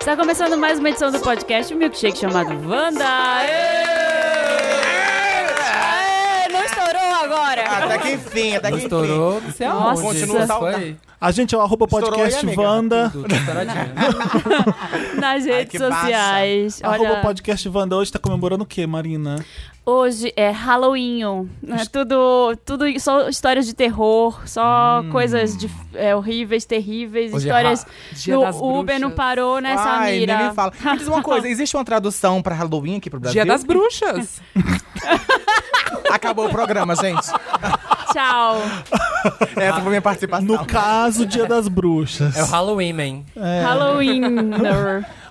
Está Tá começando mais uma edição do podcast um Milkshake chamado Wanda. Aê! Aê! Não estourou agora. Até que enfim, até que Não enfim. estourou, não sei Nossa. aonde. Continua isso tal- foi A gente é o arroba Estourou podcast aí, amiga. Wanda. tudo estouradinho. Nas redes que massa. sociais. Arroba Olha, podcast Wanda hoje tá comemorando o quê, Marina? hoje é Halloween. né? Tudo, tudo, só histórias de terror, só Hum. coisas de- é, horríveis, terríveis, Hoje é histórias... ra- Dia No- das o Uber não Bruxas. parou, né, Ai, Samira? nem me fala. Me diz uma coisa, existe uma tradução pra Halloween aqui pro Brasil? Dia das bruxas. Acabou o programa, gente. Tchau. Essa foi minha participação. No caso, Dia das Bruxas. É o Halloween, man. É, Halloween.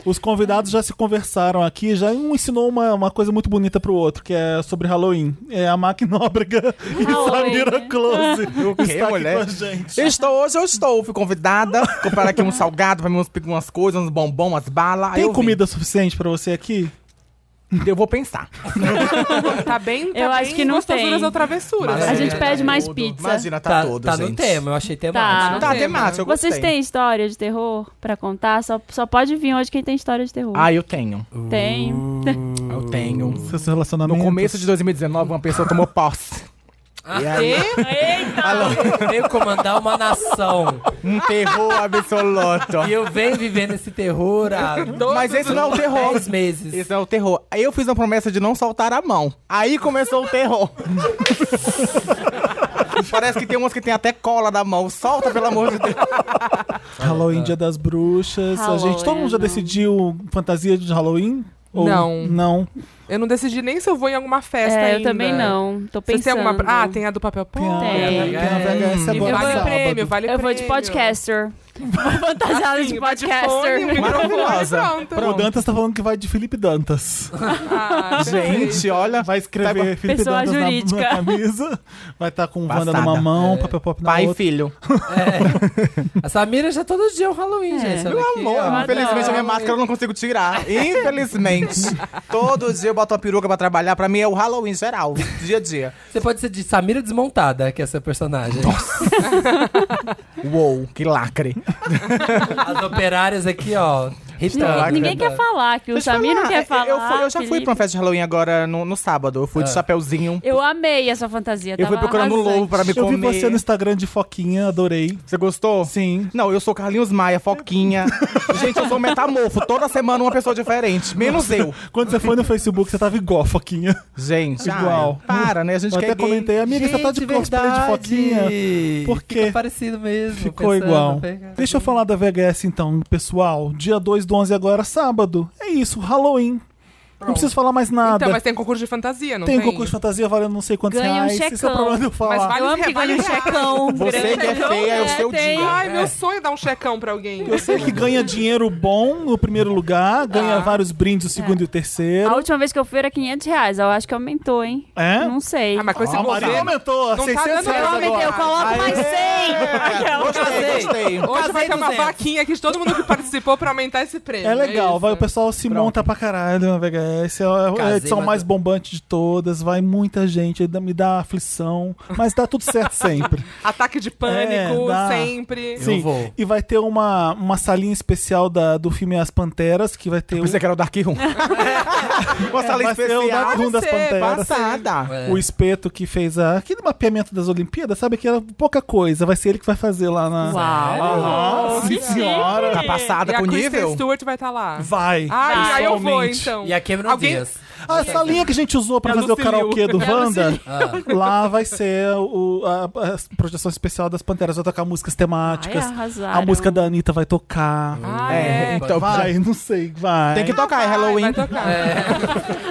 os convidados já se conversaram aqui, já um ensinou uma, uma coisa muito bonita pro outro, que é sobre Halloween. É a Mac Nóbrega e Halloween. né? Samira Close. O quê, está aqui mulher? com a gente. Estou hoje, eu estou. Fui convidada. Comprar aqui um salgado pra mim, uns, umas coisas, uns bombons, umas balas. Aí eu Tem vim. comida suficiente pra você aqui? Eu vou pensar. Tá bem, tá Eu bem acho que não gostosuras tem. ou travessuras. A né? gente pede mais é, tudo. pizza. Imagina, tá, Tá, todo, tá gente. no tema, eu achei Tá. temático. Tá Tem temático, eu gostei. Vocês têm história de terror pra contar? Só, só pode vir hoje quem tem história de terror. Ah, eu tenho. Tem. Hum. Uh. Eu tenho. Seus relacionamentos? No começo de 2019, uma pessoa tomou posse. E aí? Eita! Veio comandar uma nação. Um terror absoluto. E eu venho vivendo esse terror há Mas esse não é o terror. dez meses. Esse é o terror. Aí eu fiz uma promessa de não soltar a mão. Aí começou o terror. Parece que tem umas que tem até cola da mão. Solta, pelo amor de Deus. tá. Halloween, Dia das Bruxas. a gente, todo mundo já Halloween. decidiu fantasia de Halloween? Ou- Não. Não. Eu não decidi nem se eu vou em alguma festa É, eu ainda. também não. Tô Vocês pensando. têm alguma... Ah, tem a do papel pó. Tem. Tem a VHS E agora vale é é sábado. prêmio, vale Eu prêmio. vou de podcaster. Fantasiada de Assim, Fone, podcaster. microfone, Maravilhosa. Pronto. O Dantas tá falando que vai de Felipe Dantas. Ah, perfeito. Gente, olha. Vai escrever Felipe Pessoa Dantas na- na, jurídica. camisa. Vai estar com Wanda Passada. numa mão, papel pop na Pai e outra. filho. A Samira já todo dia é um Halloween, É. gente. Olha Meu aqui, amor, ó. infelizmente a minha Halloween. máscara eu não consigo tirar. Infelizmente. Todo dia eu boto a peruca pra trabalhar. Pra mim é o Halloween geral. Dia a dia. Você pode ser de Samira Desmontada, que é essa personagem. Uou, que lacre. As operárias aqui, ó. Ritando. Ninguém quer falar, que o Deixa eu Samir não falar. quer Eu- falar. Eu, fui- eu já fui Felipe. pra uma festa de Halloween agora no, no sábado. Eu fui de Ah. chapeuzinho. Eu amei essa fantasia. Eu fui tava procurando o arrasante. louvo pra me Eu vi comer. você no Instagram de Foquinha, adorei. Você gostou? Sim. Não, eu sou Carlinhos Maia, Foquinha. Gente, eu sou metamorfo. Toda semana uma pessoa diferente. Menos eu. Quando você foi no Facebook, você tava igual a Foquinha. Gente, Igual. ai, para, né? A gente Eu quer até gay. comentei, amiga, você tá de cosplay de Foquinha. Por quê? Ficou parecido mesmo. Ficou pensando, tá igual. pega. Deixa eu falar da VHS então, pessoal. Dia 2 do 11 agora, sábado. É isso, Halloween. Não preciso falar mais nada. Então, mas tem concurso de fantasia, não Tem tem? um concurso de fantasia valendo não sei quantos Ganha um reais. Esse é checão. o problema de eu falar. Mas vale- Eu amo que ganha um checão. Você que é feia, é o seu tem. dia. Ai, meu sonho é dar um checão pra alguém. Eu sei que ganha dinheiro bom no primeiro lugar, Ah. ganha vários É. brindes o segundo e o terceiro. A última vez que eu fui era 500 reais. Eu acho que aumentou, hein? É? Não sei. Ah, mas com esse a Marina governo... aumentou a não tá 600 dando reais nome agora. deu. Eu coloco mais 100. Gostei, gostei. Hoje vai ter uma 200. vaquinha aqui de todo mundo que participou pra aumentar esse prêmio. É legal, isso. vai, o pessoal se Pronto. monta pra caralho na VHS. É a- é a Casei, edição mas- mais bombante de todas, vai muita gente, dá- me dá aflição, mas dá tudo certo sempre. Ataque de pânico, É, dá. sempre. Sim. vou. E vai ter uma, uma salinha especial da, do filme As Panteras, que vai ter um Você quer o Dark Room. Uma sala É, vai ser o especial. Dark Room das Vai ser, Panteras. Passada. É. O espeto que fez a, aquele mapeamento das Olimpíadas, sabe? Que era pouca coisa. Vai ser ele que vai fazer lá na. Uhum. Aham, sim, senhora. Tá passada e a com Kristen nível? Stewart vai estar lá. Vai. Ai, aí eu vou, pessoalmente. então. E a Cameron Alguém- Dias. A salinha que a gente usou pra É fazer o Lucille. karaokê do É Wanda, Ah. lá vai ser o, a, a projeção especial das Panteras. Vai tocar músicas temáticas. Ai, arrasaram. a música da Anitta vai tocar. Ah, É, é. então Vai, não sei, vai. tem que tocar, é Halloween. É. Vai tocar.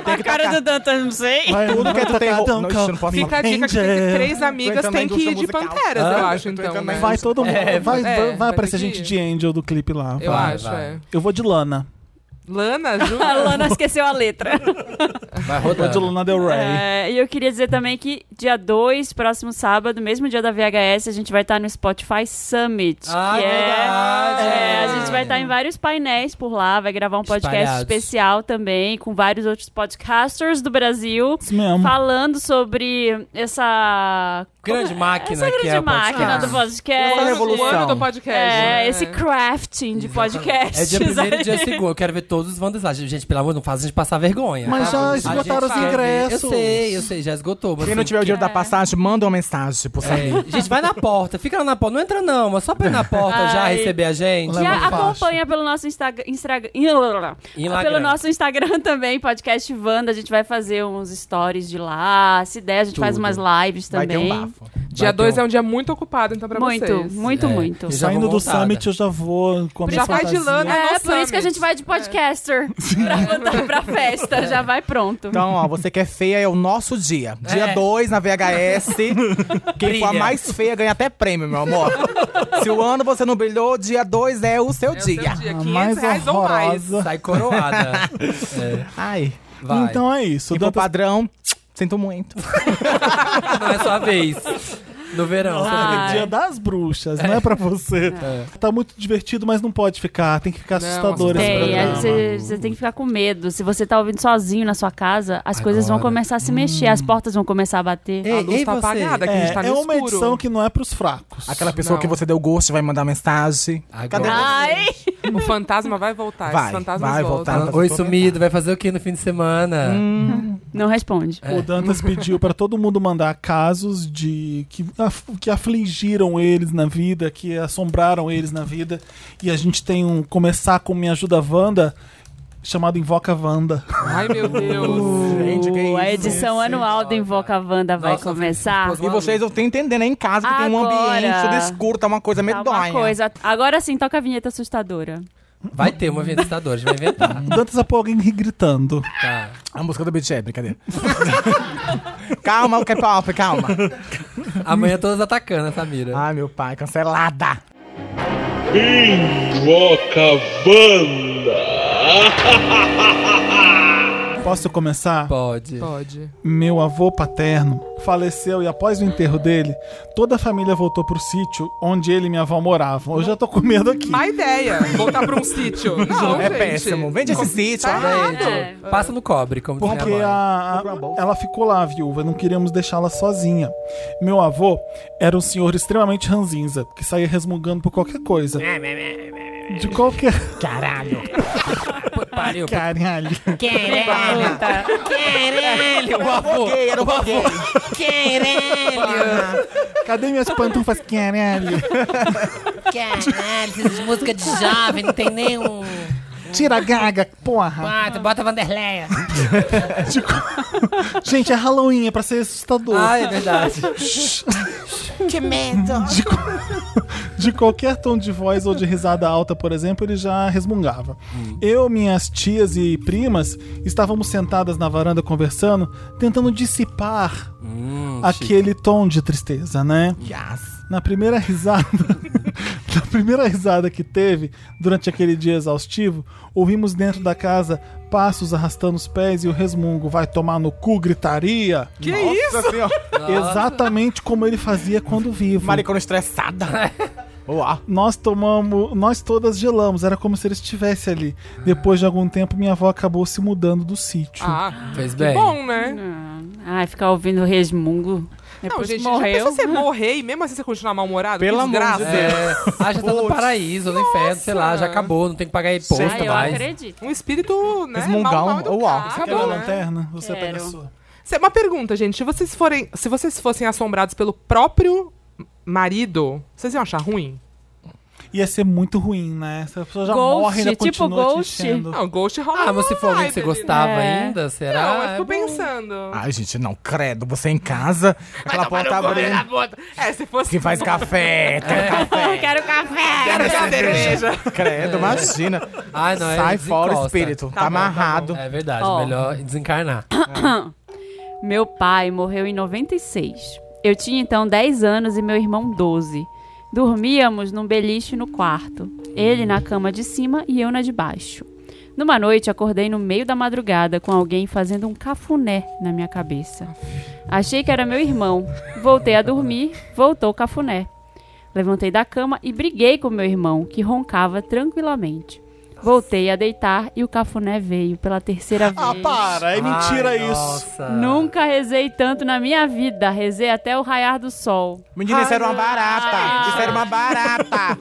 Tem que tocar. Dantas, não sei. Vai, Tudo que é do tocar terror. Don't Não, Call isso não pode Me Fica a dica que tem que Angel. três amigas entrando na têm que ir de indústria musical. panteras, eu Ah, acho, tô então. entrando na né? Vai todo mundo. É, vai, vai, é, vai vai aparecer ter que gente ir. de Angel do clipe lá. Eu Vai, acho, vai. é. Eu vou de Lana. Lana, jura? A Lana esqueceu a letra. Vai Vou é de rodando. Lana Del Rey. É, e eu queria dizer também que dia 2, próximo sábado, mesmo dia da VHS, a gente vai estar no Spotify Summit. Ah, que é- verdade. é, a gente vai estar em vários painéis por lá, vai gravar um podcast Espalhados. especial também, com vários outros podcasters do Brasil, Isso mesmo. falando sobre essa grande máquina Essa grande que é o podcast. máquina do Essa podcast. O ano revolução. do podcast. É, né? esse crafting de podcasts. É dia primeiro e aí. dia segundo. Eu quero ver todos os Wanderslash. Gente, pelo amor de Deus, não faz a gente passar vergonha. Mas tá? já A esgotaram gente os vai ver. ingressos. Eu sei, eu sei, já esgotou. mas Quem não assim, tiver o dinheiro da É. passagem, manda uma mensagem pro É, Samir. gente, vai na porta, fica lá na porta. Não entra, não, mas só pra ir na porta já Ai. receber a gente. Que Leva a- faixa. acompanha pelo nosso Instagram. Instagram pelo Instagram. nosso Instagram também, podcast Wanda. A gente vai fazer uns stories de lá. Se der, a gente faz Tudo. umas lives Vai ter também. um bafo. Dia Vai 2 ter é um- um dia muito ocupado, então, pra muito, vocês. muito, É. muito. Isso. Já vou Saindo do montada. summit, eu já vou com a minha Já vai de fantasia. lana. É, por no isso que a Summit. gente vai de podcaster pra voltar pra festa. Já vai pronto. Então, ó, você que é feia é o nosso dia. Dia É. 2 na VHS. Quem for a Brilha. mais feia ganha até prêmio, meu amor. Se o ano você não brilhou, dia 2 é o seu É o seu dia. dia, 500 mais reais ou mais. horrorosa. Sai coroada. É, Ai. vai. Então é isso. Se for Dantas- padrão, sinto muito. Não é sua vez. No verão. você Ah. vai ver. Dia das bruxas, não é pra você. Tá muito divertido, mas não pode ficar. Tem que ficar Não, é, assustador esse assusta- Tem, aí programa. você, você tem que ficar com medo. Se você tá ouvindo sozinho na sua casa, as coisas vão Agora. começar a se mexer, as portas vão começar a bater. A Ei, luz ei, tá você. apagada, que a É, gente tá é no uma escuro. edição que não é pros fracos. Aquela pessoa Não. que você deu gosto vai mandar mensagem. Agora. Cadê você? Ai! O fantasma vai voltar. Vai, esses fantasmas vai voltam. voltar. Ah, Oi, sumido, vai fazer o que no fim de semana? Não responde. É. O Dantas pediu pra todo mundo mandar casos de que, af- que afligiram eles na vida, que assombraram eles na vida. E a gente tem um começar com Me Ajuda Wanda, chamado Invoca Wanda. Ai, meu Deus. Gente, que Uh, a isso? edição anual do Invoca Wanda vai Nossa, começar. pôs E vocês não estão entendendo, é em casa que tem um Agora. ambiente tudo escuro, tá uma coisa Tá uma medonha. coisa. Agora sim, toca a vinheta assustadora. Vai ter uma vencedora, a gente vai inventar. O Dantas apô alguém gritando. Tá. A música do Beat Shep, cadê? calma, K-pop, calma. Amanhã todas atacando essa mira. Ai, meu pai, cancelada. Invoca Wanda! Posso começar? Pode. Pode. Meu avô paterno faleceu e após o enterro dele, toda a família voltou pro sítio onde ele e minha avó moravam. Eu já tô com medo aqui. Má ideia. Voltar pra um sítio. Não, é gente. péssimo. Vende esse sítio. Tá ai. errado. É. Passa no cobre, como diz Porque minha mãe. a- a- ela ficou lá, viúva, não queríamos deixá-la sozinha. Meu avô era um senhor extremamente ranzinza, que saía resmungando por qualquer coisa. De qualquer. Caralho. Pô, Pariu. Caralho. Tá. Querelho, é o avô. Gay, era o gay. Querelho. Cadê minhas pantufas? Caralho. Caralho, essas músicas é de jovem, não tem nem um Tira a gaga, porra. quarto, bota Vanderleia. De qual- Gente, é Halloween, é pra ser assustador. Ah, é verdade. Que medo. De, qual- de qualquer tom de voz ou de risada alta, por exemplo, ele já resmungava. Eu, minhas tias e primas estávamos sentadas na varanda conversando, tentando dissipar Hum, chique. aquele tom de tristeza, né? Yes. Na primeira risada, na primeira risada que teve durante aquele dia exaustivo, ouvimos dentro da casa passos arrastando os pés e o resmungo vai tomar no cu gritaria, Que isso? Nossa senhora. exatamente como ele fazia quando vivo. Maricona estressada. ah, Uau. Nós tomamos, nós todas gelamos, era como se ele estivesse ali. Depois de algum tempo, minha avó acabou se mudando do sítio. Ah, Fez que bem. bom, né? Ai, ficar ouvindo resmungo. É, Depois Não, que gente, morreu. né? já pensa você morrer e mesmo assim você continuar mal-humorado? Pelo que amor de desgraça. Deus. É, ah, já tá no Putz. paraíso, no inferno, sei lá, já acabou, não tem que pagar imposto Ai, eu mais. acredito. Um espírito, né, Resmungar mal, um- mal educado, Uau, você Quer a né? lanterna? Você Quero. pega a sua. Cê- Uma pergunta, gente. Se vocês, forem, se vocês fossem assombrados pelo próprio marido, vocês iam achar ruim? Ia ser muito ruim, né? Se a pessoa já Ghost, morre, ainda tipo continua te ghost. enchendo. Não, Ghost rola Ah, mas se uma for alguém que vibe você ali, né? gostava É. ainda, será? Não, eu É fico bom. pensando. Ai, gente, não, credo. Você em casa, aquela porta abrindo, É, se fosse... que faz café, quer Eu café. quero café! Quero cerveja. Credo, imagina. Ai, não, é Sai fora o desencosta. espírito, tá, bom, tá amarrado. É verdade, Ó. melhor desencarnar. Meu pai morreu em 96. Eu tinha então 10 anos e meu irmão 12. Dormíamos num beliche no quarto. Ele na cama de cima e eu na de baixo. Numa noite, acordei no meio da madrugada com alguém fazendo um cafuné na minha cabeça. Achei que era meu irmão. Voltei a dormir, voltou o cafuné. Levantei da cama e briguei com meu irmão, que roncava tranquilamente. Voltei a deitar e o cafuné veio pela terceira vez. Ah, para, é mentira Ai, isso. Nossa. Nunca rezei tanto na minha vida. Rezei até o raiar do sol. Menina, isso era uma barata. Isso era uma barata.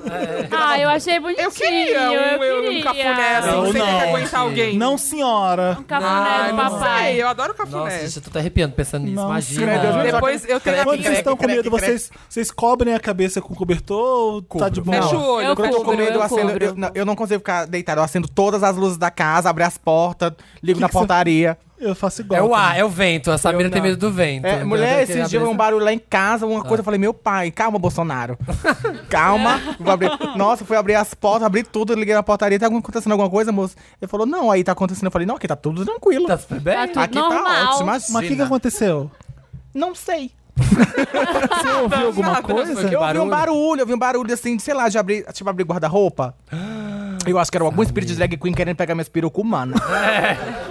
Ah, eu achei bonitinho. Eu queria um, eu eu- um queria. cafuné assim, Não, sem ter não, que aguentar gente. alguém. Não, senhora. Um cafuné Ai, do não papai. sei, eu adoro Nossa, cafuné. gente, eu tô até arrepiando pensando nisso. Não, Imagina. credo, eu juro. Depois eu tenho Quando aqui. vocês estão com crepe, medo, crepe. vocês, vocês cobrem a cabeça com cobertor ou tá de boa? Fecha o olho. Eu fecha Quando eu tô com cubro, medo, eu eu acendo. cubro. Eu, não, eu não consigo ficar deitado. Eu acendo todas as luzes da casa, abro as portas, ligo Que na que cê- portaria. Eu faço igual. tá? É o ar, também. é o vento. A Samira Eu tem não. medo do vento. É, Então, mulher, tem Ah. que esses dias foi um abrir- barulho lá em casa, uma coisa. Eu falei, meu pai, calma, Bolsonaro. calma. É. Vou abrir. Nossa, fui abrir as portas, abri tudo, liguei na portaria. Tá algum- acontecendo alguma coisa, moço? Ele falou, não, aí tá acontecendo. Eu falei, não, aqui tá tudo tranquilo. Tá super bem? Tá tudo aqui normal. tá ótimo, imagina. Mas o que, que aconteceu? Não sei. Você ouviu alguma coisa? Eu ouvi barulho? um barulho, eu ouvi um barulho assim, de, sei lá, de abrir, tipo, abrir guarda-roupa. Eu acho que era algum espírito de drag queen querendo pegar minhas perucas humanas.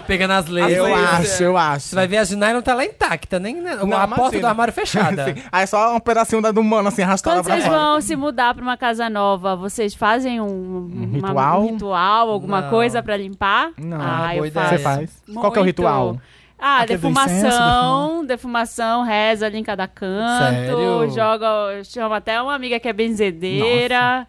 Pegando as leis. Eu um Sim. acho, eu acho. Você vai ver a Ginaia não tá lá intacta, nem na- a porta imagina. do armário fechada. Sim. Aí só um pedacinho da do humano, assim, arrastado Quando pra vocês fora. vão se mudar pra uma casa nova, vocês fazem um, uma- ritual? um ritual, alguma Não. coisa pra limpar? Não. ah, eu Boa ideia. faço. Você faz. Qual que é o Muito. ritual? Ah, Aquele do defumação, incenso, defumação, defumação. reza ali em cada canto, Sério? joga, chama até uma amiga que é benzedeira,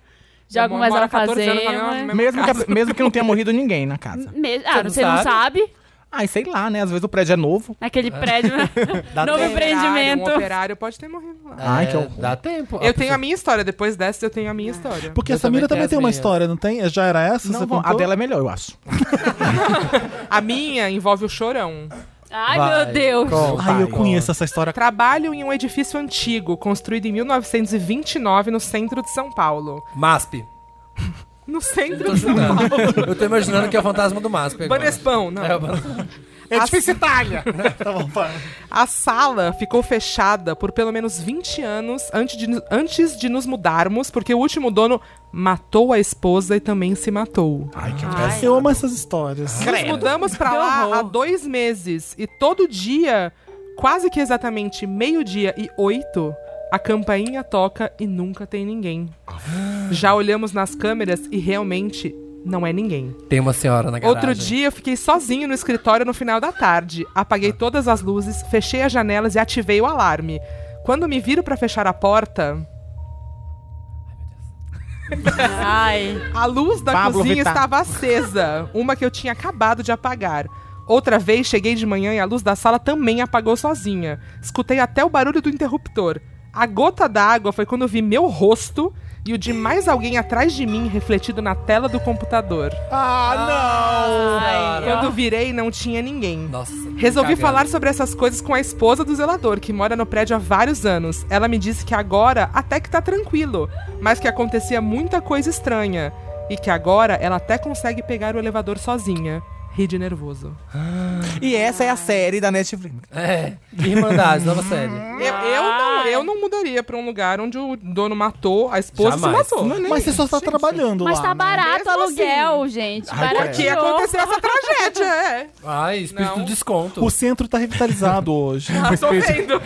Eu joga moro- umas moro há 14 anos na alfazemas. mesma- Mesmo que, a- mesmo que não tenha morrido ninguém na casa. Me- Ah, não você não sabe? Ai, sei lá, né? Às vezes o prédio é novo. Naquele prédio, né? Dá novo tempo. empreendimento. Um operário pode ter morrido lá. Ai, que É, horror. Dá tempo. Eu tenho a minha história, depois dessa eu tenho a minha história. Porque Eu a Samira também também tem tenho uma as minhas. história, não tem? Já era essa? Não, Você vão- a contou? dela é melhor, eu acho. A minha envolve o chorão. Ai, Vai, meu Deus. conta. Ai, eu Vai. conheço essa história. Trabalho em um edifício antigo, construído em 1929 no centro de São Paulo. MASP. No centro Tô de São chutando. Paulo. eu tô imaginando que é o fantasma do MASP. agora. Banespão, não. É, o Banes- É difícil Itália! tá bom, vai. A sala ficou fechada por pelo menos 20 anos antes de, antes de nos mudarmos, porque o último dono matou a esposa e também se matou. Ai, Eu amo essas histórias. Nós mudamos pra lá há dois meses e todo dia, quase que exatamente meio-dia e oito, a campainha toca e nunca tem ninguém. Ah. Já olhamos nas câmeras e realmente não é ninguém. Tem uma senhora na garagem. Outro dia eu fiquei sozinho no escritório no final da tarde. Apaguei Ah. todas as luzes, fechei as janelas e ativei o alarme. Quando me viro pra fechar a porta, ai. a luz da Pablo cozinha Vittar. estava acesa, uma que eu tinha acabado de apagar. Outra vez cheguei de manhã e a luz da sala também apagou sozinha. Escutei até o barulho do interruptor. A gota d'água foi quando vi meu rosto e o de mais alguém atrás de mim refletido na tela do computador. Ah, Quando virei, não tinha ninguém. Nossa. tô Resolvi cagando. falar sobre essas coisas com a esposa do zelador, que mora no prédio há vários anos. Ela me disse que agora até que tá tranquilo, mas que acontecia muita coisa estranha. E que agora ela até consegue pegar o elevador sozinha. Ri de nervoso. E essa é a série da Netflix. É. Irmandade, nova série. Eu, eu não, eu não mudaria pra um lugar onde o dono matou, a esposa Jamais. se matou. Mas você só tá trabalhando Mas lá. tá né? barato o Mesmo aluguel, gente. Ai, Barateou. Que aconteceu essa tragédia, é. Ai, espírito do Não. desconto. O centro tá revitalizado hoje. Ah, tô vendo.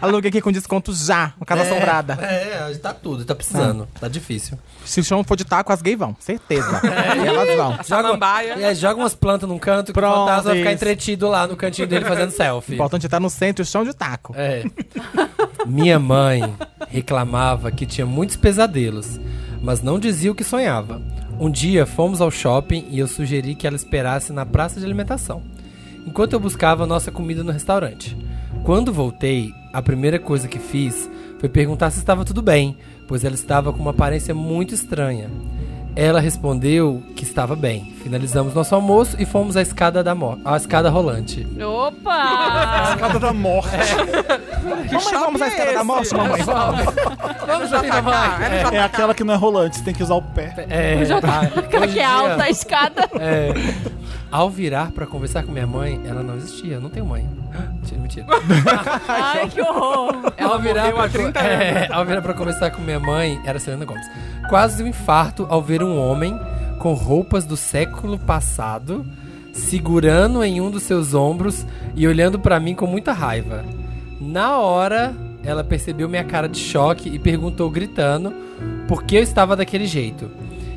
Aluguei aqui com desconto já, uma casa assombrada. É, a gente tá tudo, tá precisando. Tá difícil. Se o chão for de taco, as gays vão, certeza. É e elas vão. Samambaia. é, joga umas plantas num canto que Pronto, o fantasma vai ficar isso. entretido lá no cantinho dele fazendo O selfie. importante é estar no centro, o chão de taco. É. Minha mãe reclamava que tinha muitos pesadelos, mas não dizia o que sonhava. Um dia fomos ao shopping e eu sugeri que ela esperasse na praça de alimentação, enquanto eu buscava nossa comida no restaurante. Quando voltei, a primeira coisa que fiz foi perguntar se estava tudo bem, pois ela estava com uma aparência muito estranha. Ela respondeu que estava bem. Finalizamos nosso almoço e fomos à escada da mo- à escada rolante. Opa! Casa da morte. Vamos, vamos à é escada da morte, mamãe. Vamos atacar. É. É aquela que não é rolante, você tem que usar o pé. É, Aquela que é alta a escada. É, ao virar pra conversar com minha mãe, ela não existia. Eu não tenho mãe. Mentira, mentira. Ai, que horror. ao virar pra, há 30 é, ao virar pra conversar com minha mãe, era Selena Gomes. Quase um infarto ao ver um homem com roupas do século passado segurando em um dos seus ombros e olhando pra mim com muita raiva. Na hora, ela percebeu minha cara de choque e perguntou gritando por que eu estava daquele jeito.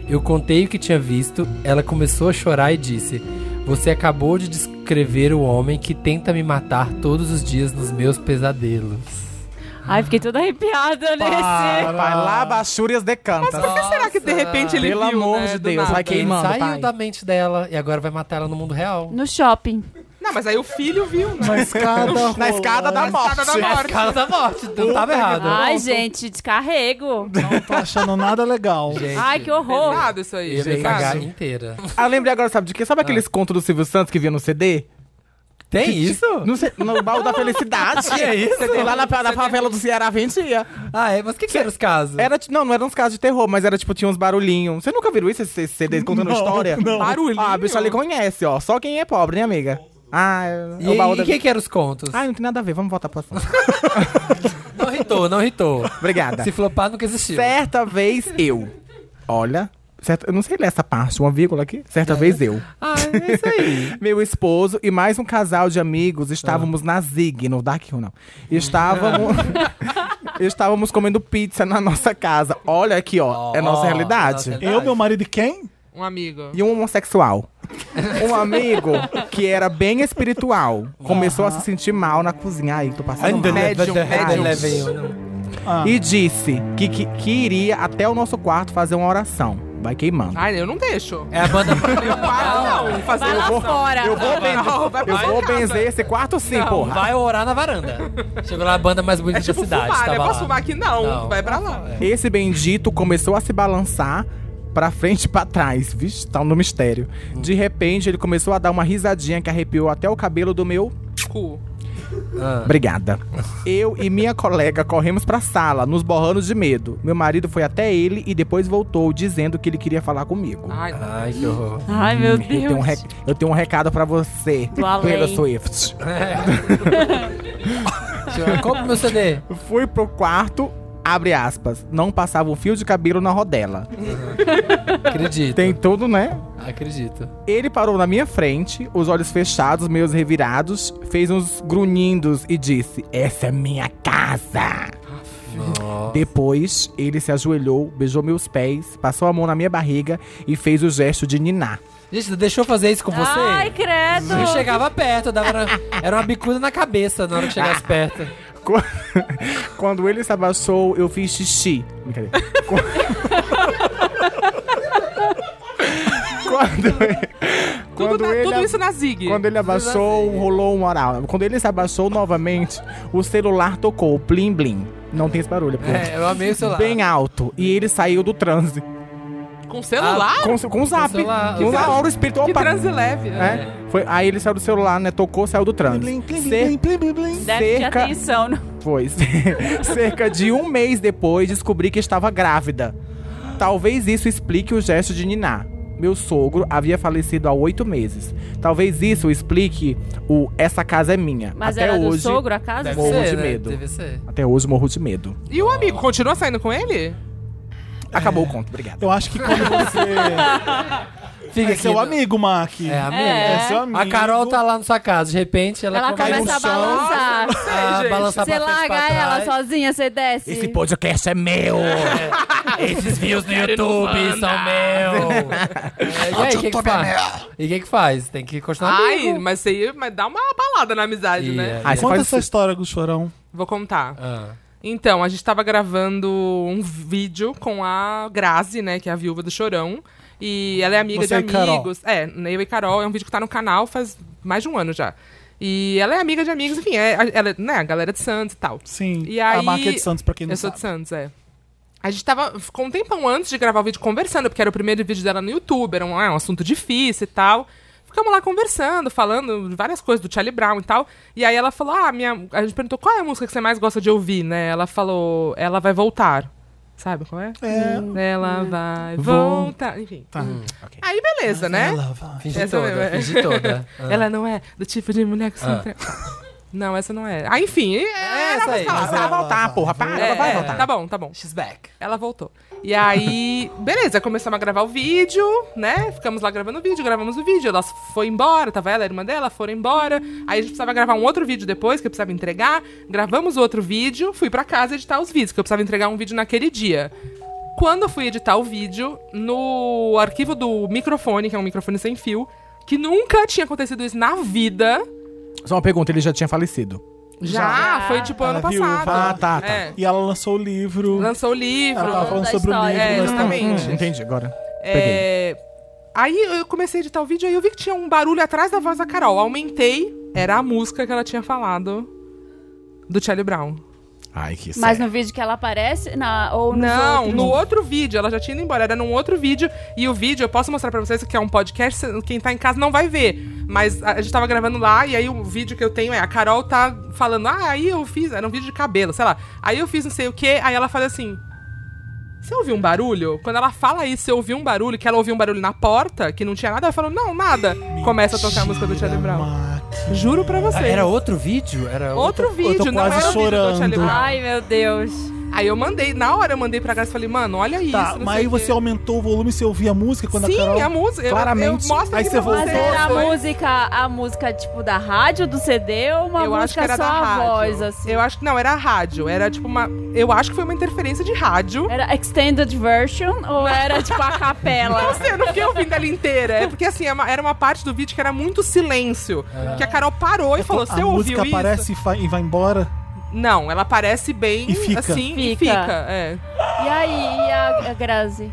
Eu contei o que tinha visto, ela começou a chorar e disse: Você acabou de descrever o homem que tenta me matar todos os dias nos meus pesadelos. Ai, fiquei toda arrepiada nesse. Pai, lá Bachúrias decanta. Por que será que de repente ele Pelo viu, amor né, de do Deus, nada? vai queimar. Queimando, Saiu pai. da mente dela e agora vai matar ela no mundo real. No shopping. Não, mas aí o filho viu, né? Na escada. Na escada Tá da morte. Nada da morte. Cara da morte, não tava errado. Ai, gente, descarrego. Não tô achando nada legal. Gente, Ai, que horror. Pesado isso aí, Ia me é gente. cagar inteira. Ah, lembrei agora, sabe de quê? Sabe aqueles contos do Silvio Santos que vinha no CD? Tem Que- isso? No, ce- no baú da felicidade. Que é isso? Você tem lá na, na favela do Ceará vendia. Ah, é? Mas o que, que eram os casos? Era, ti- não, não eram uns casos de terror, mas era tipo, tinha uns barulhinhos. Você nunca viu isso, esse CD contando história? Não. Barulhinho? Ah, a bicha ali conhece, ó. Só quem é pobre, né, amiga? Ah, é E, o baú e, da... e que, que eram os contos? Ai, não tem nada a ver, vamos voltar pra ação. Não irritou, não irritou. Obrigada. Se flopar, nunca existiu. Certa vez eu. Olha. Certa, eu não sei ler essa parte, uma vírgula aqui. Certa vez eu. Ah, é isso aí. Meu esposo e mais um casal de amigos estávamos na Zig, no Dark Room, não. Estávamos. estávamos comendo pizza na nossa casa. Olha aqui, ó. é nossa Ó, realidade. nossa Eu, meu marido e quem? Um amigo. E um homossexual. Um amigo que era bem espiritual começou a se sentir mal na cozinha. Aí, tô passando mal. Médium, Ele médium. leva eu, não. Ah, E disse que, que, que iria até o nosso quarto fazer uma oração. Vai queimando. Ai, eu não deixo. É a banda. Para não, fazer Vai lá isso. fora. Eu vou, ben- Não, vai pra eu sua vou casa. benzer esse quarto sim, Não, porra. vai orar na varanda. Chegou lá a banda mais bonita É tipo da cidade. fumar, né? tava Posso lá. fumar aqui? Não. Não. Vai pra lá. Esse bendito começou a se balançar pra frente e pra trás. Vixe, tá no mistério. De repente, ele começou a dar uma risadinha que arrepiou até o cabelo do meu. Cu. Ah. Obrigada. Eu e minha colega corremos pra sala, nos borrando de medo. Meu marido foi até ele e depois voltou, dizendo que ele queria falar comigo. Ai, não. Ai, que horror. Ai, meu Eu tenho, um Ah, Deus. rec- eu tenho um recado pra você, Do além. Taylor Swift. Chegou, Compre é meu CD. Fui pro quarto, abre aspas, não passava um fio de cabelo na rodela. Acredito. Tem tudo, né? Acredito. Ele parou na minha frente, os olhos fechados, meios revirados, fez uns grunhindos e disse: Essa é minha casa. Nossa. Depois, ele se ajoelhou, beijou meus pés, passou a mão na minha barriga e fez o gesto de ninar. Gente, deixou eu fazer isso com você? Ai, credo. eu chegava perto, eu dava na- era uma bicuda na cabeça na hora que chegasse perto. Qu- Quando ele se abaixou, eu fiz xixi. Brincadeira. Qu- Quando, tá- Tudo, quando na- ele tudo ab- isso na Zig. Quando ele abaixou, rolou um oral. Quando ele se abaixou novamente, o celular tocou, plim blim. Não tem esse barulho, pô. É, eu amei o celular. Bem alto. E ele saiu do transe. Com celular? Com, com o zap. Com celular. Que na hora o espírito. que Ah. Opa! transe leve. né? né? Foi, aí ele saiu do celular, né? Tocou, saiu do transe. blim, blim, Cer- blim, blim, blim, blim. Deve ter cerca- atenção. né? Foi. Cerca de um mês depois, descobri que estava grávida. Talvez isso explique o gesto de Niná. Meu sogro havia falecido há oito meses. Talvez isso explique o Essa Casa é Minha. Mas Até era do hoje. sogro, a casa? Deve Morro ser, de né? medo. Deve ser. Até hoje morro de medo. E o amigo continua saindo com ele? Acabou o conto, obrigado. Eu acho que quando você. Fica É seu no- amigo, Mac. É, amigo. É. seu amigo. A Carol tá lá na sua casa, de repente ela, Ela começa a balançar. Ah, a balançar Você pra frente, pra larga ela trás. sozinha, você desce. Esse podcast é meu! Esses views no assim. YouTube são meus. É, e aí, o que, que faz? E o que, que faz? Tem que continuar Ai, amigo. mas você ia- mas dá uma balada na amizade, E, né? Aí você Conta faz essa história do chorão. Vou contar. ah, Então, a gente tava gravando um vídeo com a Grazi, né? Que é a viúva do Chorão. E ela é amiga Você e de Carol. amigos. É, eu e Carol. É um vídeo que tá no canal faz mais de um ano já. E ela é amiga de amigos, enfim, é, ela, é, né, a galera de Santos e tal. Sim. E aí- A Mac é de Santos, pra quem não Eu sou sabe. de Santos, é. A gente tava, ficou um tempão antes de gravar o vídeo conversando, porque era o primeiro vídeo dela no YouTube, era um, é, um assunto difícil e tal. Ficamos lá conversando, falando de várias coisas do Charlie Brown e tal. E aí ela falou: Ah, minha. A gente perguntou qual é a música que você mais gosta de ouvir, né? Ela falou: Ela vai voltar. Sabe qual é? É. Ela Hum. vai voltar. Enfim. Hum. Tá. Aí beleza, né? Ela vai. finge Essa toda, mesmo, é. finge toda. Ah. Ela não é do tipo de mulher que você. Ah. entra- Não, essa não é. Ah, enfim. É, essa aí. Ela vai voltar, porra. Para, Ah, ela vai é, voltar. Tá bom, tá bom. She's back. Ela voltou. E aí, beleza, começamos a gravar o vídeo, né? Ficamos lá gravando o vídeo, gravamos o vídeo. Ela foi embora, tava ela, a irmã dela, foram embora. Aí a gente precisava gravar um outro vídeo depois, que eu precisava entregar. Gravamos outro vídeo, fui pra casa editar os vídeos, que eu precisava entregar um vídeo naquele dia. quando eu fui editar o vídeo, no arquivo do microfone, que é um microfone sem fio, que nunca tinha acontecido isso na vida. Só uma pergunta, ele já tinha falecido. Já, Já. foi tipo Ela ano viu, passado. fala- Ah, tá, tá. É. E ela lançou o livro. Lançou o livro. Ela tava Falando falando da sobre o história. livro. É, mas tá- exatamente. Hum, entendi agora. Peguei. É, Aí eu comecei a editar o vídeo e eu vi que tinha um barulho atrás da voz da Carol. Aumentei, era a música que ela tinha falado do Charlie Brown. Ai, que Mas sério. no vídeo que ela aparece, na, ou nos Não, outros? no outro vídeo, ela já tinha ido embora, era num outro vídeo. E o vídeo, eu posso mostrar pra vocês que é um podcast, cê- quem tá em casa não vai ver. Mas a a gente tava gravando lá, e aí o vídeo que eu tenho é a Carol tá falando, ah, aí eu fiz, era um vídeo de cabelo, sei lá. Aí eu fiz não sei o quê, aí ela faz assim. Você ouviu um barulho? Quando ela fala isso, eu ouvi um barulho, que ela ouviu um barulho na porta, que não tinha nada, eu falo, não, nada. Começa a tocar a música do Charlie Brown. Maqui. Juro pra Ah, vocês. Era outro vídeo? Era outro Ah, eu tô vídeo, não quase era o vídeo do Charlie chorando. Brown. Ai, meu Deus. Aí eu mandei, na hora eu mandei pra Graça e falei, mano, olha isso. Tá, não mas sei aí o você quê. aumentou o volume, você ouvia a música quando Sim, a Carol... a música. Eu, Claramente. Eu mostro Aí aqui você pra vocês. Mas era a Foi. música, a música, tipo, da rádio, do CD, ou uma Eu acho que música era só da a rádio. voz, assim? Eu acho que não, era a rádio. Era tipo uma. Eu acho que foi uma interferência de rádio. Era extended version, ou era, tipo, a Não capela? sei, eu não fiquei ouvindo ela inteira. É porque assim, é uma- era uma parte do vídeo que era muito silêncio. Que a Carol parou e falou: Ah. É, a Você ouviu música isso? aparece e fa- e vai embora. Não, ela aparece bem E fica. assim e Fica. fica. É. E aí, e a, a Grazi?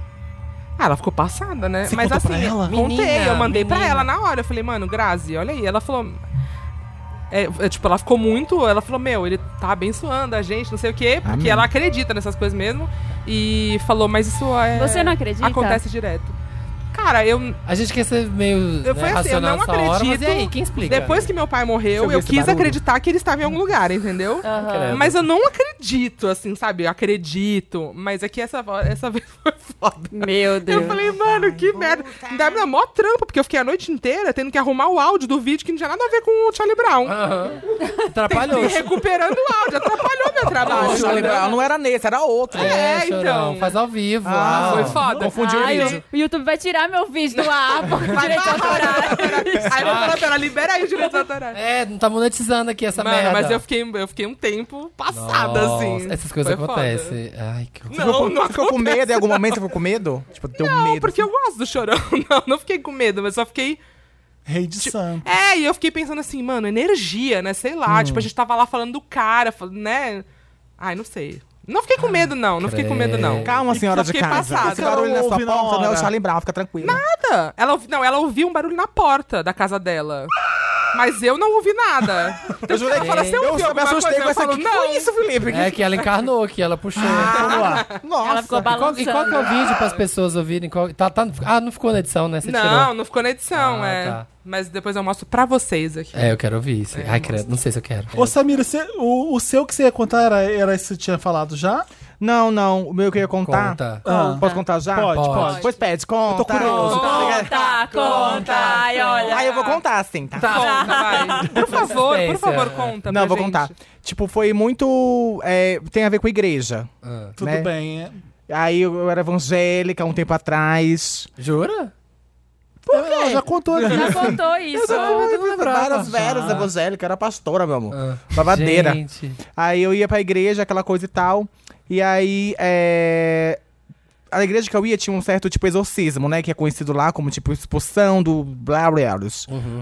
Ah, ela ficou passada, né? Você Mas contou assim, pra ela? contei, Menina, eu mandei pra menina. ela na hora. Eu falei, mano, Grazi, olha aí. Ela falou. É, é, tipo, ela ficou muito. Ela falou, meu, ele tá abençoando a gente, não sei o quê, porque Amém. ela acredita nessas coisas mesmo. E falou, mas isso é. Você não acredita? Acontece direto. Cara, eu. A gente quer ser meio Eu- foi né, assim, eu racional não nessa hora, mas e acredito. aí, quem explica? Depois que meu pai morreu, Deixa eu ver eu esse quis barulho. acreditar que ele estava em algum lugar, entendeu? Aham. Mas eu não acredito, assim, sabe? Eu acredito. Mas é que essa, vo- essa vez foi foda. Meu Deus. Eu falei, mano, que merda. Deve dar mó trampa, porque eu fiquei a noite inteira tendo que arrumar o áudio do vídeo que não tinha nada a ver com o Charlie Ah, Brown. Aham. Atrapalhou. E recuperando o áudio, atrapalhou meu trabalho. Nossa, lembrava, não era nesse, era outro. É, chorão. então. Faz ao vivo. Ah, Ah, Foi foda. Confundiu o Ai, vídeo. o YouTube vai tirar meu vídeo do ar, porque Vai, direito vai, autoral. vai, vai. Aí eu falei pra ela, libera aí os direitos autorais. É, não tá monetizando aqui essa merda. Mano, mas eu fiquei, eu fiquei um tempo passada, Nossa, assim. Essas coisas Foi foda. acontecem. Ai, que horror. Não, não Ficou com medo em algum momento? Você ficou com medo? Tipo, deu medo. Não, porque eu gosto do chorão. Não, não fiquei com medo, mas só fiquei. Rei de Santo. É, e eu fiquei pensando assim, mano, energia, né? Sei lá. Tipo, a gente tava lá falando do cara, fal- né? Ai, não sei. Não fiquei com medo, não. Não fiquei com medo, não. Calma, senhora Só de fiquei casa. passada. Esse barulho na sua porta Ouve na não é o hora. Charlie Brown, fica tranquilo. Nada. Ela ouvi- não, ela ouviu um barulho na porta da casa dela. Mas eu não ouvi nada. Então, Eu jurei ela que fala, você eu ouviu me alguma assustei coisa? com Eu essa falo, aqui. Que não. Ah, foi isso, Felipe? É que ela encarnou aqui, ela puxou. Vamos lá. É. Nossa. Ela ficou E qual, balançando. e qual que é o vídeo pras pessoas ouvirem? Qual- tá, tá- ah, não ficou na edição, né? Você Não, tirou. não ficou na edição, Ah, é. tá. Mas depois eu mostro pra vocês aqui. É, eu quero ouvir isso. Ai, credo, não sei se eu quero. Ô, Samira, você- o, o seu que você ia contar era, era esse que você tinha falado já? Não, não. O meu que eu ia contar. Conta. Ah. Posso contar já? Pode, Pode. pode. Pois pede, conta. Eu tô curioso. Conta, conta, ai, olha. Aí eu vou contar, assim, tá? Conta, vai. Por favor, por Suspense, favor, é. conta. Não, pra vou gente. contar. Tipo, foi muito. é, tem a ver com igreja. Ah. Tudo Né? bem. é. Aí eu eu era evangélica um tempo atrás. Jura? Ela já contou ali. Já contou isso. Várias Ah. velhas evangélicas, era pastora, meu amor. Babadeira. Ah. Gente. Aí eu ia pra igreja, aquela coisa e tal. E aí, é... A igreja que eu ia tinha um certo, tipo, exorcismo, né? Que é conhecido lá como, tipo, expulsão do... Blá, blá, blá,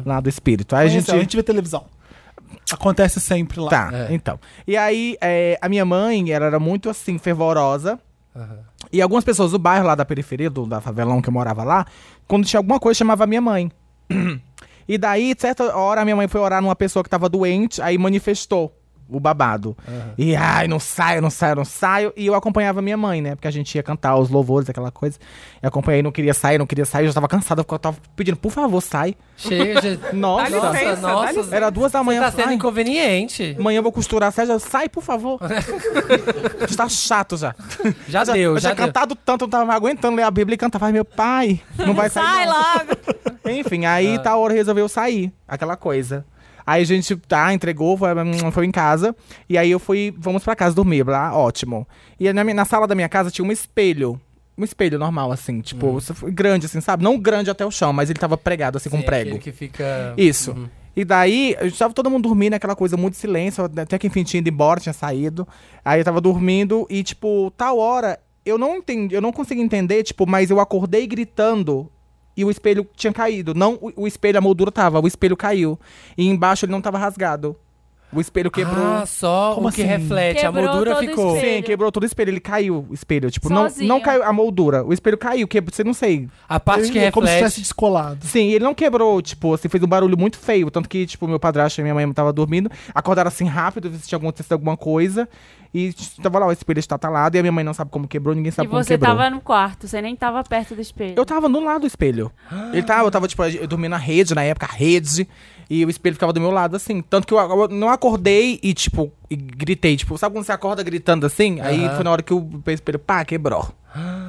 Lá do espírito. Aí a, a gente, gente... a gente vê televisão. Acontece sempre lá. Tá, É. então. E aí, é, a minha mãe, ela era muito, assim, fervorosa. E algumas pessoas do bairro lá da periferia, do, da favelão que eu morava lá, quando tinha alguma coisa, chamava a minha mãe. E daí, certa hora, a minha mãe foi orar numa pessoa que tava doente, aí manifestou o babado. E ai, não saio, não saio, não saio. E eu acompanhava a minha mãe, né? Porque a gente ia cantar os louvores, aquela coisa. Eu acompanhei, não queria sair, não queria sair, eu já tava cansada, porque eu tava pedindo, por favor, sai. Chega, gente. Nossa, Dá licença, dá licença. era duas da manhã. Tá sendo ai. inconveniente. Amanhã eu vou costurar, Sérgio, sai, por favor. Está chato já. Já Eu deu, eu já tinha deu. cantado tanto, eu não tava mais aguentando ler a Bíblia e cantar. Vai, meu pai, não vai sair. Sai não. logo. Enfim, Ah. aí tal hora resolveu sair, aquela coisa. Aí a gente, tá, entregou, foi, foi em casa. E aí eu fui, vamos pra casa dormir, lá, ótimo. E aí na, minha- na sala da minha casa tinha um espelho. Um espelho normal, assim, tipo, Hum. grande, assim, sabe? Não grande até o chão, mas ele tava pregado, assim, com Sim, um prego. aquele que fica... Isso. E daí, eu estava todo mundo dormindo, aquela coisa muito silêncio, até que enfim tinha ido embora, tinha saído. Aí eu tava dormindo e, tipo, tal hora, eu não entendi, eu não consegui entender, tipo, mas eu acordei gritando e o espelho tinha caído. Não, o, o espelho, a moldura tava, o espelho caiu. E embaixo ele não tava rasgado. O espelho quebrou. Ah, só Como o que assim? reflete. Quebrou a moldura todo o ficou. espelho. Sim, quebrou todo o espelho, ele caiu o espelho. Tipo, não, Sozinho. não caiu a moldura. O espelho caiu, que você não sei. A parte que é como se reflete. tivesse descolado. Sim, ele não quebrou, tipo, assim, fez um barulho muito feio. Tanto que, tipo, meu padrasto e minha mãe tava dormindo, acordaram assim rápido, ver se tinha acontecido alguma coisa. E tipo, tava lá, o espelho estatalado, e a minha mãe não sabe como quebrou, ninguém E sabe como você Tá quebrou. tava assim? no quarto, você nem tava perto do espelho. Eu tava do lado do espelho. Ele tava, eu tava, tipo, eu dormia na rede, na época, rede. E o espelho ficava do meu lado, assim. Tanto que eu, eu não acordei e, tipo, e gritei. Tipo, sabe quando você acorda gritando assim? Aí Aham. foi na hora que o espelho, pá, quebrou.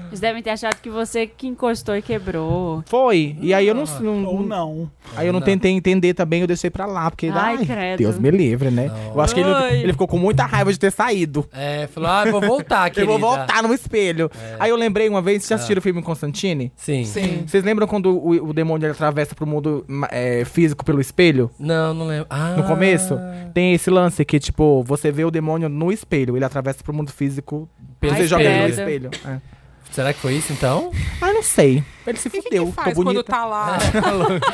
Eles devem ter achado que você que encostou e quebrou. Foi. E aí eu não. não- Ah, Ou não. Aí eu não, Não. tentei entender também, eu deixei pra lá. Porque, Ai, ai, credo. Deus me livre, né? Eu acho que ele, Ai. ele ficou com muita raiva de ter saído. É, falou, ah, eu vou voltar, Eu querida. vou voltar no espelho. Aí eu lembrei uma vez, vocês já assistiram o filme Constantine? Sim. Sim. Vocês lembram quando o, o demônio ele atravessa pro mundo ma- é, físico pelo espelho? Não, não lembro. Ah, No começo, tem esse lance que, tipo, você vê o demônio no espelho, ele atravessa pro mundo físico. Pelo você joga ele no espelho. espelho. É. Será que foi isso então? Ah, não sei. Ele se E o que, fudeu. que tô faz bonita. quando tá lá?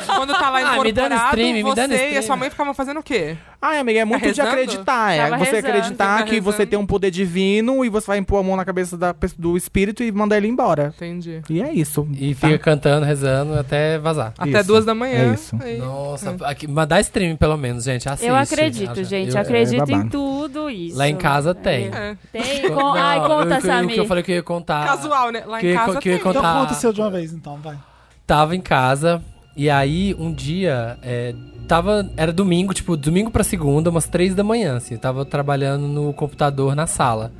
quando tá lá Ah, incorporado, me dando stream, me você dando e a stream. sua mãe ficavam fazendo o quê? Ai, amiga, é muito de rezando? acreditar. É. Tava Você rezando, acreditar tava que você rezando. tem um poder divino e você vai impor a mão na cabeça da pe- do espírito e mandar ele embora. Entendi. E é isso. E Tá. fica cantando, rezando até vazar. Até Isso. duas da manhã. É isso. Aí- Nossa, aqui, mas dá stream pelo menos, gente. Assiste. eu acredito, Acha- gente. eu- acredito em babado. tudo isso. Lá em casa tem. É. Tem. com- Não, Ai, eu- conta, eu- O que eu Samir. falei que eu ia contar. Casual, né? Lá Que- em casa que- tem. que- Então Tá. conta o seu de uma vez, então, vai. Tava em casa e aí um dia é, tava era domingo, tipo domingo pra segunda, umas três da manhã, assim. eu Tava trabalhando no computador na sala.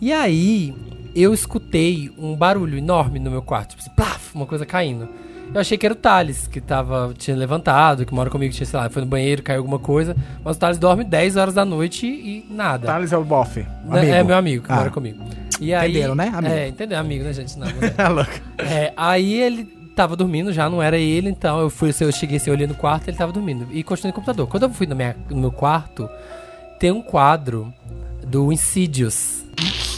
E aí eu escutei um barulho enorme no meu quarto, tipo, assim, plaf, uma coisa caindo. Eu achei que era o Thales, que tava, tinha levantado, que mora comigo, tinha, sei lá, foi no banheiro, caiu alguma coisa. Mas o Thales dorme 10 horas da noite e nada. Thales é o bofe. Né, É meu amigo que Ah. mora comigo. E aí, Entenderam, né? Amigo. É, entendeu? Amigo, né, gente? Não, mas é. É louco. É, aí ele tava dormindo já, não era ele, então eu fui, eu cheguei assim, eu olhei no quarto, ele tava dormindo. E continuei no computador. Quando eu fui na minha- no meu quarto, tem um quadro do Insidious.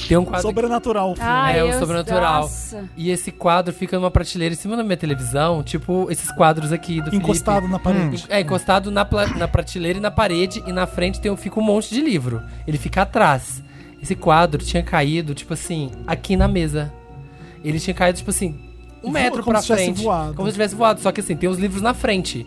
Tem um quadro. Sobrenatural. filho. Ai, É, o eu- sobrenatural. Nossa. E esse quadro fica numa prateleira em cima da minha televisão, tipo esses quadros aqui do Encostado Felipe. na parede. É, encostado na, pla- na prateleira e na parede, e na frente tem, fica um monte de livro. Ele fica atrás. Esse quadro tinha caído, tipo assim, aqui na mesa. Ele tinha caído, tipo assim, um Voa- metro como pra se tivesse frente. voado. Como se tivesse voado. Só que assim, tem os livros na frente.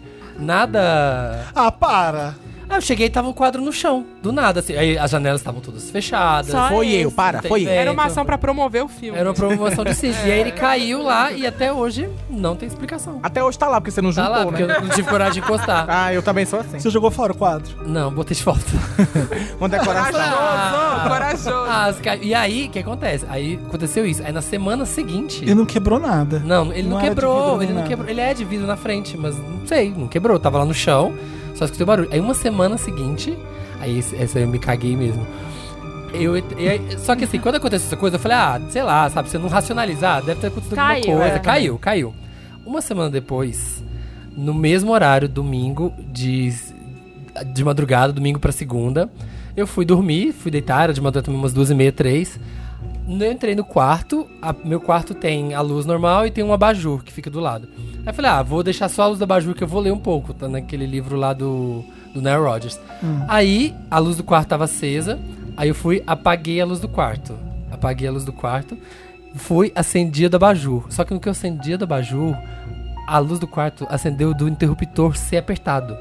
Nada. Ah, para! Ah, eu cheguei e tava o quadro no chão. Do nada, assim. Aí as janelas estavam todas fechadas. Só Foi esse. eu, para, Não tem foi eu. ideia. Era uma É, ação então- pra promover o filme. Era uma promoção de Cid. E aí ele caiu lá e até hoje não tem explicação. Ah, Até hoje tá lá, porque você não Tá juntou, lá, porque né? eu não tive coragem de encostar. Ah, eu também sou assim. Você jogou fora o quadro? Não, botei de volta. Uma decoração. Corajoso, corajoso. Ah, as ca- e aí, o que acontece? Aí aconteceu isso. Aí na semana seguinte. E não quebrou nada. Não, ele não, Não é de vidro, quebrou, não ele não nada. quebrou. Ele é de vidro na frente, mas não sei, não quebrou. Tava lá no chão, só escutei o barulho. Aí uma semana seguinte, aí esse- essa eu me caguei mesmo. Eu, e aí- só que assim, quando aconteceu essa coisa, eu falei, ah, sei lá, sabe, se eu não racionalizar, deve ter acontecido Caiu, alguma coisa. é. Caiu, caiu. Uma semana depois, no mesmo horário, domingo, de, de madrugada, domingo pra segunda, eu fui dormir, fui deitar, era de madrugada também umas duas e meia, três. Eu né, entrei no quarto, a- meu quarto tem a luz normal e tem um abajur que fica do lado. Aí eu falei, ah, vou deixar só a luz do abajur que eu vou ler um pouco, tá naquele livro lá do, do Nile Rodgers. Aí a luz do quarto tava acesa, aí eu fui, apaguei a luz do quarto. Apaguei a luz do quarto, fui, acendi a do abajur. Só que no que eu acendi a do abajur, a luz do quarto acendeu do interruptor ser apertado.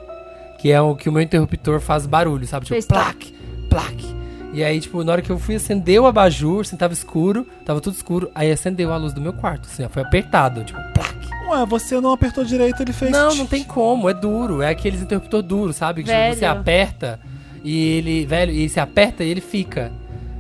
Que é o que o meu interruptor faz barulho, sabe? Tipo, Fez plaque, plaque. E aí, tipo, na hora que eu fui acender o abajur, assim, tava escuro, tava tudo escuro, aí acendeu a luz do meu quarto, assim, ó, foi apertado, tipo, plaque. Ué, você não apertou direito, ele fez. Não, não tem como, é duro, é aqueles interruptor duro, sabe? Que tipo, você Velho. aperta e ele, velho, e você aperta e ele fica.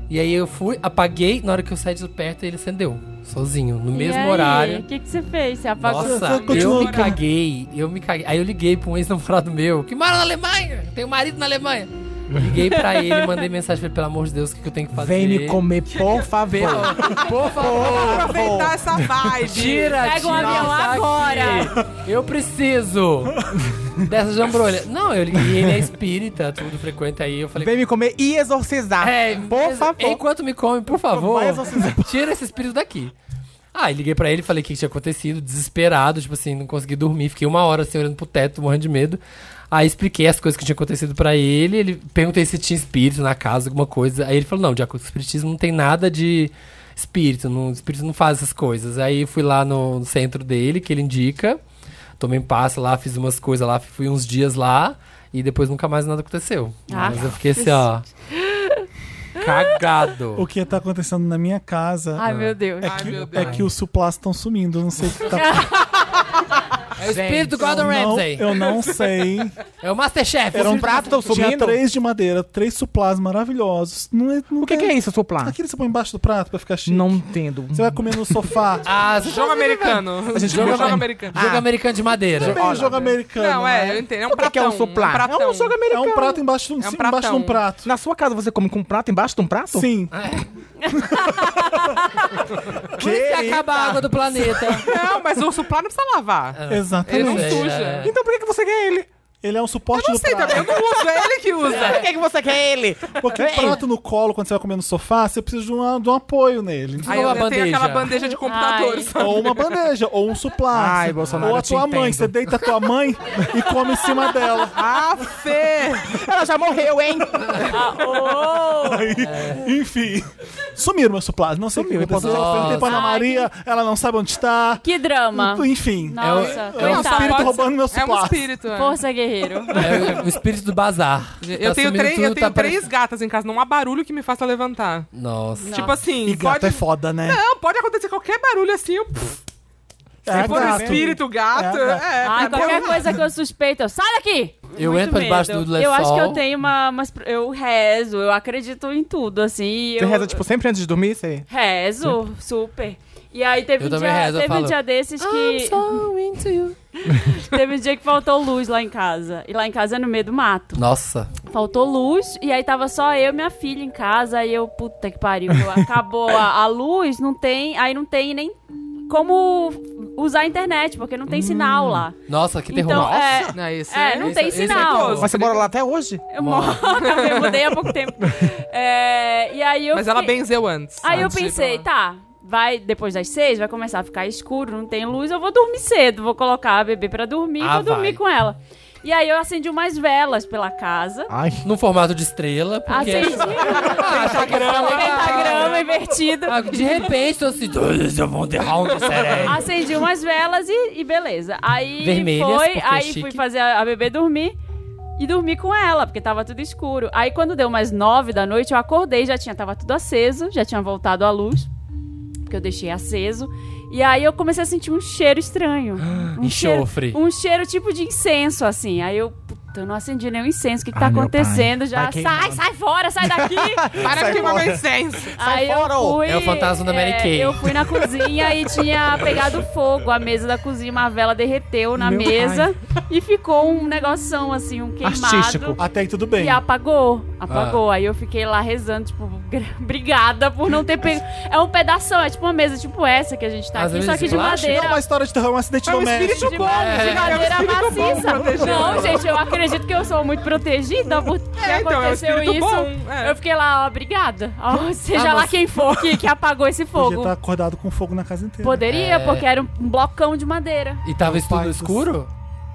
E aí eu fui, apaguei, na hora que eu saí de perto, ele acendeu, sozinho, no mesmo E aí, horário. O que, que você fez? Você apagou? Nossa, eu Continua, me cara. caguei, eu me caguei. Aí eu liguei pra um ex-namorado meu, que mora na Alemanha, tem um marido na Alemanha. Liguei pra ele, mandei mensagem pra ele, pelo amor de Deus, o que, que eu tenho que fazer? Vem me comer, por favor. Pelo- Por favor, Aproveitar essa vibe. tira, Pega um tira avião isso daqui. agora. Bora! Eu preciso dessa jambrolha. Não, eu liguei, ele é espírita, tudo frequenta aí. Eu falei, Vem me comer e exorcizar. É, por ex- favor. Enquanto me come, por favor, Vai exorcizar. tira esse espírito daqui. Ah, eu liguei pra ele, falei o que que tinha acontecido, desesperado, tipo assim, não consegui dormir. Fiquei uma hora assim, olhando pro teto, morrendo de medo. Aí expliquei as coisas que tinham acontecido pra ele, ele perguntei se tinha espírito na casa, alguma coisa. Aí ele falou, não, de acordo com o espiritismo não tem nada de espírito, não, o espírito não faz essas coisas. Aí fui lá no centro dele, que ele indica, tomei um passo lá, fiz umas coisas lá, fui uns dias lá, e depois nunca mais nada aconteceu. Ah, Mas eu fiquei assim, ó... Cagado. O que tá acontecendo na minha casa Ai, meu Deus. é, Ai, meu que, é Deus. que os suplás estão sumindo. Eu não sei o que tá acontecendo. É o espírito do Gordon Eu não- Ramsay. Eu não sei. É o Masterchef. Era um prato tão Tinha sumindo? três de madeira, três suplás maravilhosos. Não é, não O que, que é isso, suplá? Aquele que você põe embaixo do prato pra ficar chique. Não entendo. Você vai comer no sofá. Ah, Jogo americano. gente jogo, joga- americano. Jogo americano de madeira. Também é jogo americano. não, é, eu né? entendo. É um O que, pratão. que é um um suplá? pratão. é um jogo É americano. um prato embaixo, de um- É um embaixo de um pratão. prato. Na sua casa você come com um prato embaixo de um prato? Sim. Por isso é que acaba a água do planeta. Não, mas o suplá não precisa lavar. É. Ele não Exatamente. sei, suja. é. Então por que, que você quer ele? Ele é um suporte Eu do sei prato. também, eu não uso, é ele que usa. Por que, que você quer ele? Porque o prato no colo, quando você vai comer no sofá, você precisa de, uma- de um apoio nele. Aí eu Ou a eu tenho aquela bandeja. bandeja de computadores. Ou uma bandeja, ou um suplá. Ai, Você- Bolsonaro, ou a eu te tua mãe, entendo. você deita a tua mãe e come em cima dela. Ah, Fê! Ela já morreu, hein? É. Enfim. Sumiram meus suplás, não sei o que Sumiu, aconteceu. Eu nossa. perguntei pra Ana Ai, Maria, ela não sabe onde está. Que drama. Enfim. Nossa, É um- é um Não, coitado. pode ser- roubando meu É um suplá. espírito, é. Força, guerreiro. É o- o espírito do bazar. Eu Tá tenho, sumindo três, eu tudo, tenho tá apare- três gatas em casa, não há barulho que me faça levantar. Nossa. Tipo assim, E gato pode. é foda, né? Não, pode acontecer qualquer barulho assim. Eu... É, Se for um gato. espírito, gato. É, gato. É, Ai, porque qualquer eu- coisa que eu suspeito, eu sai daqui! Eu Muito entro pra debaixo medo. do Eu acho que lençol. eu tenho uma. umas- eu rezo, eu acredito em tudo, assim. Você eu, reza, tipo, sempre antes de dormir, você... Rezo, super. E aí teve, Eu um também dia, rezo, eu teve um falo, dia desses que. teve um dia que faltou luz lá em casa. E lá em casa é no meio do mato. Nossa. Faltou luz, e aí tava só eu e minha filha em casa, aí eu, puta que pariu, acabou a, a luz, não tem, aí não tem nem como usar a internet, porque não tem sinal lá. Nossa, Hum. que terror. Então, é, Não, é isso. é, não esse- tem esse é sinal. perigoso. Mas você mora lá até hoje? eu moro, eu mudei há pouco tempo. É, e aí eu Mas ela fiquei- benzeu antes. Ah, tipo, Aí eu antes de ir pensei, pra tá, vai depois das seis, vai começar a ficar escuro, não tem luz, eu vou dormir cedo, vou colocar a bebê pra dormir, Ah, vou dormir vai. com ela. E aí eu acendi umas velas pela casa. Ai. No formato de estrela, porque. Acendi pentagrama, pentagrama invertido. Ah, de repente, eu assim. "Todos eu vou enterrar um sereno." Acendi umas velas e, e beleza. Aí Vermelhas, foi, porque é aí chique. fui fazer a, a bebê dormir e dormi com ela, porque tava tudo escuro. Aí quando deu umas nove da noite, eu acordei, já tinha, tava tudo aceso, já tinha voltado a luz, porque eu deixei aceso. E aí eu comecei a sentir um cheiro estranho. Um cheiro, Enxofre. um cheiro tipo de incenso, assim. Aí eu, puta, eu não acendi nenhum incenso, o que, que tá Ah, meu pai. acontecendo? Já, Vai queimando. sai, sai fora, sai daqui! lá. Para Sai queimar fora. meu incenso. Sai Aí eu fora, ô. fui- É o fantasma da Mary é, Kay. Eu fui na cozinha e tinha pegado fogo. A mesa da cozinha, uma vela derreteu na Meu mesa e ficou um negocinho assim, um queimado. Artístico. Até aí tudo bem. E apagou, Ah. apagou. Aí eu fiquei lá rezando, tipo, gra- obrigada por não ter pego. É um pedaço, é tipo uma mesa tipo essa que a gente tá Às aqui, vezes só que de plástico. Não é uma madeira. história de terror, é um acidente É um doméstico. espírito de bom. ma- de é, madeira é um espírito bom maciça. protegido. Não, gente, eu acredito que eu sou muito protegida por que É, então, é um aconteceu espírito isso. bom. é. Eu fiquei lá, ó, obrigada. Ó, seja Ah, lá mas- quem for que, que apagou esse Podia fogo. estar acordado tá com fogo na casa inteira. Poderia, É. porque era um blocão de madeira. E tava isso Pai tudo do escuro?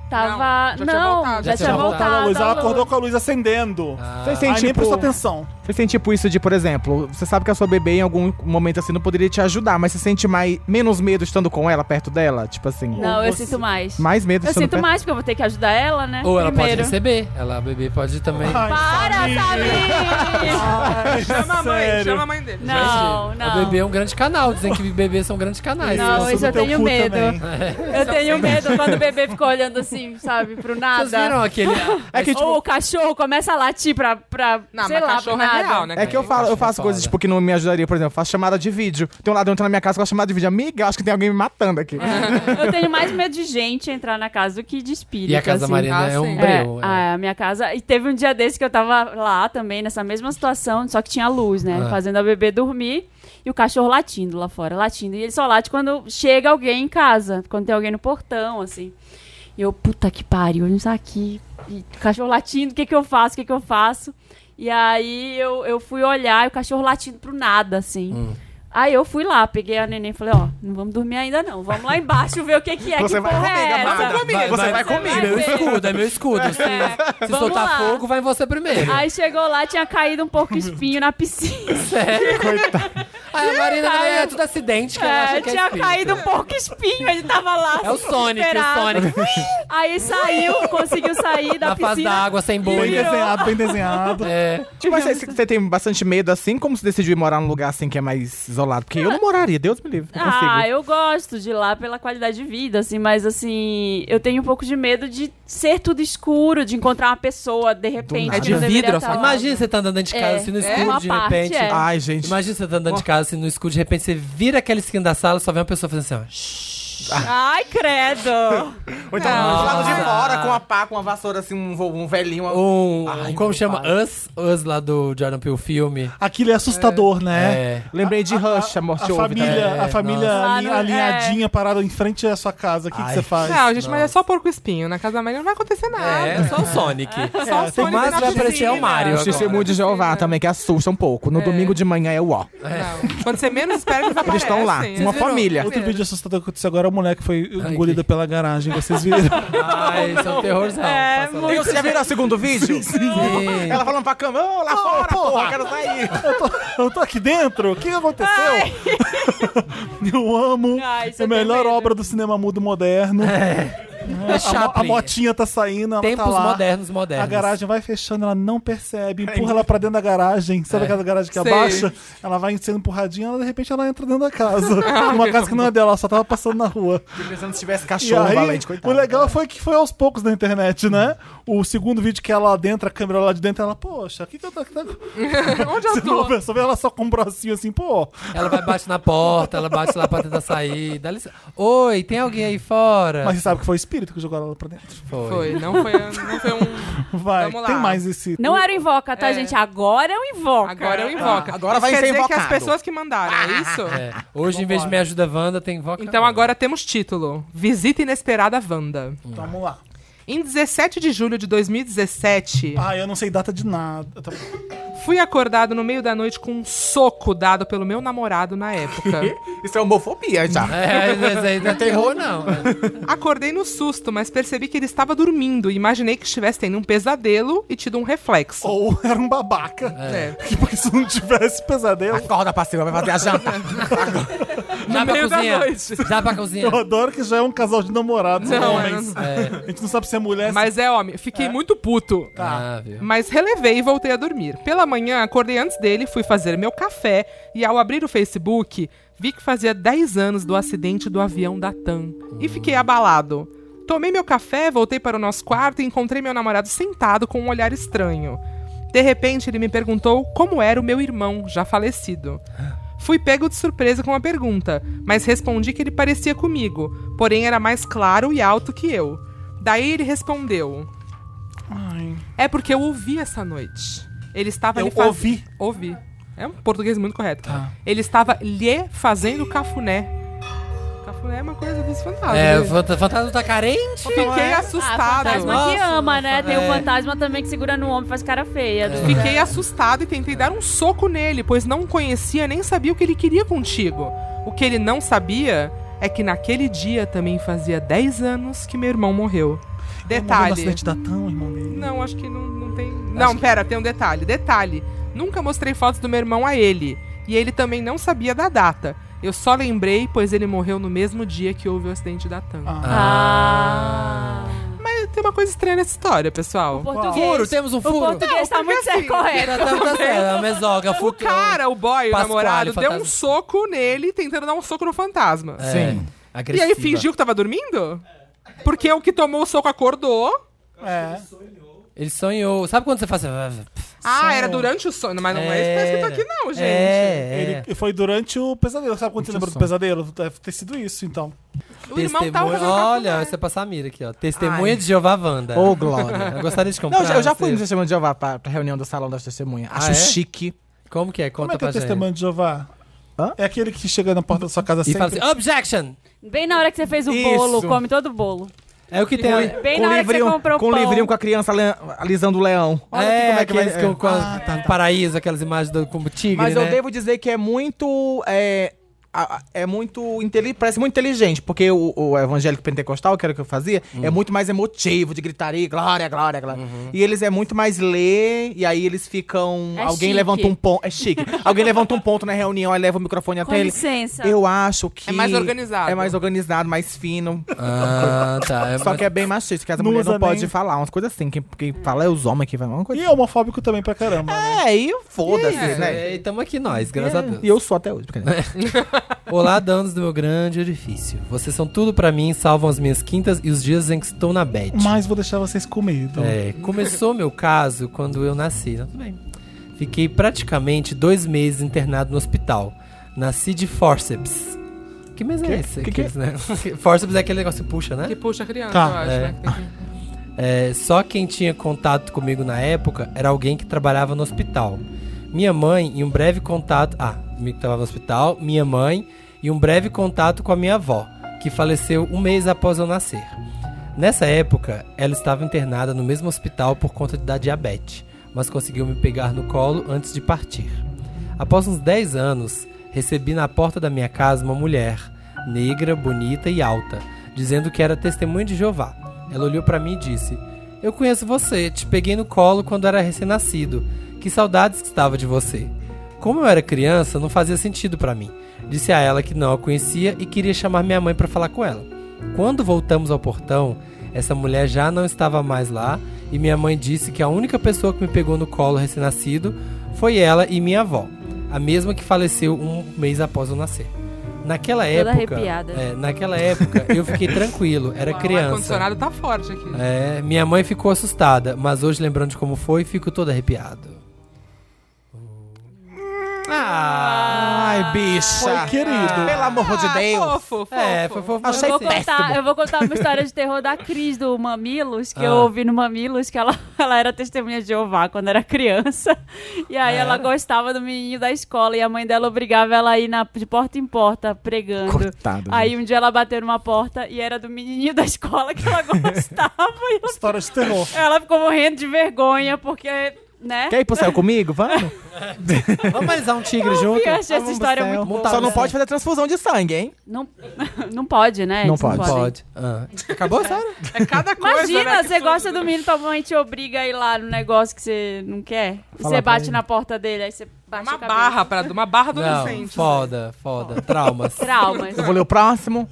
Tava. Não, já tinha voltado. já, Já tinha, tinha voltado. a luz. a Ela luz. acordou com a luz acendendo. Ah. Vocês Aí têm, nem tipo... prestou atenção. Vocês têm, tipo, isso de, por exemplo, você sabe que a sua bebê em algum momento, assim, não poderia te ajudar, mas você sente mais, menos medo estando com ela, perto dela? Tipo assim... Não, Ou eu você- sinto mais. Mais medo eu estando sinto perto... mais, porque eu vou ter que ajudar ela, né? Ou ela pode Primeiro. receber. Ela, a bebê, pode também. Ai, Para, Samir! Ai, Ah, Chama a mãe, sério. chama a mãe dele. tipo, Não, A não. bebê é um grande canal. Dizem que bebês são grandes canais. Não, Isso isso eu do teu tenho cu medo. também. Eu tenho medo quando o bebê fica olhando assim, sabe, pro Vocês viram nada. aquele. É que, tipo, Ou o cachorro começa a latir pra. pra Não, sei mas lá, cachorro pra nada. é real, né? É que eu, cara? falo, eu cachorro faço é coisas foda. tipo que não me ajudaria, por exemplo, faço chamada de vídeo. Tem um ladrão entrando na minha casa com a chamada de vídeo. Amiga, acho que tem alguém me matando aqui. Eu tenho mais medo de gente entrar na casa do que de espírito. E a casa da assim. Marina Ah, é um sim. É, breu. é. a minha casa. E teve um dia desse que eu tava lá também, nessa mesma situação, só que tinha luz, né? Ah. Fazendo a bebê dormir. E o cachorro latindo lá fora, latindo. E ele só late quando chega alguém em casa, quando tem alguém no portão, assim. E eu, puta que pariu, ele não tá aqui. E o cachorro latindo, o que que eu faço, o que que eu faço? E aí eu, eu fui olhar e o cachorro latindo pro nada, assim. Aí eu fui lá, peguei a neném e falei, ó, não vamos dormir ainda não. Vamos lá embaixo ver o que que é, Você que vai porra comigo, é essa? amada. Você vai comigo. É meu ver. escudo, é meu escudo. Se, se vamos soltar lá. fogo, vai em você primeiro. Aí chegou lá, tinha caído um pouco espinho na piscina. Sério? Ai, é. a Marina não é Caiu. tudo acidente que ela É, acha que é tinha espírito. caído um pouco espinho, ele tava lá. É o assim, Sonic, o desesperado. Sonic. Aí saiu, conseguiu sair da Na piscina. face da água, sem Bem Virou. bolha. desenhado, bem desenhado. É. Tipo, mas você, você tem bastante medo assim? Como se decidiu ir morar num lugar assim que é mais isolado? Porque eu não moraria, Deus me livre. Não consigo. Ah, eu gosto de lá pela qualidade de vida, assim, mas assim, eu tenho um pouco de medo de ser tudo escuro, de encontrar uma pessoa de repente. nada. que eu É de deveria vidro, tá lá. Imagina você tá andando dentro de casa É, assim no é. escuro, Uma de parte, repente. é. Ai, gente. Imagina você tá andando de casa assim no escuro, de repente você vira aquela esquina da sala e só vê uma pessoa fazendo assim, ó. "Shh". Ai, credo! Ou então, do lado de fora, com uma pá, com uma vassoura, assim, um, vo- um velhinho. uma- Um. Ai, como meu chama? pai. Us? Us lá do Jordan Peele filme. Aquilo é assustador, né? É. Lembrei de Rush, a A morte ouve, família, né? É, a família nossa. ali- Lá no- alinhadinha, parada em frente à sua casa, o que, que Ai. você faz? Não, gente, mas é só porco espinho. Na casa da Maria não vai acontecer nada. É, só o Sonic. Só o O máximo Sonic na que vai aparecer é o piscina. Mario. O testemunho agora. de Jeová também, que assusta um pouco. No domingo de manhã é o ó. Não. Quando você menos espera, eles aparecem. estão lá, uma viram? família. Outro Vocês viram? vídeo assustador que aconteceu agora, a mulher que foi Ai, engolida pela garagem, vocês viram? Ai, isso é um terrorzão. É, Passa lá. muito- Você já viram o segundo vídeo? Sim. Ela tá falando pra câmera, ô, lá fora, porra, eu quero sair. eu, tô, eu tô aqui dentro, o que aconteceu? eu amo, Ai, isso é a eu tenho melhor medo. obra do cinema mudo moderno. É A, mo- a Chaplin. motinha tá saindo, ela Tempos tá lá. modernos, modernos. A garagem vai fechando, ela não percebe, empurra ela pra dentro da garagem. É. Sabe aquela garagem que Sei. abaixa? Ela vai sendo empurradinha, ela, de repente ela entra dentro da casa. Uma casa que não é dela, ela só tava passando na rua. Pensando se tivesse E cachorro, aí, valente, coitado. o legal foi que foi aos poucos na internet, né? O segundo vídeo que ela adentra, a câmera lá de dentro, ela, poxa, o que, que eu tô. que tá- Onde eu Você não tô? pensou, ela só com um bracinho assim, pô. Ela vai bate na porta, ela bate lá pra tentar sair. Dá licença. Oi, tem alguém aí É. fora? Mas você sabe que foi o espírito que jogou ela lá pra dentro. Foi. Foi, não foi, não foi um... Vai, Vamos lá. tem mais esse. Não era o Invoca, tá, É. gente? Agora é o Invoca. Agora eu invoca. Ah, agora vai Isso ser quer dizer que as invocado. Ah, pessoas que mandaram, é isso? É, Hoje, em vez de Me Ajuda Wanda, tem Voca. Então agora temos título. Visita inesperada Wanda. Vamos lá. Em 17 de julho de 2017, Ah, eu não sei data de nada. Eu tô- fui acordado no meio da noite com um soco dado pelo meu namorado na época. Isso é homofobia já. É, mas aí não é terror, não. Acordei no susto, mas percebi que ele estava dormindo e imaginei que estivesse tendo um pesadelo e tido um reflexo. Oh, Ou era um babaca. É. Que porque se não tivesse pesadelo. Acorda, parceiro, vai fazer a janta. Já pra meio da cozinha. noite. Já pra cozinha. Eu adoro que já é um casal de namorados, são Não, homens. A gente não sabe se é mulher. se- Mas é homem, fiquei muito puto. Tá. Ah, viu? Mas relevei e voltei a dormir. Pela manhã, acordei antes dele, fui fazer meu café e ao abrir o Facebook, vi que fazia 10 anos do acidente do avião da TAM e fiquei abalado. Tomei meu café, voltei para o nosso quarto e encontrei meu namorado sentado com um olhar estranho. De repente, ele me perguntou como era o meu irmão, já falecido. Fui pego de surpresa com a pergunta, mas respondi que ele parecia comigo, porém era mais claro e alto que eu. Daí ele respondeu: Ai. é porque eu ouvi essa noite. Ele estava Eu lhe faz- ouvi? Tá. Ouvi. É um português muito correto. Ele estava lhe fazendo cafuné. Cafuné é uma coisa dos fantasmas. É, o gente. fanta- fantasma tá carente? Fiquei assim. Ah, assustado. fantasma que Nossa, ama, né? Tem é. o fantasma também que segura no ombro e faz cara feia. Fiquei assustado e tentei dar um soco nele, pois não o conhecia nem sabia o que ele queria contigo. O que ele não sabia é que naquele dia também fazia 10 anos que meu irmão morreu. Morreu no Detalhe. acidente da TAM, irmão dele. Não, acho que não, não tem. Não, pera, tem um detalhe. Detalhe. Nunca mostrei fotos do meu irmão a ele. E ele também não sabia da data. Eu só lembrei, pois ele morreu no mesmo dia que houve o acidente da TAM. Ah. Ah. Mas tem uma coisa estranha nessa história, pessoal. Português. Furo, temos um O furo. português tá muito assim, correto. Tá, tá, tá certo, a mesoga, O furo. cara, o boy, o Pasquale, namorado, deu fantasma. um soco nele, tentando dar um soco no fantasma. É, Sim. E agressiva. aí fingiu que tava dormindo? Porque o que tomou o soco acordou. É. Ele sonhou. Sabe quando você faz assim? Ah, era durante o sono. Mas não é, isso que tá escrito aqui, não, gente. É, é. Ele foi durante o pesadelo. Sabe quando você lembra do pesadelo? Deve ter sido isso, então. O irmão tava Testemunha- fazendo Olha, cafuné. essa é pra Samira aqui, ó. Testemunha de Jeová Wanda. Ô, Glória. Eu gostaria de comprar. Não, eu já fui no você- testemunho de Jeová pra, pra reunião do Salão das Testemunhas. Acho é? chique. Como que é? Como Conta é que é o pra gente. testemunho de Jeová? Hã? É aquele que chega na porta da sua casa E sempre. fala assim, objection! Bem na hora que você fez o Isso. bolo, come todo o bolo. É o que tem... a- Bem na hora que você comprou o com pão. livrinho com a criança le- alisando o leão. Olha aqui é, como é que aqueles é. que eu, com a- paraíso, aquelas imagens do como tigre, Mas eu né? devo dizer que é muito. É, a- a- é muito. inteli- Parece muito inteligente, porque o, o evangélico pentecostal, que era o que eu fazia, é muito mais emotivo, de gritaria, glória, glória, glória. E eles é muito mais ler, e aí eles ficam. É alguém chique. levanta um ponto. É chique. alguém levanta um ponto na reunião, aí leva o microfone Com até ele. licença. Eu acho que. É mais organizado. É mais organizado, mais fino. Ah, tá. É, Só mas- que é bem machista, que as Não mulheres usa não podem nem- falar. Umas coisas assim. Quem, quem fala é os homens que vai. Uma E coisa é homofóbico também pra caramba. né? É, e foda-se, é, né? e tamo aqui nós, graças a Deus. É. E eu sou até hoje. brincadeira. Olá, danos do meu grande orifício. Vocês são tudo pra mim, salvam as minhas quintas e os dias em que estou na bed. Mas vou deixar vocês com medo. É, começou meu caso quando eu nasci. Não, tudo bem. Fiquei praticamente dois meses internado no hospital. Nasci de forceps. Que mês é esse? que- Aqueles, né? forceps é aquele negócio que puxa, né? Que puxa a criança, Tá, eu acho, é. né? Que tem que- É, só quem tinha contato comigo na época era alguém que trabalhava no hospital. Minha mãe e um breve contato. Ah, me que trabalhava no hospital, minha mãe e um breve contato com a minha avó, que faleceu um mês após eu nascer. Nessa época, ela estava internada no mesmo hospital por conta da diabetes, mas conseguiu me pegar no colo antes de partir. Após uns 10 anos, recebi na porta da minha casa uma mulher, negra, bonita e alta, dizendo que era testemunha de Jeová. Ela olhou pra mim e disse: Eu conheço você, te peguei no colo quando era recém-nascido. Que saudades que estava de você. Como eu era criança, não fazia sentido pra mim. Disse a ela que não a conhecia e queria chamar minha mãe pra falar com ela. Quando voltamos ao portão, essa mulher já não estava mais lá e minha mãe disse que a única pessoa que me pegou no colo recém-nascido foi ela e minha avó, a mesma que faleceu um mês após eu nascer. Naquela Toda época, arrepiada. é, naquela época eu fiquei tranquilo, era Uau, O criança. ar-condicionado tá forte aqui. É, minha mãe ficou assustada, mas hoje, lembrando de como foi, fico todo arrepiado. Ah, Ai, bicha. Foi querido. Pelo amor de Ah, Deus. fofo, fofo. é, foi fofo. Eu Achei vou, péssimo. contar, eu vou contar uma história de terror da Cris do Mamilos, que eu Ah. ouvi no Mamilos, que ela, ela era testemunha de Jeová quando era criança. E É. aí ela gostava do menininho da escola e a mãe dela obrigava ela a ir na- de porta em porta pregando. Coitado, né? aí um dia ela bateu numa porta e era do menininho da escola que ela gostava. e ela- História de terror. ela ficou morrendo de vergonha porque, né? Quer ir pro céu comigo? Vamos. Vamos analisar um tigre Eu junto? ouvi, achei essa Vamos pro história céu. muito tá- Montar Só não um- pode fazer transfusão de sangue, hein? Não, não pode, né? Não Eles pode. podem. Pode. Ah. Acabou, Sara? É cada coisa, né, Imagina, que você tudo- gosta do menino, tua mãe te obriga a ir lá no negócio que você não quer. E Fala Você pra bate ele. na porta dele, aí você bate Uma a cabeça. barra, pra, uma barra Não, adolescente. foda, foda. Traumas. Traumas. Eu vou ler o próximo.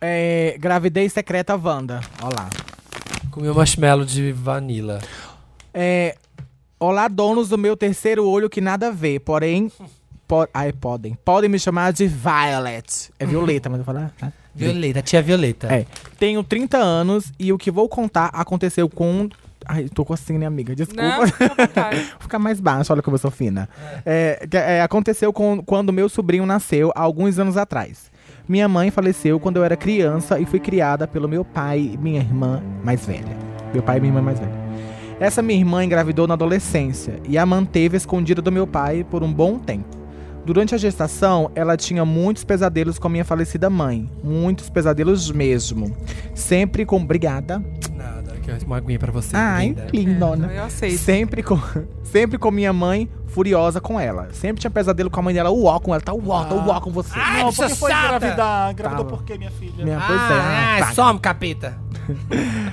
É, gravidez secreta Wanda. Olha lá. Comi um marshmallow de vanilla. É, Olá, donos do meu terceiro olho que nada vê, porém. po- Ai, podem. Podem me chamar de Violet. É Violeta, mas eu vou falar. tá? Violeta, tia Violeta. É. Tenho 30 anos e o que vou contar aconteceu com. Ai, tô com assim, né, amiga? Desculpa. Não, fica à vontade. Vou ficar mais baixo, olha como eu sou fina. É, que- é, aconteceu com, quando meu sobrinho nasceu, há alguns anos atrás. Minha mãe faleceu quando eu era criança e fui criada pelo meu pai e minha irmã mais velha. Meu pai e minha irmã mais velha. Essa minha irmã engravidou na adolescência e a manteve escondida do meu pai por um bom tempo. Durante a gestação, ela tinha muitos pesadelos com a minha falecida mãe. Muitos pesadelos mesmo. Sempre com. Obrigada. Nada, aqui uma aguinha pra você. Ai, linda. lindona. Eu aceito. Sempre com, sempre com minha mãe, furiosa com ela. Sempre tinha pesadelo com a mãe dela, uó com ela, tá uó, tá uó com você. Ah, Não, porque foi chata. engravidar. Engravidou Tá. por quê, minha filha? Minha coisa Ah, é. ah, ah, some, capeta.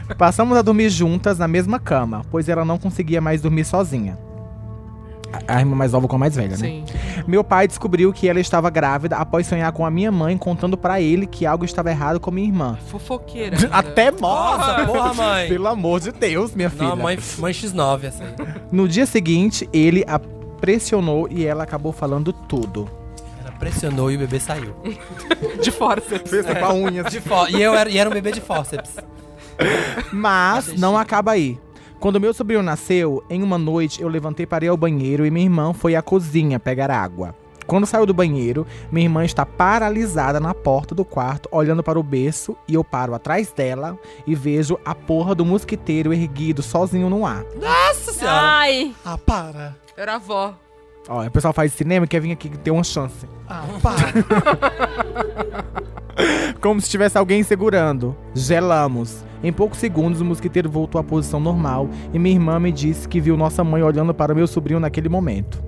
tá. Passamos a dormir juntas na mesma cama, pois ela não conseguia mais dormir sozinha. A, a irmã mais nova com a mais velha, né? Sim. Meu pai descobriu que ela estava grávida após sonhar com a minha mãe, contando pra ele que algo estava errado com minha irmã. Fofoqueira. Até morra! Porra, mãe. Pelo amor de Deus, minha filha. Não, mãe, mãe X9, essa aí. No dia seguinte, ele a pressionou e ela acabou falando tudo. Ela pressionou e o bebê saiu. né? De força. Fez com a unha, assim. De fo- e, eu era, e era um bebê de forceps. Mas não acaba aí. Quando meu sobrinho nasceu, em uma noite eu levantei para ir ao banheiro e minha irmã foi à cozinha pegar água. Quando saiu do banheiro, minha irmã está paralisada na porta do quarto, olhando para o berço, e eu paro atrás dela e vejo a porra do mosquiteiro erguido sozinho no ar. Nossa senhora. Ai, Ah, para. Eu era avó. Ó, o pessoal faz cinema e quer vir aqui ter uma chance. Ah, para. Como se tivesse alguém segurando. Gelamos. Em poucos segundos, o mosquiteiro voltou à posição normal e minha irmã me disse que viu nossa mãe olhando para meu sobrinho naquele momento.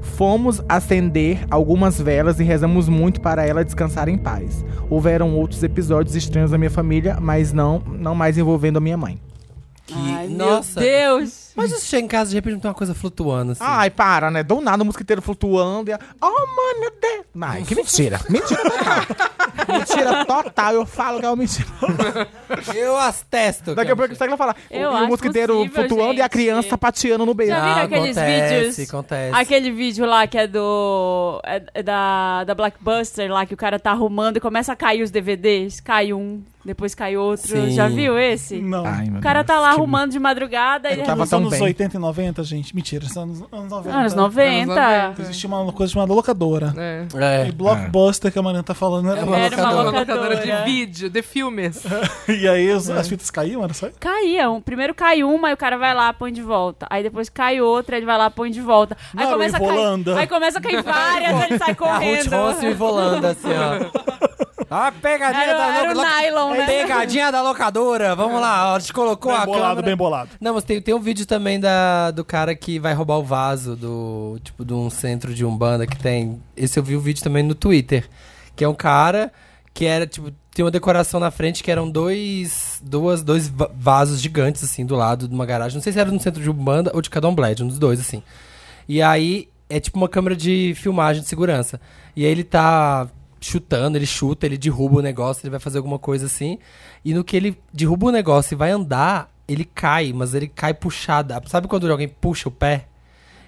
Fomos acender algumas velas e rezamos muito para ela descansar em paz. Houveram outros episódios estranhos da minha família, mas não, não mais envolvendo a minha mãe. Que, Ai, nossa. meu Deus. Mas você chega em casa de repente não tem uma coisa flutuando assim. Ai, para, né? Do nada o mosquiteiro flutuando. E... a- Oh, mano, meu Deus. Ai, que mentira. Mentira total. mentira total. Eu falo que é uma mentira. Eu as testo. Daqui a pouco você vai falar. Eu o, e o acho mosquiteiro possível, flutuando e a gente. criança pateando no beijo. Já viram aqueles Ah, acontece, vídeos? Acontece, Aquele vídeo lá que é do. É, é da, da Blackbuster lá, que o cara tá arrumando e começa a cair os DVDs. Cai um, depois cai outro. Sim. Já viu esse? Não. O cara tá lá arrumando de madrugada ele é Eu tava Nos tão anos bem. 80 e 90, gente. Mentira, nos anos, anos 90. Ah, Anos 90. Anos 90. Existia uma coisa chamada locadora. É. E É. Blockbuster, que a Mariana tá falando, era É, uma Era uma Uma Locadora. locadora. locadora de vídeo, de filmes. É. E aí os- as fitas caíam, era só isso? Caía. Um, primeiro cai uma, aí o cara vai lá, põe de volta. Aí depois cai outra, ele vai lá, põe de volta. Aí Não, começa a cair. Ivolanda. Aí começa a cair várias, aí ele sai A Ruth correndo. Ronson e Volanda, assim, ó. Ah, pegadinha Era, da era o locadora. nylon, né? Pegadinha da locadora. Vamos lá, ó, a gente colocou a Bem bolado, câmera. bem bolado. Não, mas tem, tem um vídeo também da, do cara que vai roubar o vaso do tipo de um centro de umbanda que tem. Esse eu vi o vídeo também no Twitter, que é um cara que era tipo tem uma decoração na frente que eram dois duas dois va- vasos gigantes assim do lado de uma garagem. Não sei se era de um centro de umbanda ou de Candomblé, de um dos dois assim. E aí é tipo uma câmera de filmagem de segurança. E aí ele tá chutando, ele chuta, ele derruba o negócio, ele vai fazer alguma coisa assim. E no que ele derruba o negócio e vai andar, ele cai, mas ele cai puxado. Sabe quando alguém puxa o pé?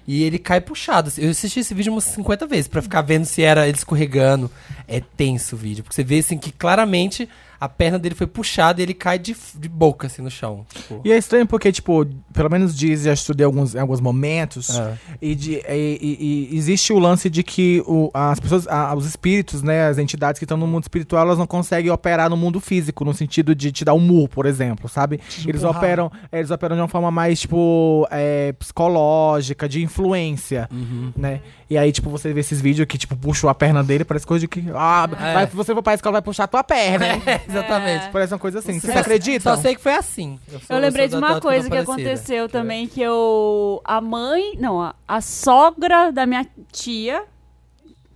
E ele cai puxado. Eu assisti esse vídeo umas 50 vezes pra ficar vendo se era ele escorregando. É tenso o vídeo, porque você vê assim que claramente a perna dele foi puxada e ele cai de, de boca assim no chão. Tipo, E é estranho porque, tipo, pelo menos diz, já estudei alguns, em alguns momentos. É. E, de- e- e- e existe o lance de que o- as pessoas, a- os espíritos, né, as entidades que estão no mundo espiritual, elas não conseguem operar no mundo físico, no sentido de te dar um murro, por exemplo, sabe? Eles empurrar. operam, eles operam de uma forma mais, tipo, é, psicológica, de influência, Uhum. né? E aí, tipo, você vê esses vídeos que, tipo, puxou a perna dele, parece coisa de que. Ah, É. vai, você vai pra escola, vai puxar a tua perna. hein? exatamente. Parece uma coisa assim. Vocês Só- acreditam? Só sei que foi assim. sou- Eu lembrei de sou da- uma da- coisa que parecida. aconteceu também, que eu. A mãe. Não, a, a sogra da minha tia.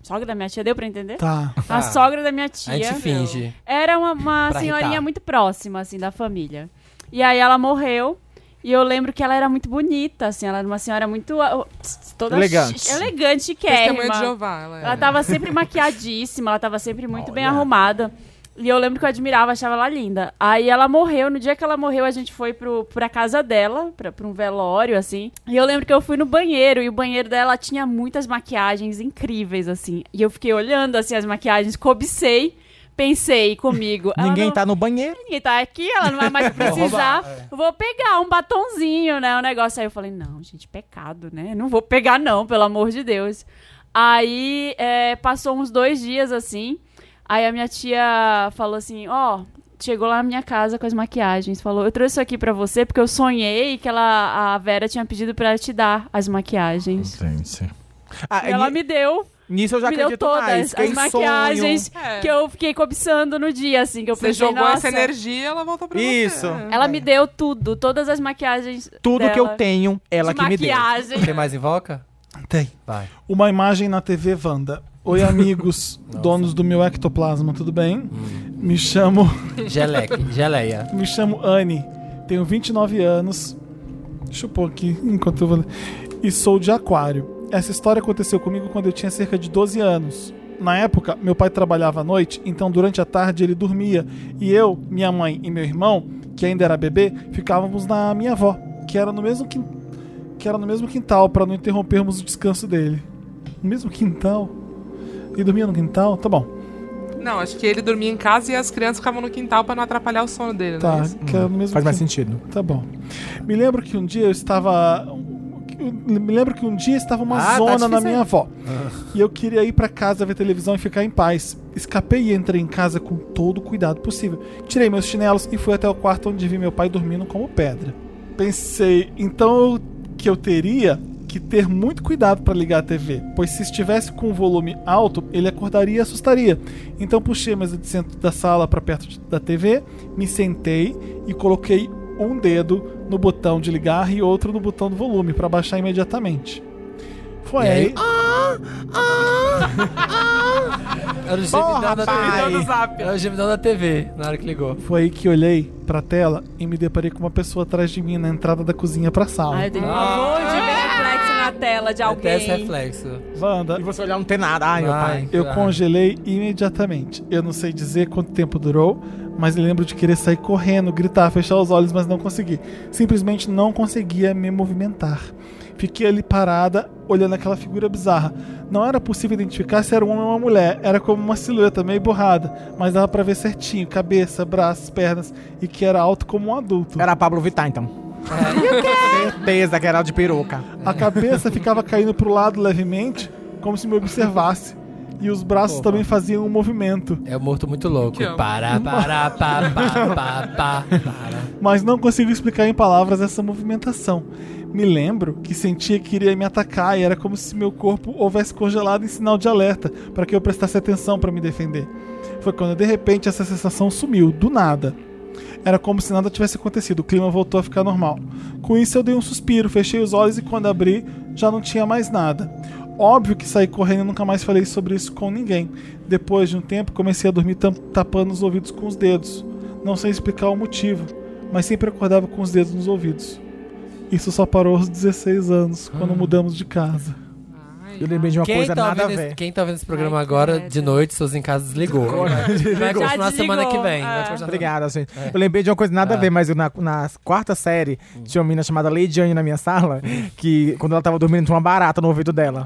Sogra da minha tia, deu pra entender? Tá. A sogra da minha tia. A gente finge. Era uma, uma Pra senhorinha irritar. muito próxima, assim, da família. E aí ela morreu. E eu lembro que ela era muito bonita, assim. Ela era uma senhora muito. ah, Toda Elegante. chi- Elegante, Testemunha de chiquérrima. Jeová. Ela é. Ela tava sempre maquiadíssima, ela tava sempre muito bem arrumada. E eu lembro que eu admirava, achava ela linda. Aí ela morreu, no dia que ela morreu, a gente foi pro, pra casa dela, pra, pra um velório, assim. E eu lembro que eu fui no banheiro, e o banheiro dela tinha muitas maquiagens incríveis, assim. E eu fiquei olhando, assim, as maquiagens, cobicei, pensei comigo. Ah, ela Ninguém não- tá no banheiro. ninguém tá aqui, ela não vai mais precisar. é. Vou pegar um batonzinho, né? O negócio. Aí eu falei, não, gente, pecado, né? Não vou pegar, não, pelo amor de Deus. Aí é, passou uns dois dias assim. Aí a minha tia falou assim: ó. Chegou lá na minha casa com as maquiagens, falou: Eu trouxe isso aqui pra você porque eu sonhei que ela, a Vera tinha pedido pra te dar as maquiagens. Ah, E ela ni- me deu, Nisso eu já me deu acredito todas mais. é as Quem um maquiagens É. que eu fiquei cobiçando no dia, assim, que eu Você pensei, jogou essa "Nossa, energia ela voltou pra Isso. você. ela me deu tudo, todas as maquiagens. sonham, tudo dela, que eu tenho, ela de que me deu. maquiagem. Tem mais invoca? Tem. Vai. Uma imagem na TV Wanda. Oi, amigos, donos do meu ectoplasma, tudo bem? Me chamo, Geleque, geleia. me chamo Anne, tenho 29 anos. Deixa eu pôr aqui enquanto eu vou ler. E sou de Aquário. Essa história aconteceu comigo quando eu tinha cerca de 12 anos. Na época, meu pai trabalhava à noite, então durante a tarde ele dormia. E eu, minha mãe e meu irmão, que ainda era bebê, ficávamos na minha avó, que era no mesmo, quin- que era no mesmo quintal, para não interrompermos o descanso dele. No mesmo quintal? E dormia no quintal? Tá bom. É. Não, acho que ele dormia em casa e as crianças ficavam no quintal pra não atrapalhar o sono dele, Tá, não é isso? que era no mesmo Faz mais quintal. sentido. Tá bom. Me lembro que um dia eu estava. eu Me lembro que um dia estava uma Ah, tá zona na difícil minha aí. avó. E eu queria ir pra casa ver televisão e ficar em paz. Escapei e entrei em casa com todo o cuidado possível. Tirei meus chinelos e fui até o quarto onde vi meu pai dormindo como pedra. Pensei, então eu- que eu teria que ter muito cuidado para ligar a TV, pois se estivesse com o volume alto, ele acordaria e assustaria. Então puxei a mesa de centro da sala para perto de- da TV, me sentei e coloquei um dedo no botão de ligar e outro no botão do volume para baixar imediatamente. Foi E aí? aí Era o gemidão da Gemidão do TV. zap. Era o gemidão da TV, na hora que ligou. Foi aí que olhei pra tela e me deparei com uma pessoa atrás de mim na entrada da cozinha pra sala. Ai, eu tenho pavor de ver reflexo na tela de Até esse alguém. reflexo. Wanda, E você olhar, não tem nada. Ai, meu pai. eu ah, congelei imediatamente. Eu não sei dizer quanto tempo durou, mas lembro de querer sair correndo, gritar, fechar os olhos, mas não consegui. Simplesmente não conseguia me movimentar. Fiquei ali parada, olhando aquela figura bizarra. Não era possível identificar se era um homem ou uma mulher. Era como uma silhueta meio borrada, mas dava pra ver certinho, cabeça, braços, pernas, e que era alto como um adulto. Era Pablo Vittar, então. É. Certeza que era de peruca. A cabeça ficava caindo pro lado levemente, como se me observasse. E os braços também faziam um movimento, É o morto muito louco. Te amo. Pará, pará, pá, pá, pá, pá, pará. mas não consigo explicar em palavras essa movimentação. Me lembro que sentia que iria me atacar e era como se meu corpo houvesse congelado em sinal de alerta para que eu prestasse atenção para me defender. Foi quando de repente essa sensação sumiu, do nada. Era como se nada tivesse acontecido, o clima voltou a ficar normal. Com isso eu dei um suspiro, fechei os olhos e quando abri, já não tinha mais nada. Óbvio que saí correndo e nunca mais falei sobre isso com ninguém. Depois de um tempo, comecei a dormir tam- tapando os ouvidos com os dedos. Não sei explicar o motivo, mas sempre acordava com os dedos nos ouvidos. Isso só parou aos 16 anos, quando mudamos de casa. Eu lembrei de uma Quem coisa então tá, nada a ouvindo ver. esse, quem tá ouvindo esse programa Ai, agora, credo. de noite, seus em casa desligou. Vai continuar Já semana que desligou, vem. é. Vai continuar semana- Obrigada, gente. Eu lembrei de uma coisa nada a ver, mas eu na, na quarta série tinha uma menina chamada Leidiane na minha sala, que quando ela tava dormindo tinha uma barata no ouvido dela.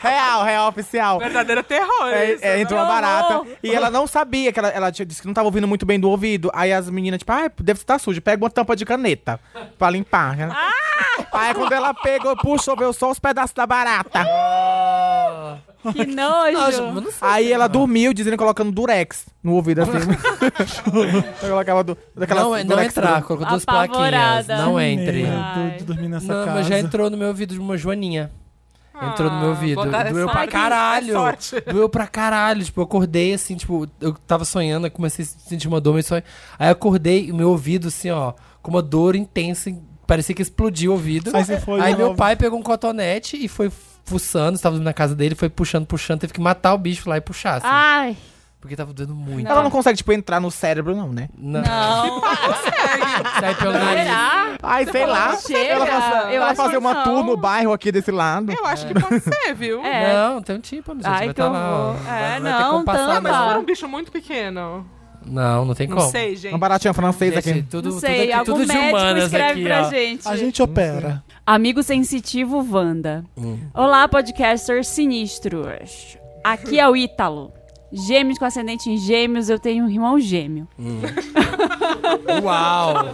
real, real, oficial. um Verdadeiro terror, É, isso. né? é, entrou uma Que barata. horror! E ela não sabia que ela, ela tinha- disse que não tava ouvindo muito bem do ouvido. Aí as meninas, tipo, ah, deve estar sujo. Pega uma tampa de caneta pra limpar. Ela- Ah! Aí quando ela pegou, puxou, veio só os pedaços da barata. Que nojo. Nossa, mas não sei. Aí ela dormiu, dizendo, colocando durex no ouvido, assim. Eu colocava du, daquelas Não, é- não durex entrar, colocou duas plaquinhas. Apavorada. Não entre. Meu Ai. Deus, de dormir nessa Não, casa. mas já é entrou no meu ouvido de uma joaninha. Entrou Ah, no meu ouvido. botar- é Doeu pra sorte, caralho. é sorte. Doeu pra caralho. Tipo, eu acordei assim, tipo, eu tava sonhando, eu comecei a sentir uma dor, mas sonho. Aí eu acordei e meu ouvido, assim, ó, com uma dor intensa, parecia que explodiu o ouvido. Aí você foi Aí de meu novo. pai pegou um cotonete e foi fuçando, estava dormindo na casa dele, foi puxando, puxando, teve que matar o bicho lá e puxar, assim, Ai. porque tava doendo muito. Ela não consegue, tipo, entrar no cérebro, não, né? Não. Não. Sai pelo nariz. Será? Ai, sei lá. Chega. Ela, faz- Eu ela acho fazer que uma não. tour no bairro aqui desse lado. Eu acho que pode ser, viu? É. Não, tem um tímpano, gente. Ai, vai que tá lá, ó. horror. Vai- É, vai ter não, como passar, tampa. Mas mas- se for um bicho muito pequeno. Não, não tem Não como. sei, gente. Uma baratinha francesa Gente, aqui. tudo, É, Não sei, tudo, aqui- algum tudo de médico humanas escreve aqui, pra ó. gente. A gente opera. Amigo sensitivo Wanda. Hum. Olá, podcasters sinistros. Aqui é o Ítalo. Gêmeos com ascendente em gêmeos, eu tenho um irmão gêmeo. Uau!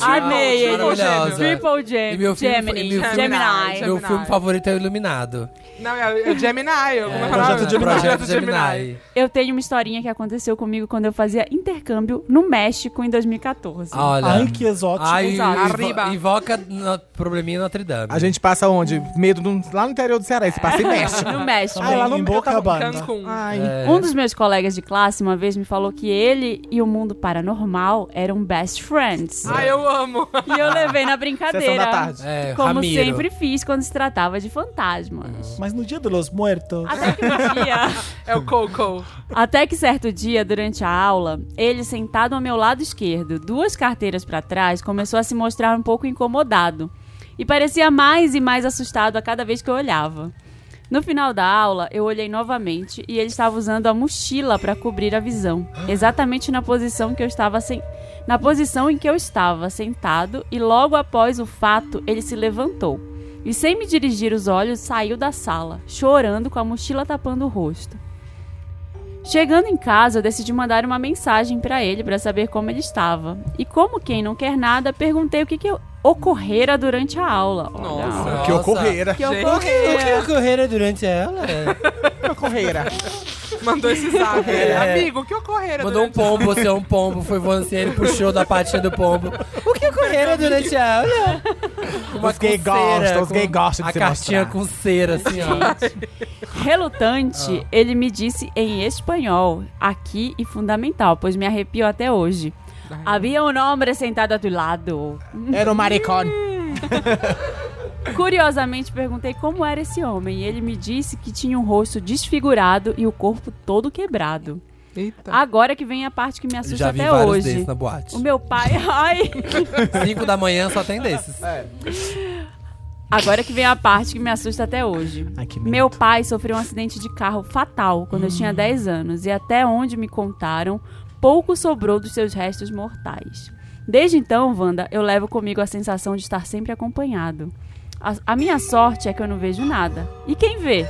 Amei ele. maravilhosa. Triple E gem meu filme- Gemini. e meu filme- Gemini. Gemini. Meu filme favorito é o Iluminado. Não, é, é Gemini. eu- Como é que é o nome? Projeto Gemini. Projeto Gemini. Gemini. Eu tenho uma historinha que aconteceu comigo quando eu fazia intercâmbio no México em 2014. Ah, Olha. Ai, que exótico. Ai, Exato. invo- Arriba. invoca no, probleminha em Notre Dame. A gente passa onde? Medo do- lá no interior do Ceará. Esse passa em México. No México. Ai, ah, lá no- em eu Boca tava- Banda. Cancún. Ai. Um dos meus colegas de classe uma vez me falou que ele e o mundo paranormal eram best friends. Ai, eu amo. E eu levei na Ah. Sessão brincadeira. da tarde. É, Como Ramiro. É. sempre fiz quando se tratava de fantasmas. Mas no dia dos los muertos, Até que um dia. É o Coco. Até que certo dia, durante a aula, ele sentado ao meu lado esquerdo, duas carteiras para trás, começou a se mostrar um pouco incomodado e parecia mais e mais assustado a cada vez que eu olhava. No final da aula, eu olhei novamente e ele estava usando a mochila para cobrir a visão, exatamente na posição que eu estava sem... na posição em que eu estava sentado e logo após o fato, ele se levantou e sem me dirigir os olhos, saiu da sala, chorando com a mochila tapando o rosto. Chegando em casa, eu decidi mandar uma mensagem para ele para saber como ele estava. E como quem não quer nada, perguntei o que, que ocorrera durante a aula. Olha, Nossa. Que Nossa. ocorrera. O que ocorrera? O que ocorrera durante ela? Que ocorrera. Mandou esse zap. É. Amigo, o que ocorrera? Mandou um durante- pombo, você é um pombo, foi voando assim, ele puxou da patinha do pombo. O que ocorrera durante a aula? Uma os gays pulseira gostam, os com gays gostam A de se cartinha mostrar. com cera, assim, ó. Relutante, ele me disse em espanhol, aqui e fundamental, pois me arrepio até hoje. Havia um homem sentado a tu lado. Era o maricón. Curiosamente perguntei como era esse homem e ele me disse que tinha um rosto desfigurado e o corpo todo quebrado. Eita. Agora que vem a parte que me assusta Já vi até vários hoje. desses na boate. O meu pai, ai, 5 da manhã só tem desses. agora que vem a parte que me assusta até hoje. Ai, que medo. Meu pai sofreu um acidente de carro fatal quando eu Hum. tinha 10 anos e até onde me contaram, pouco sobrou dos seus restos mortais. Desde então, Wanda, eu levo comigo a sensação de estar sempre acompanhado. A, a minha sorte é que eu não vejo nada. E quem vê?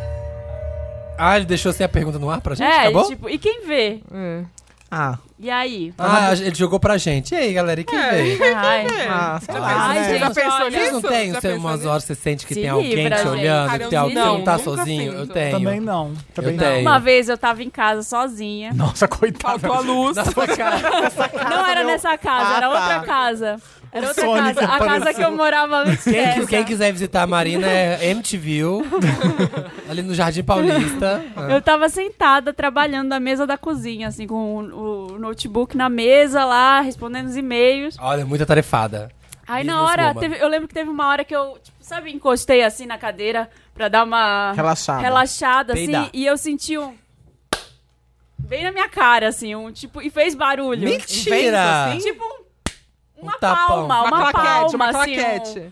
Ah, ele deixou assim a pergunta no ar pra gente? é, acabou? tipo, e quem vê? É. Ah, E aí? Ah, ele jogou pra gente. E aí, galera, e quem veio? né? Ai, ah, sei lá. Ai, É. Você já gente, pensou olha. nisso? Vocês não têm Já você, pensou umas nisso? horas que você sente que Se tem alguém livra, te gente. olhando, Cara, que eu tem alguém não, que tá nunca sozinho? sinto. Eu tenho. Também não. Também eu não. tenho. Uma vez eu tava em casa sozinha. Nossa, coitada. Faltou a luz. Não era nessa casa, Ah, era outra tá. casa. Era outra Sonic casa. A casa apareceu. que eu morava antes Quem, qui- dessa. quem quiser visitar a Marina é MTV, ali no Jardim Paulista. Ah. Eu tava sentada trabalhando na mesa da cozinha, assim, com o, o notebook na mesa lá, respondendo os e-mails. Olha, é muito atarefada. Aí na Business hora, woman. teve- eu lembro que teve uma hora que eu, tipo, sabe, encostei assim na cadeira pra dar uma Relaxada. relaxada, assim, Peidar. e eu senti um. Bem na minha cara, assim, um tipo. E fez barulho. Mentira! Assim, tipo um- Uma tapão. palma, uma, Uma claquete, palma, uma assim, claquete. um-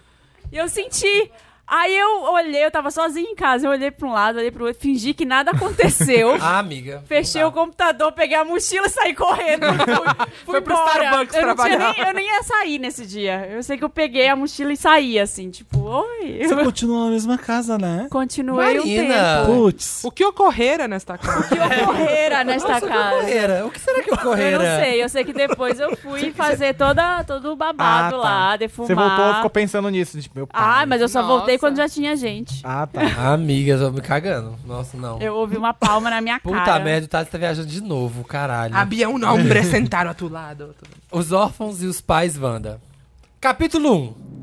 E eu senti. Aí eu olhei, eu tava sozinha em casa, eu olhei pra um lado, olhei pro outro, fingi que nada aconteceu. Ah, amiga. Fechei o computador, peguei a mochila e saí correndo. Fui, Foi pro embora. Starbucks eu não tinha trabalhar. nem, eu nem ia sair nesse dia. Eu sei que eu peguei a mochila e saí, assim, tipo, oi. Você continua na mesma casa, né? Continuei Marina. um tempo. Putz. O que ocorrera nesta casa? Que eu correra nesta casa. Correira. O que será que Eu ocorrera? não sei, eu sei que depois eu fui fazer toda, todo o babado Ah, tá. lá, Você defumar. voltou e ficou pensando nisso. Tipo, meu pai. Ah, mas eu só voltei Nossa. quando já tinha gente. Ah, tá. Amiga, eu tô me cagando. Nossa, não. Eu ouvi uma palma na minha Puta cara. merda, o Tati tá viajando de novo, caralho. Havia um homem sentado a tu lado. Os órfãos e os pais Wanda. Capítulo 1.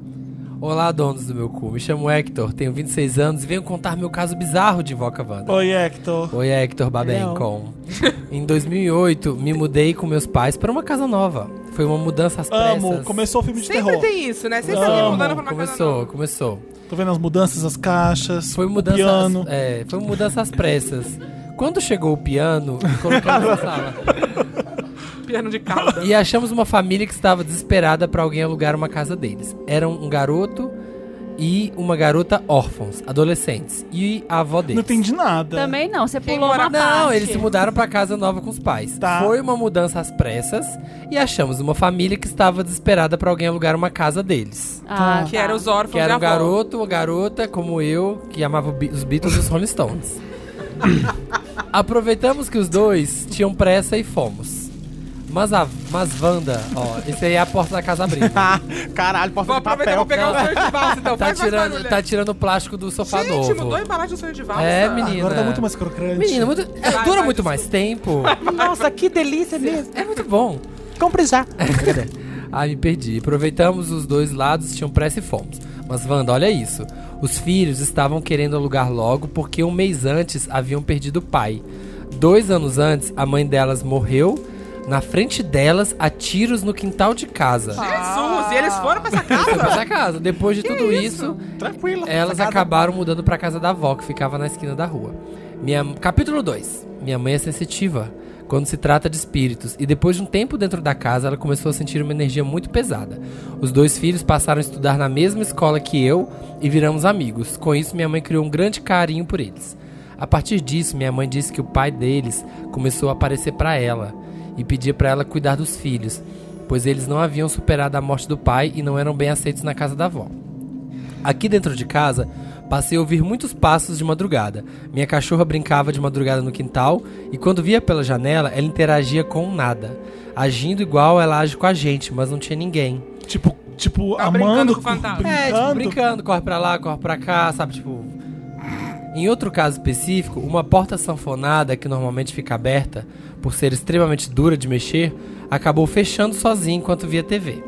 Olá, donos do meu cu. Me chamo Hector, tenho 26 anos e venho contar meu caso bizarro de Invoca Wanda. Oi, Hector. Oi, Hector Babencom. em 2008, me mudei com meus pais para uma casa nova. Foi uma mudança às Amo. pressas. Começou o filme de Sempre terror. tem isso, né? Sempre Não. alguém mudando pra uma casa Começou, nova. começou. Tô vendo as mudanças, as caixas. Foi mudança, o piano. Às, é, foi mudança às pressas. Quando chegou o piano, me coloquei na sala. Piano de calda. E achamos uma família que estava desesperada para alguém alugar uma casa deles. Eram um garoto e uma garota órfãos, adolescentes, e a avó deles. Não entendi nada. Também não, você pulou mora- uma parte. Não, eles se mudaram para casa nova com os pais. Tá. Foi uma mudança às pressas e achamos uma família que estava desesperada para alguém alugar uma casa deles. Ah, Que tá. era os órfãos Que era um de avó. garoto, uma garota como eu, que amava Bi- os Beatles e os Rolling Stones. Aproveitamos que os dois tinham pressa e fomos. Mas a mas Wanda, ó, esse aí é a porta da casa abrindo. Ah, caralho, porta Vou de papel. aproveitar e vou pegar o sonho de valsa, então. Tá Faz mais tirando, barulho. tá tirando o plástico do sofá Gente, novo. mudou a embalagem do sonho de valsa. É, menina. Agora tá muito mais crocante. Menina, muito- é, Vai, dura muito vai, desculpa. mais tempo. um Nossa, que delícia mesmo. É muito bom. Compre já. Ai, me perdi. Aproveitamos os dois lados, tinham pressa e fomos. Mas, Wanda, olha isso. Os filhos estavam querendo alugar logo porque um mês antes haviam perdido o pai. Dois anos antes, a mãe delas morreu na frente delas a tiros no quintal de casa. Jesus, e eles foram pra essa casa? Essa casa. Depois de tudo isso, Tranquilo. tá elas acabaram mudando pra casa da avó, que ficava na esquina da rua. Minha... Capítulo 2. Minha mãe é sensitiva quando se trata de espíritos, e depois de um tempo dentro da casa, ela começou a sentir uma energia muito pesada. Os dois filhos passaram a estudar na mesma escola que eu e viramos amigos. Com isso, minha mãe criou um grande carinho por eles. A partir disso, minha mãe disse que o pai deles começou a aparecer pra ela e pedia pra ela cuidar dos filhos, pois eles não haviam superado a morte do pai e não eram bem aceitos na casa da avó. Aqui dentro de casa, passei a ouvir muitos passos de madrugada. Minha cachorra brincava de madrugada no quintal e quando via pela janela, ela interagia com o nada, agindo igual ela age com a gente, mas não tinha ninguém. Tipo, tipo Tá brincando amando. com o fantasma. É, tipo, brincando. brincando, corre pra lá, corre pra cá, sabe, tipo... Em outro caso específico, uma porta sanfonada, que normalmente fica aberta, por ser extremamente dura de mexer, acabou fechando sozinha enquanto via TV.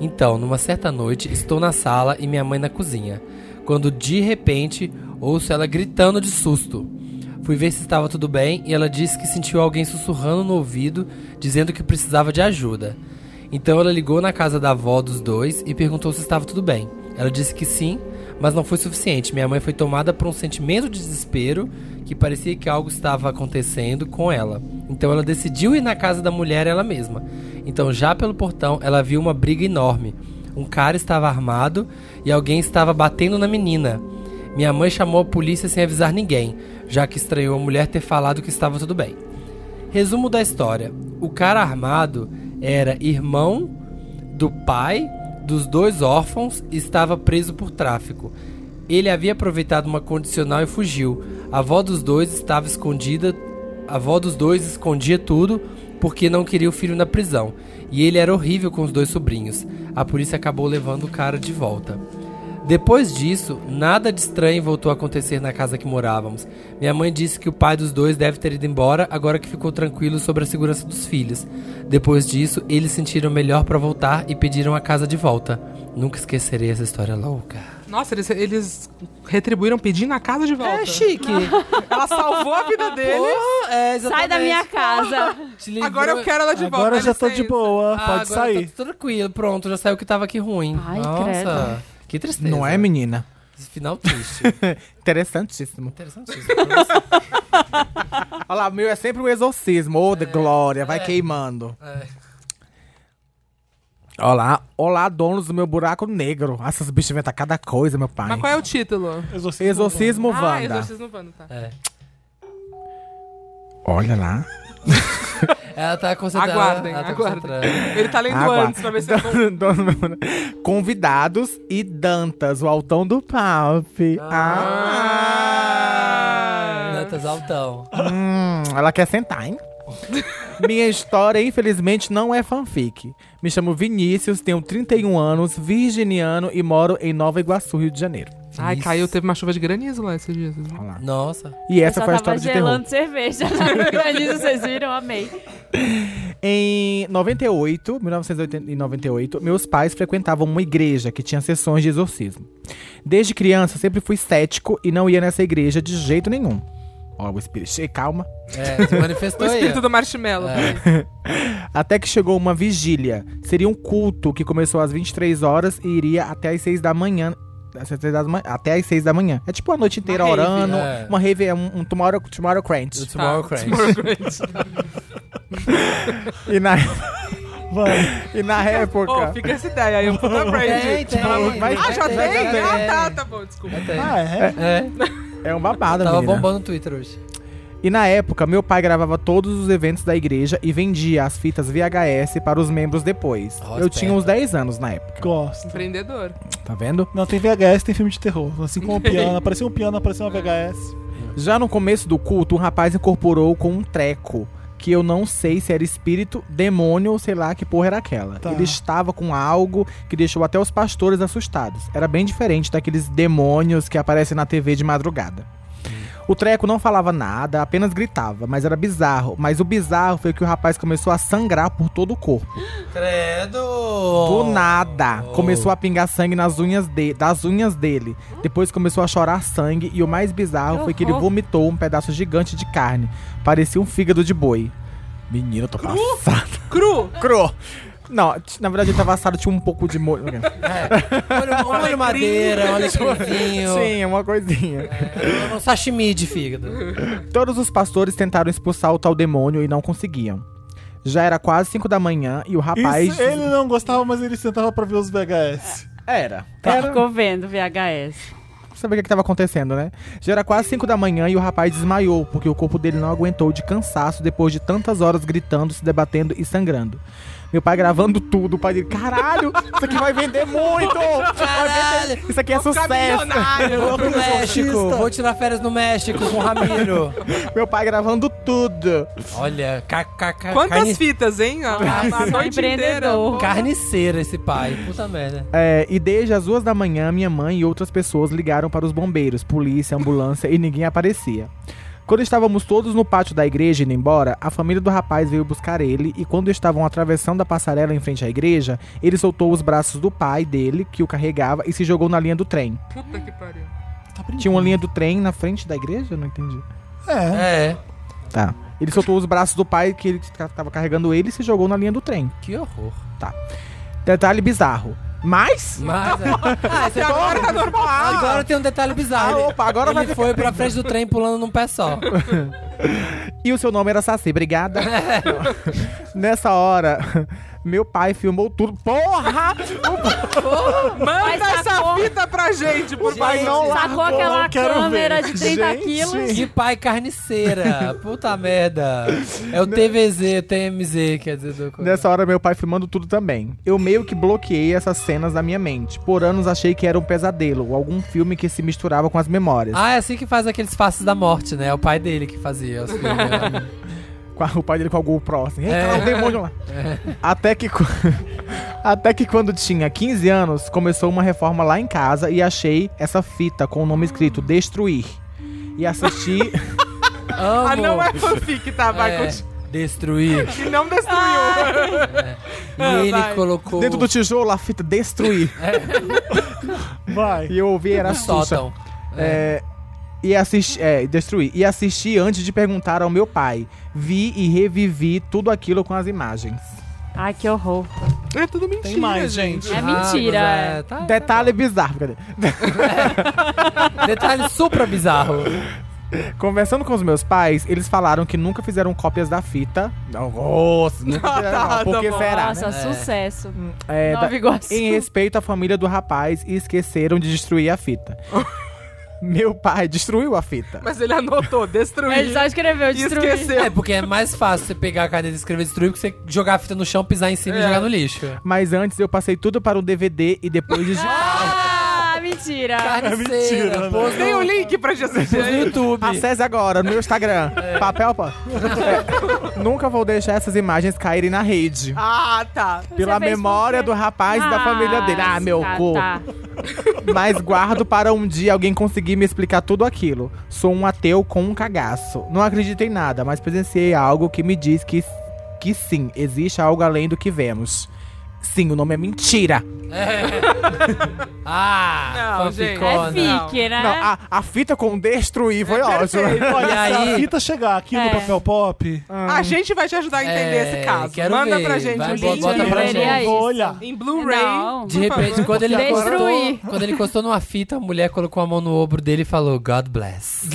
Então, numa certa noite, estou na sala e minha mãe na cozinha, quando de repente ouço ela gritando de susto. Fui ver se estava tudo bem e ela disse que sentiu alguém sussurrando no ouvido, dizendo que precisava de ajuda. Então ela ligou na casa da avó dos dois e perguntou se estava tudo bem. Ela disse que sim, mas não foi suficiente. Minha mãe foi tomada por um sentimento de desespero que parecia que algo estava acontecendo com ela. Então ela decidiu ir na casa da mulher ela mesma. Então já pelo portão ela viu uma briga enorme. Um cara estava armado e alguém estava batendo na menina. Minha mãe chamou a polícia sem avisar ninguém, já que estranhou a mulher ter falado que estava tudo bem. Resumo da história: o cara armado era irmão do pai dos dois órfãos e estava preso por tráfico. Ele havia aproveitado uma condicional e fugiu. A avó dos dois estava escondida. A avó dos dois escondia tudo porque não queria o filho na prisão. E ele era horrível com os dois sobrinhos. A polícia acabou levando o cara de volta. Depois disso, nada de estranho voltou a acontecer na casa que morávamos. Minha mãe disse que o pai dos dois deve ter ido embora agora que ficou tranquilo sobre a segurança dos filhos. Depois disso, eles sentiram melhor pra voltar e pediram a casa de volta. Nunca esquecerei essa história louca. Nossa, eles, eles retribuíram pedindo a casa de volta. É chique. Ela salvou a vida dele. É, Sai da minha casa. Agora eu quero ela de volta. né, Agora já tô de licença. boa, Ah, pode agora sair. Tá tranquilo, pronto, já saiu o que tava aqui ruim. Ai, Nossa, credo. que tristeza. Não é, menina? Esse Final triste. Interessantíssimo. Interessantíssimo. Olha lá, o meu é sempre um exorcismo. Ô, de É, glória, vai queimando. É. Olá, olá, donos do meu buraco negro. Ah, essas bichas inventam cada coisa, meu pai. Mas qual é o título? Exorcismo. Exorcismo Ah, Wanda. Exorcismo Wanda, tá. É. Olha lá. Ela tá concentrada. Aguardem, ela tá aguardem. concentrada. Ele tá lendo Água. antes pra ver se é bom. Dono do meu buraco- Convidados e Dantas, o altão do papi. Ah. Dantas altão. Hum, ela quer sentar, hein? Minha história, infelizmente, não é fanfic. Me chamo Vinícius, tenho 31 anos, virginiano e moro em Nova Iguaçu, Rio de Janeiro. Ai, Isso. caiu, teve uma chuva de granizo lá esses dias. Olha lá. Nossa. E Eu essa só foi a tava história de terror. gelando cerveja. Granizo, vocês viram? Amei. Em 98, 1998, meus pais frequentavam uma igreja que tinha sessões de exorcismo. Desde criança, sempre fui cético e não ia nessa igreja de jeito nenhum. Ó, o espírito. Che- Calma. É, se O manifestou aí. espírito ó. do marshmallow. É. Até que chegou uma vigília. Seria um culto que começou às 23 horas e iria até às 6 da manhã. às 7 da ma- Até às 6 da manhã. É tipo a noite inteira Uma rave, orando. é. Uma rave, é um, um tomorrow, tomorrow crunch. Do Tomorrow Crunch. E na, Vai. e na época. Ô, fica essa ideia aí, um puta brand. Tem, tem. Ah, já Tem, tem? tem, tem. Ah, tá, tá bom, desculpa. Até. Ah, é? É, É um babado, tava menina. bombando o Twitter hoje. E na época, meu pai gravava todos os eventos da igreja e vendia as fitas VHS para os membros depois. Ó, Eu esperto. tinha uns 10 anos na época. Gosto. Empreendedor. Tá vendo? Não, tem VHS, tem filme de terror. Assim como o piano. Apareceu um piano, apareceu uma VHS. Já no começo do culto, um rapaz incorporou com um treco. Que eu não sei se era espírito, demônio ou sei lá que porra era aquela. Tá. Ele estava com algo que deixou até os pastores assustados. Era bem diferente daqueles demônios que aparecem na TV de madrugada. O treco não falava nada, apenas gritava, mas era bizarro. Mas o bizarro foi que o rapaz começou a sangrar por todo o corpo. Credo! Do nada. Oh. Começou a pingar sangue nas unhas de, das unhas dele. Depois começou a chorar sangue e o mais bizarro Que foi que ele horror. vomitou um pedaço gigante de carne. Parecia um fígado de boi. Menino, eu tô passado. Cru! Cru. Não, t- na verdade ele tava assado, tinha um pouco de molho. Olha, um olho madeira, olha que Sim, é uma coisinha. um sashimi de fígado. Todos os pastores tentaram expulsar o tal demônio e não conseguiam. Já era quase 5 da manhã e o rapaz. Isso, é ele não gostava, mas ele sentava pra ver os VHS. Ela Era. Era. Tá. ficou vendo VHS. saber o que estava acontecendo, né? Já era quase 5 da manhã e o rapaz desmaiou, porque o corpo dele não aguentou de cansaço depois de tantas horas gritando, se debatendo e sangrando. Meu pai gravando tudo, o pai dele, caralho, isso aqui vai vender muito! Caralho! Isso aqui é Vou ficar sucesso! milionário. Vou pro México, Artista. vou tirar férias no México com o Ramiro. Meu pai gravando tudo. Olha, ca, ca, ca, Quantas carne- fitas, hein? A, a, a noite inteira. Empreendedor. Pô. carniceira esse pai. Puta merda. É, e desde as duas da manhã, minha mãe e outras pessoas ligaram para os bombeiros, polícia, ambulância e ninguém aparecia. Quando estávamos todos no pátio da igreja indo embora, a família do rapaz veio buscar ele e quando estavam atravessando a passarela em frente à igreja, ele soltou os braços do pai dele, que o carregava, e se jogou na linha do trem. Puta que pariu. Tá brincando. Tinha uma linha do trem na frente da igreja? Eu Não entendi. É. É, Tá. Ele soltou os braços do pai que ele ca- tava carregando ele e se jogou na linha do trem. que horror. Detalhe bizarro. Mas. Mas, é. Ah, esse é Agora tá normal. Agora tem um detalhe bizarro. Ah, Ele- opa, agora vai ele ficar foi pra frente do trem pulando num pé só. E o seu nome era Saci, obrigada. Nessa hora, meu pai filmou tudo. Porra! Manda essa fita pra gente, por O pai não Sacou largou. aquela tá eu quero câmera ver. de 30 Gente. quilos. Que pai carniceira. Puta merda. É o TVZ, TMZ, quer dizer, do Nessa hora, meu pai filmando tudo também. Eu meio que bloqueei essas cenas da minha mente. Por anos achei que era um pesadelo, ou algum filme que se misturava com as memórias. Ah, é assim que faz aqueles faces da morte, né? É o pai dele que fazia os filmes. né? Com a- o pai dele com algum próximo. É. Eita, lá, o demônio lá. Até que. qu- Até que quando tinha 15 anos, começou uma reforma lá em casa e achei essa fita com o nome escrito Destruir. E assisti. Amo. Ah, não é fanfic, tá? Vai, tá É, continua. Destruir. E não destruiu. E ele Ah, vai. colocou Dentro do tijolo, a fita Destruir. Vai. E eu ouvi era no Xuxa. sótão. É, e assisti, é, destruí. E assisti antes de perguntar ao meu pai. Vi e revivi tudo aquilo com as imagens. Ai, que horror. É tudo mentira, Tem mais, gente. É mentira. Ah, mas é, tá- Detalhe bizarro. cadê? Detalhe supra bizarro. Conversando com os meus pais, eles falaram que nunca fizeram cópias da fita. Não, nossa, nunca fizeram, não, Tá, tá porque bom. será, né? Nossa, sucesso. É, da- Nova Iguaçu. em respeito à família do rapaz e esqueceram de destruir a fita. meu pai destruiu a fita. Mas ele anotou, destruiu. Ele só escreveu, E destruir. esqueceu. É, porque é mais fácil você pegar a caneta e escrever destruir que você jogar a fita no chão, pisar em cima e É. jogar no lixo. Mas antes eu passei tudo para um DVD e depois digitei. Ah, mentira. mentira, né? Carniceira. Pôs Tem no, o link pra Jesus. pôs no YouTube. Acesse agora no meu Instagram. Papel, pô. É. Nunca vou deixar essas imagens caírem na rede. Ah, tá. Pela fez memória por quê? do rapaz e da família dele. Ah, meu tá, cu. tá. Mas guardo para um dia alguém conseguir me explicar tudo aquilo. Sou um ateu com um cagaço. Não acredito em nada, mas presenciei algo que me diz que, que sim, existe algo além do que vemos. Sim, o nome é mentira. É. Ah, Não, gente. fanficona. É fique, né? Não, a, a fita com destruir foi ótima. Olha, E se a aí? fita chegar aqui É. no papel pop, A gente vai te ajudar a entender É, esse caso. quero Manda ver. pra gente Vai, o bota- link. bota pra é Veria gente. eu isso. vou olhar. Em Blu-ray. Não. De repente, quando ele Destruir. acordou, quando ele encostou numa fita, a mulher colocou a mão no ombro dele e falou, God bless.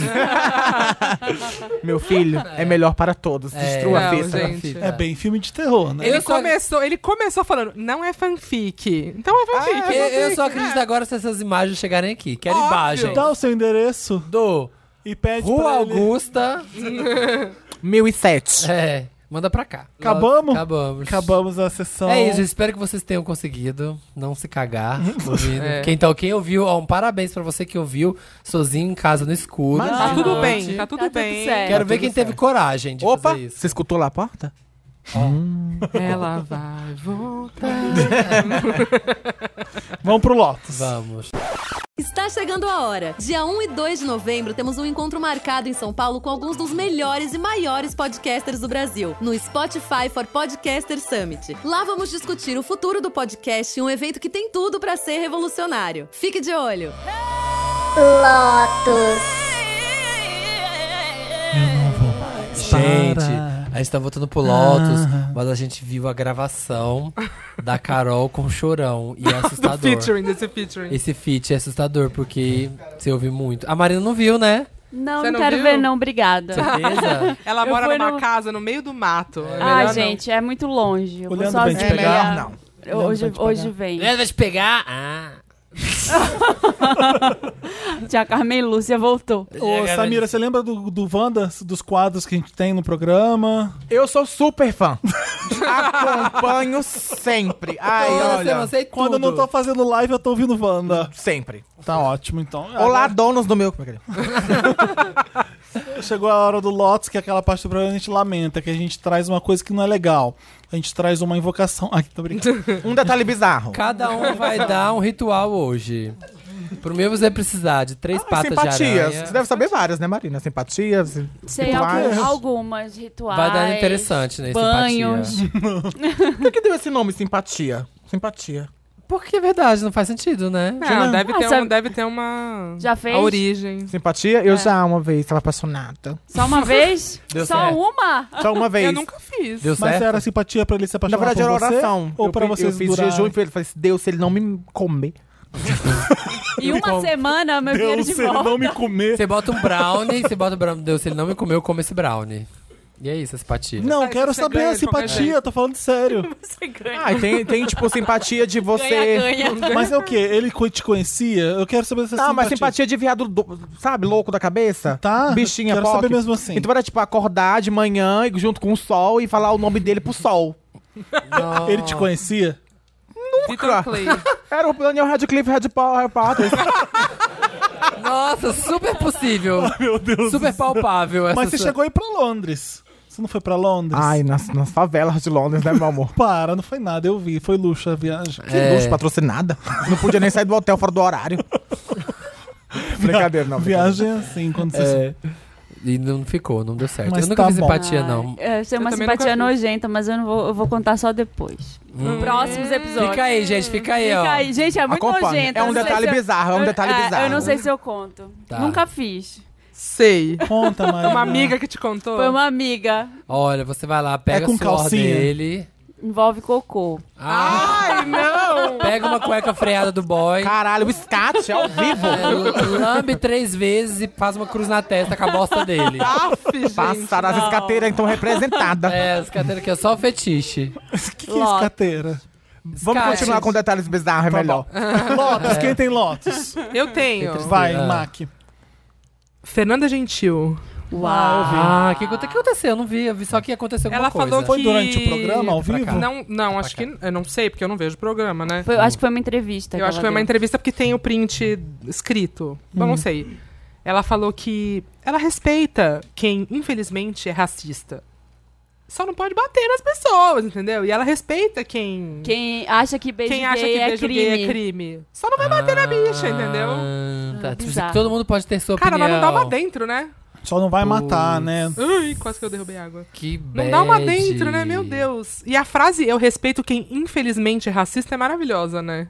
Meu filho, é melhor para todos. Destrua a Não, fita. gente. É bem filme de terror, né? Ele, Eu só- começou, ele começou falando, não é fanfic. Então é fanfic. Eu, eu só é. acredito agora se essas imagens chegarem aqui. Quero Óbvio. imagem. Dá o seu endereço Do e pede Rua pra ele. Augusta. 1007. É, manda pra cá. Acabamos? Acabamos. Acabamos a sessão. É isso, eu espero que vocês tenham conseguido não se cagar ouvindo. É. Quem, tá, quem ouviu, ó, um parabéns pra você que ouviu sozinho em casa no escuro. Mas Tá de tudo noite. bem, tá Tá tudo tudo bem. certo. Quero Tá ver tudo quem certo. teve coragem de Opa, fazer isso. você escutou lá a porta? Ela vai voltar. Vamos pro Lotus. Vamos. Está chegando a hora. Dia 1 e 2 de novembro temos um encontro marcado em São Paulo com alguns dos melhores e maiores podcasters do Brasil, no Spotify for Podcaster Summit. Lá vamos discutir o futuro do podcast em um evento que tem tudo para ser revolucionário. Fique de olho. Gente, a gente tá voltando pro Lotus, Ah. mas a gente viu a gravação da Carol com o Chorão. E é Do assustador. featuring, desse featuring. Esse feat é assustador, porque você ouve muito. A Marina não viu, né? Não, Você não, não quero viu? ver não, obrigada. Beleza? Ela Eu mora fui numa no- casa no meio do mato. É melhor Ai, não. gente, é muito longe. Eu vou Olhando sozinha. bem te pegar? Não. Eu- Hoje, hoje vem. Ela vai te pegar? Ah. Tia Carmen Lúcia voltou. É, Ô, Samira, você lembra do, do Wanda, dos quadros que a gente tem no programa? Eu sou super fã. Acompanho sempre. Ai, Toda semana, Então, olha. é sei Quando eu tudo. não tô fazendo live, eu tô ouvindo Wanda. Sempre. Tá ótimo, então. Olá, donos do meu. como é que é? Agora chegou a hora do Lotus, que é aquela parte do programa que a gente lamenta, que a gente traz uma coisa que não é legal. A gente traz uma invocação. Ai, tô brincando. Um detalhe bizarro. Cada um vai dar um ritual hoje. Pro meu você vai precisar de três patas de Ah, Simpatias. aranha. Você deve saber várias, né, Marina? Simpatias. Sei rituais. algum- algumas rituais. Vai dar interessante, né? Banhos. Simpatia. Por que deu esse nome, simpatia? Simpatia. Porque é verdade, não faz sentido, né? Não, deve Ah, ter, um- sabe- deve ter uma. Já fez? A origem. Simpatia? Eu já uma vez estava apaixonada. Só uma vez? Deu Só certo. uma? Só uma vez. Eu nunca fiz. Deu Mas certo? era simpatia pra ele se Na apaixonar verdade, era por você? oração. Ou eu, pra fiz- vocês eu fiz durarem? jejum e falei assim, Deus, se ele não me comer. Em uma semana, meu dinheiro Deus, de se ele volta. não me comer... Você bota um brownie, você bota um brownie. Deus, se ele não me comeu, eu como esse brownie. E é isso, a simpatia. Não, Mas quero você saber ganha a de qualquer simpatia, tô falando sério. Você ganha. Ah, e tem, tem, tipo, simpatia de você... Ganha, ganha. Mas é o quê? Ele co- te conhecia? Eu quero saber se é Não, simpatia. mas simpatia de viado, do- sabe, louco da cabeça? Tá, Bichinha, quero POC. saber mesmo assim. Então era, tipo, acordar de manhã e junto com o sol e falar o nome dele pro sol. Não. Ele Ah. te conhecia? Vitor Clay. Era o Daniel Radcliffe, Red Potter. Nossa, super possível. Meu Deus. Super palpável essa Mas você sua- chegou aí pra Londres. Você não foi pra Londres? Ai, nas, nas favelas de Londres, né, meu amor? Para, não foi nada, eu vi. Foi luxo a viagem. Que É, luxo, patrocinada. É. Não podia nem sair do hotel fora do horário. brincadeira, não. Viagem é assim, quando você. brincadeira. É, E não ficou, não deu certo. Mas eu nunca tá fiz bom. simpatia, não. Ah, Eu sei uma Eu também simpatia nunca nojenta, mas eu, não vou, eu vou contar só depois. Próximos episódios. Hum. Fica aí, gente, fica aí, ó. Fica aí. Gente, é muito acompanha. nojento. É eu um não sei detalhe se eu- bizarro, é um eu- detalhe bizarro. Eu não sei se eu conto. Tá. Nunca fiz. Sei. Conta, Maria. Uma amiga que te contou. Foi uma amiga. Olha, você vai lá, pega É com o suor calcinha? dele. Envolve cocô. Ah, Ai, não! pega uma cueca freada do boy. Caralho, o Scat ao vivo. é, l- lambe três vezes e faz uma cruz na testa com a bosta dele. Aff, gente. Passaram as não. escateiras, então, representadas. É, as cadeiras aqui é só fetiche. O que, que é escateira? Tá Vamos Scat. continuar com detalhes bizarros, é melhor. Lotus, quem tem Lotus? Eu tenho. Vai, Ah. Mac. Fernanda Gentil. Uau. Ah, o que, aconte- que aconteceu? Eu não vi, eu vi só que aconteceu alguma Ela coisa. falou Foi que- durante o programa, ao Pra vivo? cá. Não, não, acho que. Eu não sei, porque eu não vejo o programa, né? Foi- eu acho que foi uma entrevista. Eu acho que foi ela uma deu. entrevista porque tem o print escrito. Eu Hum. não sei. Ela falou que ela respeita quem, infelizmente, é racista. Só não pode bater nas pessoas, entendeu? E ela respeita quem. Quem acha que beijo, quem acha gay, que é beijo crime. gay é crime. Só não vai bater na bicha, entendeu? Ah, tá. Tipo, Bizarro. todo mundo pode ter sua Cara, opinião. ela não dá uma dentro, né? Só não vai matar, né? Ai, quase que eu derrubei água. Que Não dá uma bad. dentro, né? Meu Deus. E a frase eu respeito quem infelizmente é racista é maravilhosa, né?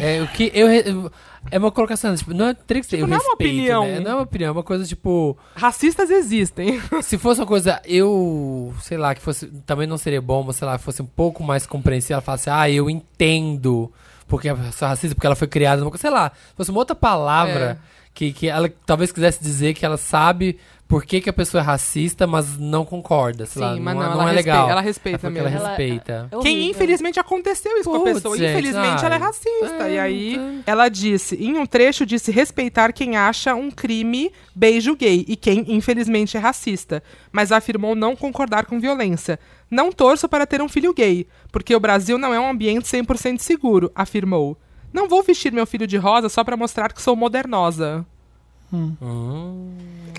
É o que eu, re- eu- é uma colocação, tipo, não é teria que ser, Tipo, eu não é uma respeito, opinião. né? Não é uma opinião, é uma coisa tipo, Racistas existem. se fosse uma coisa eu, sei lá, que fosse também não seria bom, mas sei lá, fosse um pouco mais compreensível, ela falasse, ah, eu entendo porque a pessoa é racista, porque ela foi criada, numa co- sei lá, fosse uma outra É. palavra que, que ela talvez quisesse dizer que ela sabe por que, que a pessoa é racista, mas não concorda, sei lá, Sim, mas não, não, é- ela não é respeita- legal. ela É respeita porque mesmo. ela Ela- respeita. É horrível. Quem infelizmente aconteceu isso com a Putz, pessoa. gente, infelizmente ela ai. é racista. e É, aí ela disse, em um trecho, disse respeitar quem acha um crime beijo gay e quem infelizmente é racista. Mas afirmou não concordar com violência. Não torço para ter um filho gay, porque o Brasil não é um ambiente 100% seguro, afirmou. Não vou vestir meu filho de rosa só para mostrar que sou modernosa.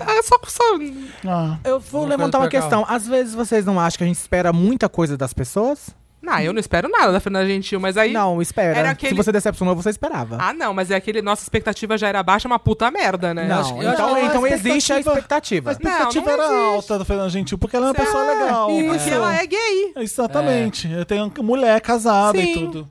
Ah, só, só... Ah. Eu vou Uma levantar uma coisa pra cá, questão. Às vezes vocês não acham que a gente espera muita coisa das pessoas? Não, eu não espero nada da Fernanda Gentil, mas aí... Não, espera. Era aquele- Se você decepcionou, você esperava. Ah, não, mas é aquele... Nossa expectativa já era baixa, é uma puta merda, né? Não, acho que- eu então, acho que- então a existe a A expectativa. expectativa não era existe. alta do Fernando Gentil, porque ela é uma pessoa legal. E uma porque pessoa- ela é gay. Exatamente. Eu tenho mulher casada e Sim. tudo.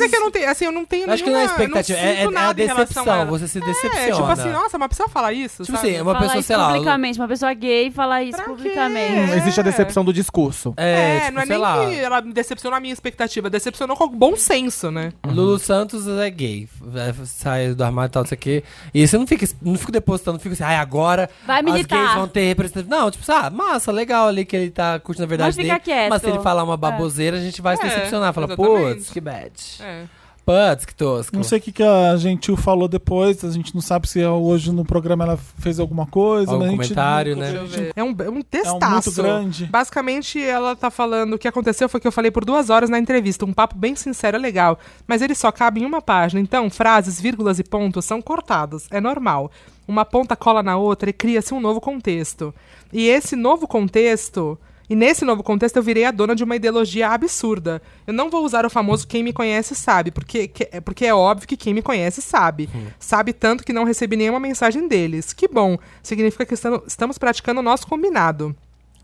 Às é que eu vezes- não tenho, assim, eu não tenho Eu acho que não é nenhuma- expectativa, sinto é, é- é a nada em relação decepção, a- você se decepciona. É, tipo assim, nossa, mas precisa falar isso, Tipo sabe? assim, é uma Falar pessoa, isso sei lá. publicamente. Uma pessoa gay falar isso Pra quê? publicamente. É. Existe a decepção do discurso. É, tipo, não é sei nem lá. que ela me decepcionou a minha expectativa, decepcionou com bom senso, né? Lulu Santos é gay. É, Sai do armário e tal, não sei o quê. E você não fica, não fica depositando, não fica assim, ai, agora Vai as É militar. gays vão ter representatividade. Não, tipo, assim, ah, massa, legal ali que ele tá curtindo a verdade Mas fica dele. quieto. É. Mas se ele falar uma baboseira, a gente vai se É, decepcionar. Fala, exatamente. putz, que bad. É. Putz, que tosco. Não sei o que, que a Gentil falou depois, a gente não sabe se é hoje no programa ela fez alguma coisa. Algum mas a gente- comentário, né? Deixa eu ver. É um, é um É um testaço. muito grande. Basicamente, ela tá falando o que aconteceu foi que eu falei por duas horas na entrevista. Um papo bem sincero e legal. Mas ele só cabe em uma página. Então, frases, vírgulas e pontos são cortados. É normal. Uma ponta cola na outra e cria-se um novo contexto. E esse novo contexto. E nesse novo contexto eu virei a dona de uma ideologia absurda. Eu não vou usar o famoso quem me conhece sabe, porque, que- é porque é óbvio que quem me conhece sabe. Sabe tanto que não recebi nenhuma mensagem deles. Que bom, significa que estamos- estamos praticando o nosso combinado.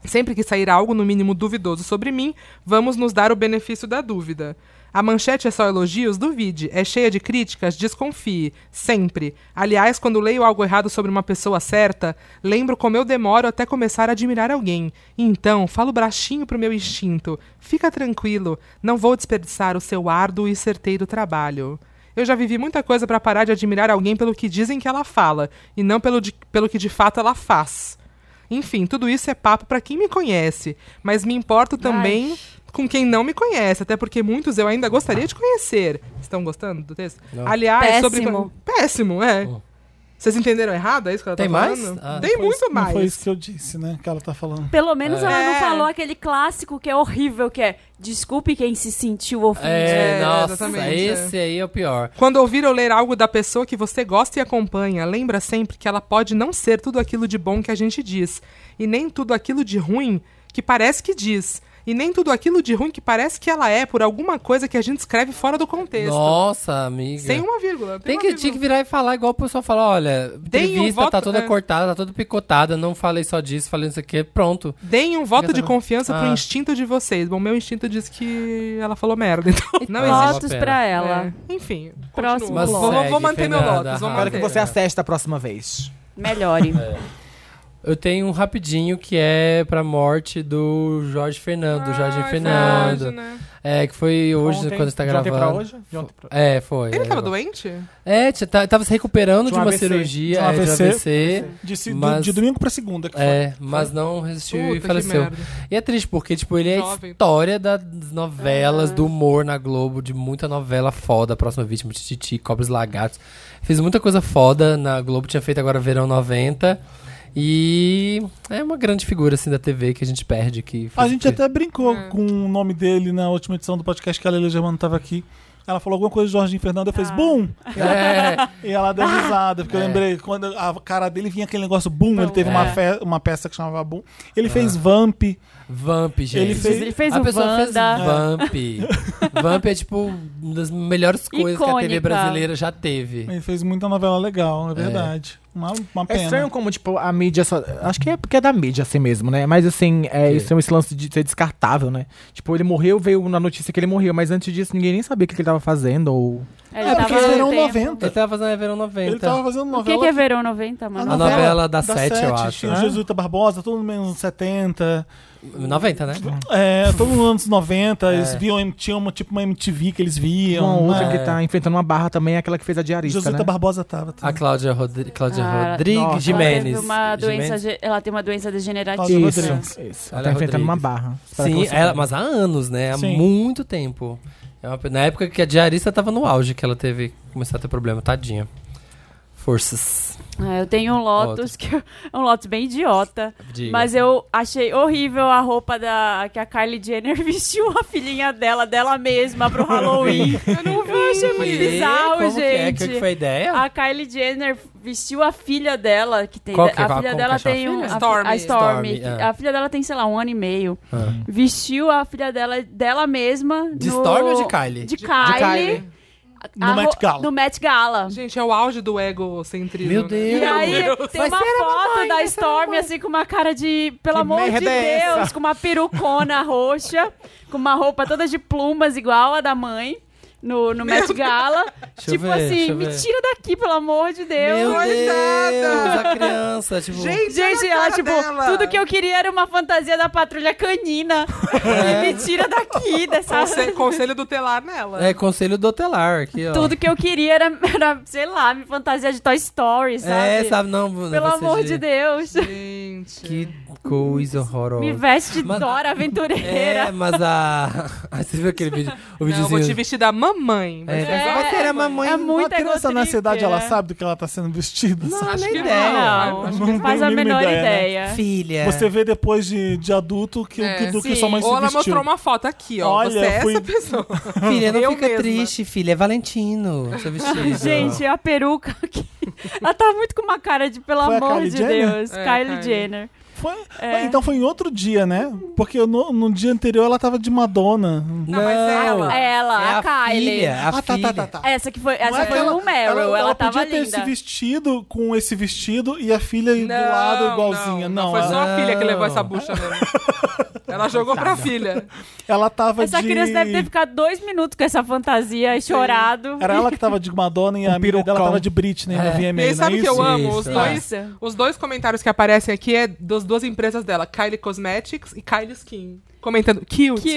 Sempre que sair algo no mínimo duvidoso sobre mim, vamos nos dar o benefício da dúvida. A manchete é só elogios? Duvide. É cheia de críticas? Desconfie. Sempre. Aliás, quando leio algo errado sobre uma pessoa certa, lembro como eu demoro até começar a admirar alguém. Então, falo baixinho pro meu instinto. Fica tranquilo. Não vou desperdiçar o seu árduo e certeiro trabalho. Eu já vivi muita coisa para parar de admirar alguém pelo que dizem que ela fala, e não pelo, de- pelo que de fato ela faz. Enfim, tudo isso é papo pra quem me conhece, mas me importo também com quem não me conhece, até porque muitos eu ainda gostaria de conhecer. Estão gostando do texto? Aliás, Péssimo. sobre péssimo, é. Oh. Hum. Vocês entenderam errado? É isso que ela Tem tá mais? falando? Ah, Tem Foi isso- muito mais. Não foi isso que eu disse, né? Que ela tá falando. Pelo menos ela não É. falou aquele clássico que é horrível, que é desculpe quem se sentiu ofendido. É, É, nossa, exatamente, esse aí é o pior. Quando ouvir ou ler algo da pessoa que você gosta e acompanha, lembra sempre que ela pode não ser tudo aquilo de bom que a gente diz, e nem tudo aquilo de ruim que parece que diz, e nem tudo aquilo de ruim que parece que ela é por alguma coisa que a gente escreve fora do contexto. Nossa, amiga. Sem um uma vírgula. Tem uma que, vírgula. tinha que virar e falar igual o pessoal fala, olha, Deem um entrevista tá voto- toda é. cortada, tá toda picotada, não falei só disso, falei isso aqui, pronto. Deem um voto de confiança pro Ah. instinto de vocês. Bom, meu instinto diz que ela falou merda, então não Ah, existe. Votos pena. pra ela. É. Enfim, Próximo continua. Mas Vou, vou segue, manter meu Fernanda, Ah, Lotus. Vou arrasa. Espero que manter. você acerte a próxima vez. Melhore. Eu tenho um rapidinho que é pra morte do Jorge Fernando, do Jorge Ai, Fernando. Jorge, né? É, que foi hoje, Ontem- quando você tá de ontem gravando. pra hoje? De ontem pra- É, foi. Ele é, tava eu- doente? É, tia, tá- tava se recuperando de, De um uma AVC. cirurgia, De um é, de um AVC. AVC. Disse do- Mas- de domingo pra segunda. Que foi. É, mas não resistiu Puta, e que faleceu. merda. E é triste, porque, tipo, ele é a Jovem. história das novelas, do humor na Globo, de muita novela foda. Próxima Vítima, Tititi, Cobras e Lagartos. Fez muita coisa foda na Globo, tinha feito agora Verão 90. E é uma grande figura, assim, da TV que a gente perde. Que A fez- gente até brincou Hum. com o nome dele na última edição do podcast que a Leila Germano tava aqui. Ela falou alguma coisa de Jorginho Fernando, eu fiz Ah. bum! É, E ela deu risada, porque eu lembrei quando a cara dele vinha aquele negócio bum, ele teve é. uma, fe- uma peça que chamava bum. Ah. Ele fez Vamp, Vamp, gente. Ele fez- Ele fez a o pessoa Wanda. fez Vamp. Vamp é, tipo, uma das melhores coisas que a TV Icônica. brasileira já teve. ele fez muita novela legal, é verdade. Uma, uma É pena. estranho como, tipo, a mídia só... Acho que é porque é da mídia assim mesmo, né? Mas, assim, é Sim. isso é esse lance de ser descartável, né? Tipo, ele morreu, veio na notícia que ele morreu, mas antes disso ninguém nem sabia o que que ele tava fazendo, ou... Ele É, porque tava eles no verão tempo. 90. Ele tava fazendo é, Verão 90. Ele tava fazendo O que, novela. que é verão 90, A mano? novela da Sete, eu acho, Tinha o né? Jesuíta Barbosa, todo mundo nos anos 70. 90, né? É, todo mundo nos anos 90. Eles É. viam, tinha uma, tipo uma MTV que eles viam. Uma outra né? que tá enfrentando uma barra também é aquela que fez a diarista, Jesuíta né? Barbosa tava. A Cláudia, Rodri Cláudia Ah, Rodrigues nossa. Ela teve Jimenez. uma doença, Jimenez. ge- ela tem uma doença Cláudia degenerativa. Isso, Rodrigues. isso. Ela Olha, tá enfrentando Rodrigues. uma barra. Espero que é Sim, você- ela- mas há anos, né? Há Sim. muito tempo. É uma pe- na época que a diarista tava no auge que ela teve começar a ter problema, tadinha. Forças. Ah, eu tenho um Lotus, Lotus. que eu- é um Lotus bem idiota. Diga. Mas eu achei horrível a roupa da que a Kylie Jenner vestiu a filhinha dela, dela mesma, pro Halloween. eu não vi. Eu achei muito E- bizarro, é? como Que é? gente. Ah. Que, que foi a ideia? A Kylie Jenner vestiu a filha dela, que tem. Qual que- a qual- filha como dela que é a tem um. filha? a fi- A Stormy. Stormy. Stormy, que- é. A filha dela tem, sei lá, um ano e meio. Ah. Vestiu a filha dela, dela mesma. De no- Stormy ou de Kylie? De De Kylie. No A ro- Met Gala. No Met Gala. Gente, é o auge do egocentrismo. Meu né? Deus. E aí, tem Vai uma ser a foto mamãe, da vai ser a Stormy, mamãe. assim, com uma cara de, pelo Que amor de merda é Deus, essa? com uma perucona roxa, com uma roupa toda de plumas, igual a da mãe, no, no Met Gala. eu tipo ver, deixa assim, eu me ver. tira daqui, pelo amor de Deus. Meu Deus, coitada. a criança, tipo... Gente, Gente, ela, tipo, tudo que eu queria era uma fantasia da patrulha canina. E me tira daqui dessa. Conselho, conselho do telar nela. É, conselho do hotelar aqui, ó. Tudo que eu queria era, era, sei lá, me fantasia de Toy Story, sabe? É, sabe? Não, não Pelo vai ser amor de Deus. Gente. Que coisa horrorosa. Me veste de Mas- Dora Aventureira. É, mas a... Aí você viu aquele vídeo? O Não, eu vou te videozinho... vestir da mamãe. É, vai ter a mamãe. é Uma muita criança na egotrip, cidade, ela é. sabe do que ela tá sendo vestida. sabe? Acho nem que ideia. não. Acho que Não Faz tenho a mínima menor ideia, né? ideia. Filha. Você vê depois de, de adulto que, É, que, do que sim. sua mãe se Ou ela vestiu. mostrou uma foto aqui, ó. Olha, Você é fui- essa pessoa. Filha, não Eu fica mesma. triste, filha. É Valentino. Seu vestido. Gente, a peruca aqui. Ela tá muito com uma cara de, pelo Foi a amor Kylie de Jenner? Deus, É, Kylie Kylie. Jenner. Foi, Ah, Então foi em outro dia, né? Porque no, no dia anterior ela tava de Madonna. Não, mas ela- Ela, é a Kylie. Filha, a ah, tá, filha. tá, tá, tá. Essa que foi, essa Não é foi aquela- o Meryl, ela, tava podia ter esse linda. vestido com esse vestido e a filha do lado igualzinha. Não, foi só ela, a filha que levou não. essa bucha mesmo. Ela jogou pra filha. ela tava Essa de... criança deve ter ficado dois minutos com essa fantasia e chorado. Era ela que tava de Madonna e a amiga dela perucão. tava de Britney no É. VMA, E aí, não é sabe o que isso? eu amo? Isso, Os é. dois, Isso. os dois comentários que aparecem aqui é das duas empresas dela, Kylie Cosmetics e Kylie Skin. Comentando, cute. Cute.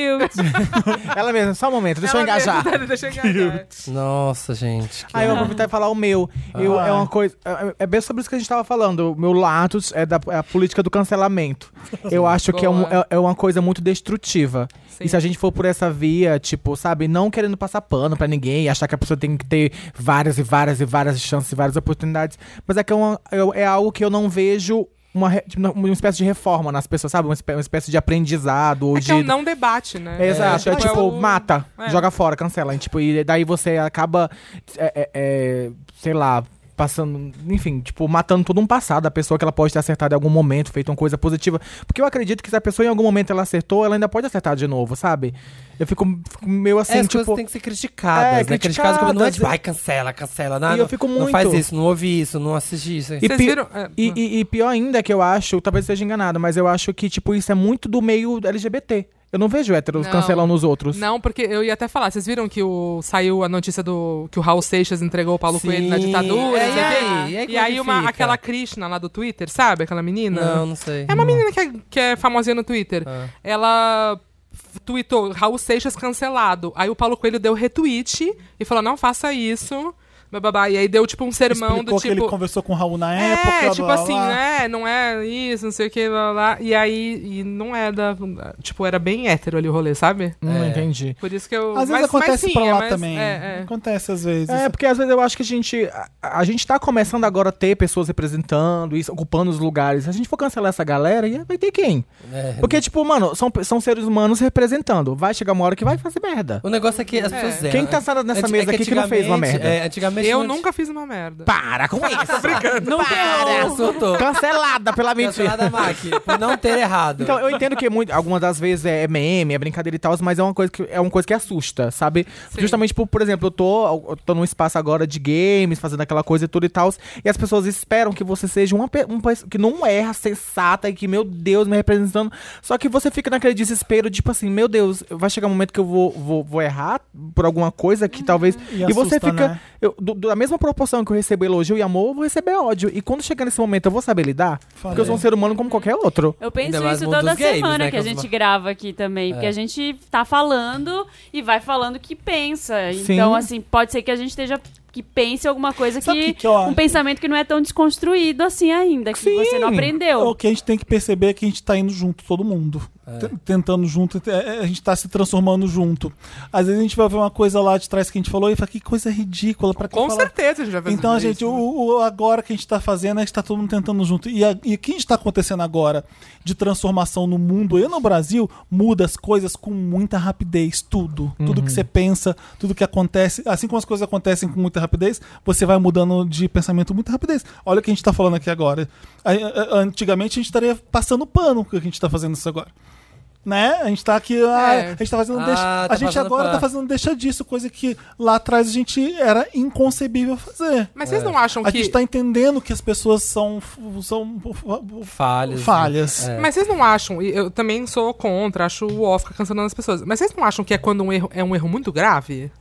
Ela mesma, só um momento, deixa eu Ela engajar. mesma, deixa eu engajar. Nossa, gente. que- Aí eu É. vou aproveitar e falar o meu. Eu- Ah. é uma coisa. é- É bem sobre isso que a gente tava falando. O meu latus é da é a política do cancelamento. Eu acho que é, um- Boa. é- é uma coisa muito destrutiva. Sim. E se a gente for por essa via, tipo, sabe, não querendo passar pano pra ninguém, achar que a pessoa tem que ter várias e várias e várias chances e várias oportunidades. Mas é que é, uma- eu- é algo que eu não vejo. Uma, re- tipo, uma espécie de reforma nas pessoas, sabe? Uma espé- uma espécie de aprendizado ou É de. que é um não debate, né? É, Exato, é, é tipo, o- mata, é. joga fora, cancela. E, tipo, e daí você acaba, é, é, é, sei lá, passando, enfim, tipo, matando todo um passado da pessoa que ela pode ter acertado em algum momento, feito uma coisa positiva. Porque eu acredito que se a pessoa em algum momento ela acertou, ela ainda pode acertar de novo, sabe? Eu fico, fico meio assim, Essas É, coisas tipo. têm que ser criticadas, É, né? Criticadas como não é criticadas. tipo, ai, cancela, cancela. E Não, eu não- fico Não muito- faz isso, não ouve isso, não assiste isso. E Vocês pi- viram? É, Ah. E, e- e pior ainda que eu acho, talvez eu esteja enganado, mas eu acho que, tipo, isso é muito do meio LGBT. Eu não vejo héteros Não. cancelando os outros. Não, porque eu ia até falar. Vocês viram que o, saiu a notícia do que o Raul Seixas entregou o Paulo Sim. Coelho na ditadura? É, não e sei o quê? aí? E aí como E é aí que uma, fica? aquela Krishna lá do Twitter, sabe? Aquela menina? Não, não sei. É uma menina que é, que é famosinha no Twitter. É. Ah. Ela f- tweetou Raul Seixas cancelado. Aí o Paulo Coelho deu retweet e falou: não faça isso. Bababá. E aí deu tipo um sermão Explicou do que ele tipo. conversou com o Raul na É, época. blá, tipo blá, assim, blá. né? Não é isso, não sei o que, blá, blá. blá. E aí, e não é da. Tipo, era bem hétero ali o rolê, sabe? Não É. entendi. Por isso que eu. Às vezes mas- mas acontece sim, pra é, lá mas- também. É, é. Acontece às vezes. É, porque às vezes eu acho que a gente. A, a gente tá começando agora a ter pessoas representando isso, ocupando os lugares. Se a gente for cancelar essa galera, e vai ter quem? É. Porque, tipo, mano, são, são seres humanos representando. Vai chegar uma hora que vai fazer merda. O negócio é que as pessoas erram. Quem tá sentada nessa mesa aqui que não fez uma antigamente- merda? é, antigamente Eu não- nunca fiz uma merda. Para com isso! Tá Não para, surtou. Cancelada pela mentira. é. Cancelada, Mac, por não ter errado. Então, eu entendo que muito, algumas das vezes é meme, é brincadeira e tal, mas é uma coisa que, é uma coisa que assusta, sabe? Sim. Justamente por, por exemplo, eu tô, eu tô num espaço agora de games, fazendo aquela coisa e tudo e tal, e as pessoas esperam que você seja uma pe- um pe- que não erra, sensata e que, meu Deus, me representando. Só que você fica naquele desespero, tipo assim, meu Deus, vai chegar um momento que eu vou, vou, vou errar por alguma coisa que talvez. E E, assusta, você fica. né? eu- do- do- da mesma proporção que eu recebo elogio e amor, eu vou receber ódio. E quando chegar nesse momento, eu vou saber lidar? Porque eu sou um ser humano como qualquer outro. Eu Ainda penso mais isso no mundo toda dos games, semana né, que que a eu- gente grava aqui também. Porque a gente tá falando e vai falando o que pensa. Sim. Então, assim, pode ser que a gente esteja. Que pense alguma coisa Sabe o que. que que eu acho? um pensamento que não é tão desconstruído assim ainda, que Sim. você não aprendeu. O que a gente tem que perceber é que a gente tá indo junto, todo mundo. T- Tentando junto, é, é, a gente tá se transformando junto. Às vezes a gente vai ver uma coisa lá de trás que a gente falou e fala, que coisa ridícula, pra que Com falar?" certeza, a gente já fez Então, isso, gente, né? o, o agora que a gente tá fazendo é que tá todo mundo tentando junto. E, a, e o que está acontecendo agora de transformação no mundo e no Brasil muda as coisas com muita rapidez. Tudo. Tudo que você pensa, tudo que acontece. Assim como as coisas acontecem com muita rapidez, você vai mudando de pensamento com muita rapidez. Olha o que a gente tá falando aqui agora. A- a- Antigamente a gente estaria passando pano com o que a gente tá fazendo isso agora. Né? A gente tá aqui. ah, É. a gente tá fazendo. Ah, deixa- tá a gente passando agora tá pano. fazendo deixa disso, coisa que lá atrás a gente era inconcebível fazer. Mas vocês não acham A que. gente tá entendendo que as pessoas são. f- são f- f- Falhas. né? falhas. É. Mas vocês não acham, e eu também sou contra, acho o off ficar cancelando as pessoas, mas vocês não acham que é quando um erro é um erro muito grave?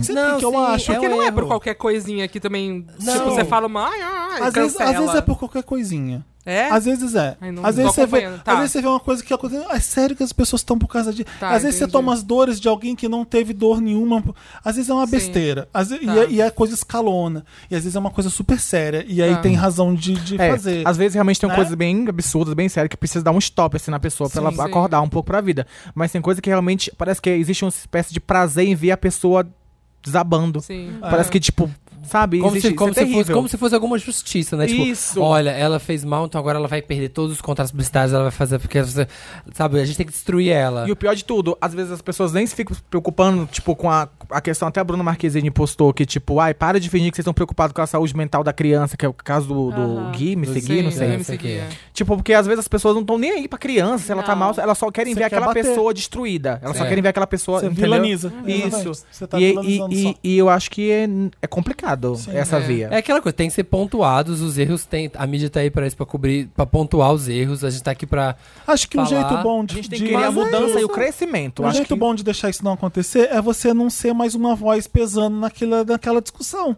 Sabe Não, o que eu sim, acho? Porque um não é por erro. qualquer coisinha que também, Não. tipo, você fala uma, ai, ai, Às vezes, às cancela. vezes é por qualquer coisinha. É? Às vezes é. Ai, não Às tô vezes, você vê, acompanhando, tá. às vezes você vê uma coisa que acontece. "Ah, É sério que as pessoas estão por causa de. Tá, às vezes você entendi. toma as dores de alguém que não teve dor nenhuma. Às vezes é uma Sim. besteira. Às ve- e Tá. é- e, a coisa escalona. E às vezes é uma coisa super séria. E aí Tá. tem razão de, de É, fazer. Às vezes realmente tem né? coisas bem absurdas, bem sérias, que precisa dar um stop assim na pessoa pra Sim, ela sim. acordar um pouco pra vida. Mas tem coisa que realmente parece que existe uma espécie de prazer em ver a pessoa desabando. Sim. Ah, Parece que, tipo, sabe? É. Como, existe, se, como, isso é se fosse, terrível. como se fosse alguma justiça, né? Tipo, Isso. olha, ela fez mal, então agora ela vai perder todos os contratos publicitários, ela vai fazer porque você- sabe, a gente tem que destruir ela. E o pior de tudo, às vezes as pessoas nem se ficam se preocupando, tipo, com a a questão até a Bruna Marquezine postou que, tipo, ai, para de fingir que vocês estão preocupados com a saúde mental da criança, que é o caso do, do Aham. Gui, me Do seguir, não Sim, sei. não sei o que é. Tipo, porque às vezes as pessoas não estão nem aí pra criança, se ela tá Não. mal, elas só querem Você ver quer aquela bater. pessoa destruída. Elas só É. querem ver aquela pessoa. Você entendeu? vilaniza. Isso. Exatamente. Você tá e, e, vilanizando e, só. e eu acho que é, é complicado Sim, essa é. via. É aquela coisa, tem que ser pontuados, os erros tem. A mídia tá aí pra isso, pra cobrir, pra pontuar os erros. A gente tá aqui pra. Acho que um falar, jeito bom A de, gente tem de que querer a Mas é mudança e o isso. crescimento. Um acho jeito que... bom de deixar isso não acontecer é você não ser mais uma voz pesando naquela, naquela discussão.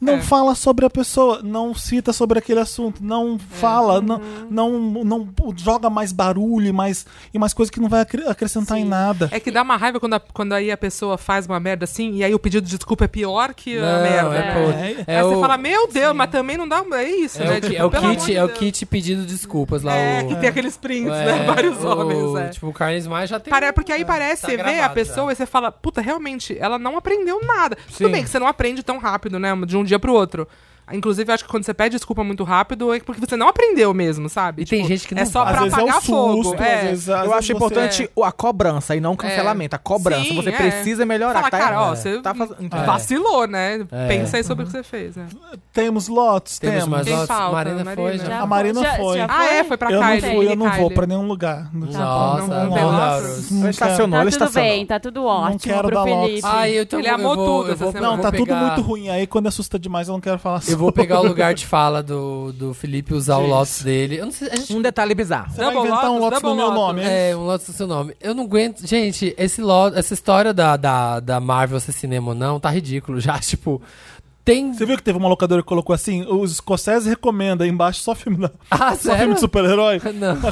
Não É. fala sobre a pessoa, não cita sobre aquele assunto, não fala, não, Uhum. não, não joga mais barulho e mais, e mais coisa que não vai acre- acrescentar em nada. É que dá uma raiva quando, a- quando aí a pessoa faz uma merda assim, e aí o pedido de desculpa é pior que a merda. é, né? pô, É. é aí o, você fala, meu Deus, mas também não dá. É isso, é né? o, Tipo, é o pelo amor kit, de é o Deus. kit pedido desculpas lá. É, o, que tem aqueles prints, é, né? Vários o- homens, é. Tipo, o Carnes Mais já tem. um- Pare- Porque aí parece, tá você vê a gravado pessoa já. e você fala, puta, realmente, ela não aprendeu nada. Sim. Tudo bem que você não aprende tão rápido, né? De um dia pro outro. Inclusive, eu acho que quando você pede desculpa muito rápido, é porque você não aprendeu mesmo, sabe? E tem gente que É não só vai. pra às vezes é apagar o susto, fogo. às é. vezes, às Eu vezes acho você- é importante o- a cobrança e não o cancelamento. A cobrança. Sim, você é. precisa melhorar. Fala, tá cara, ó, errado. você tá fazendo. É. Vacilou, né? É. Pensa aí sobre o que você fez, né? Temos lotes, temos. Temos mais um. Quem lotes? falta? Marina, foi Marina. já. A Marina já- foi. já Ah, é? Foi pra eu Kylie. não fui, eu não Kylie. vou pra nenhum lugar. Nossa, Não, não, não, não. Laurus. Não Ela quero. estacionou, Tá ela tudo estacionou. bem, tá tudo ótimo quero pro dar lote. Felipe. Ai, eu tô, Ele eu amou vou, tudo eu vou, essa Não, Eu tá vou pegar- tudo muito ruim. Aí quando assusta demais, eu não quero falar Eu vou pegar o lugar de fala do, do Felipe e usar o Isso. Lotus dele. Eu não sei, a gente Um detalhe bizarro. Você vai Double inventar um Lotus, Lotus no meu Double nome, É, um Lotus do seu nome. Eu não aguento. Gente, esse Lotus, essa história da, da, da Marvel ser cinema ou não tá ridículo já. Tipo, tem. Você viu que teve uma locadora que colocou assim? Os escoceses recomendam embaixo só filme, da- Ah, só filme sério? de super-herói. Não. tá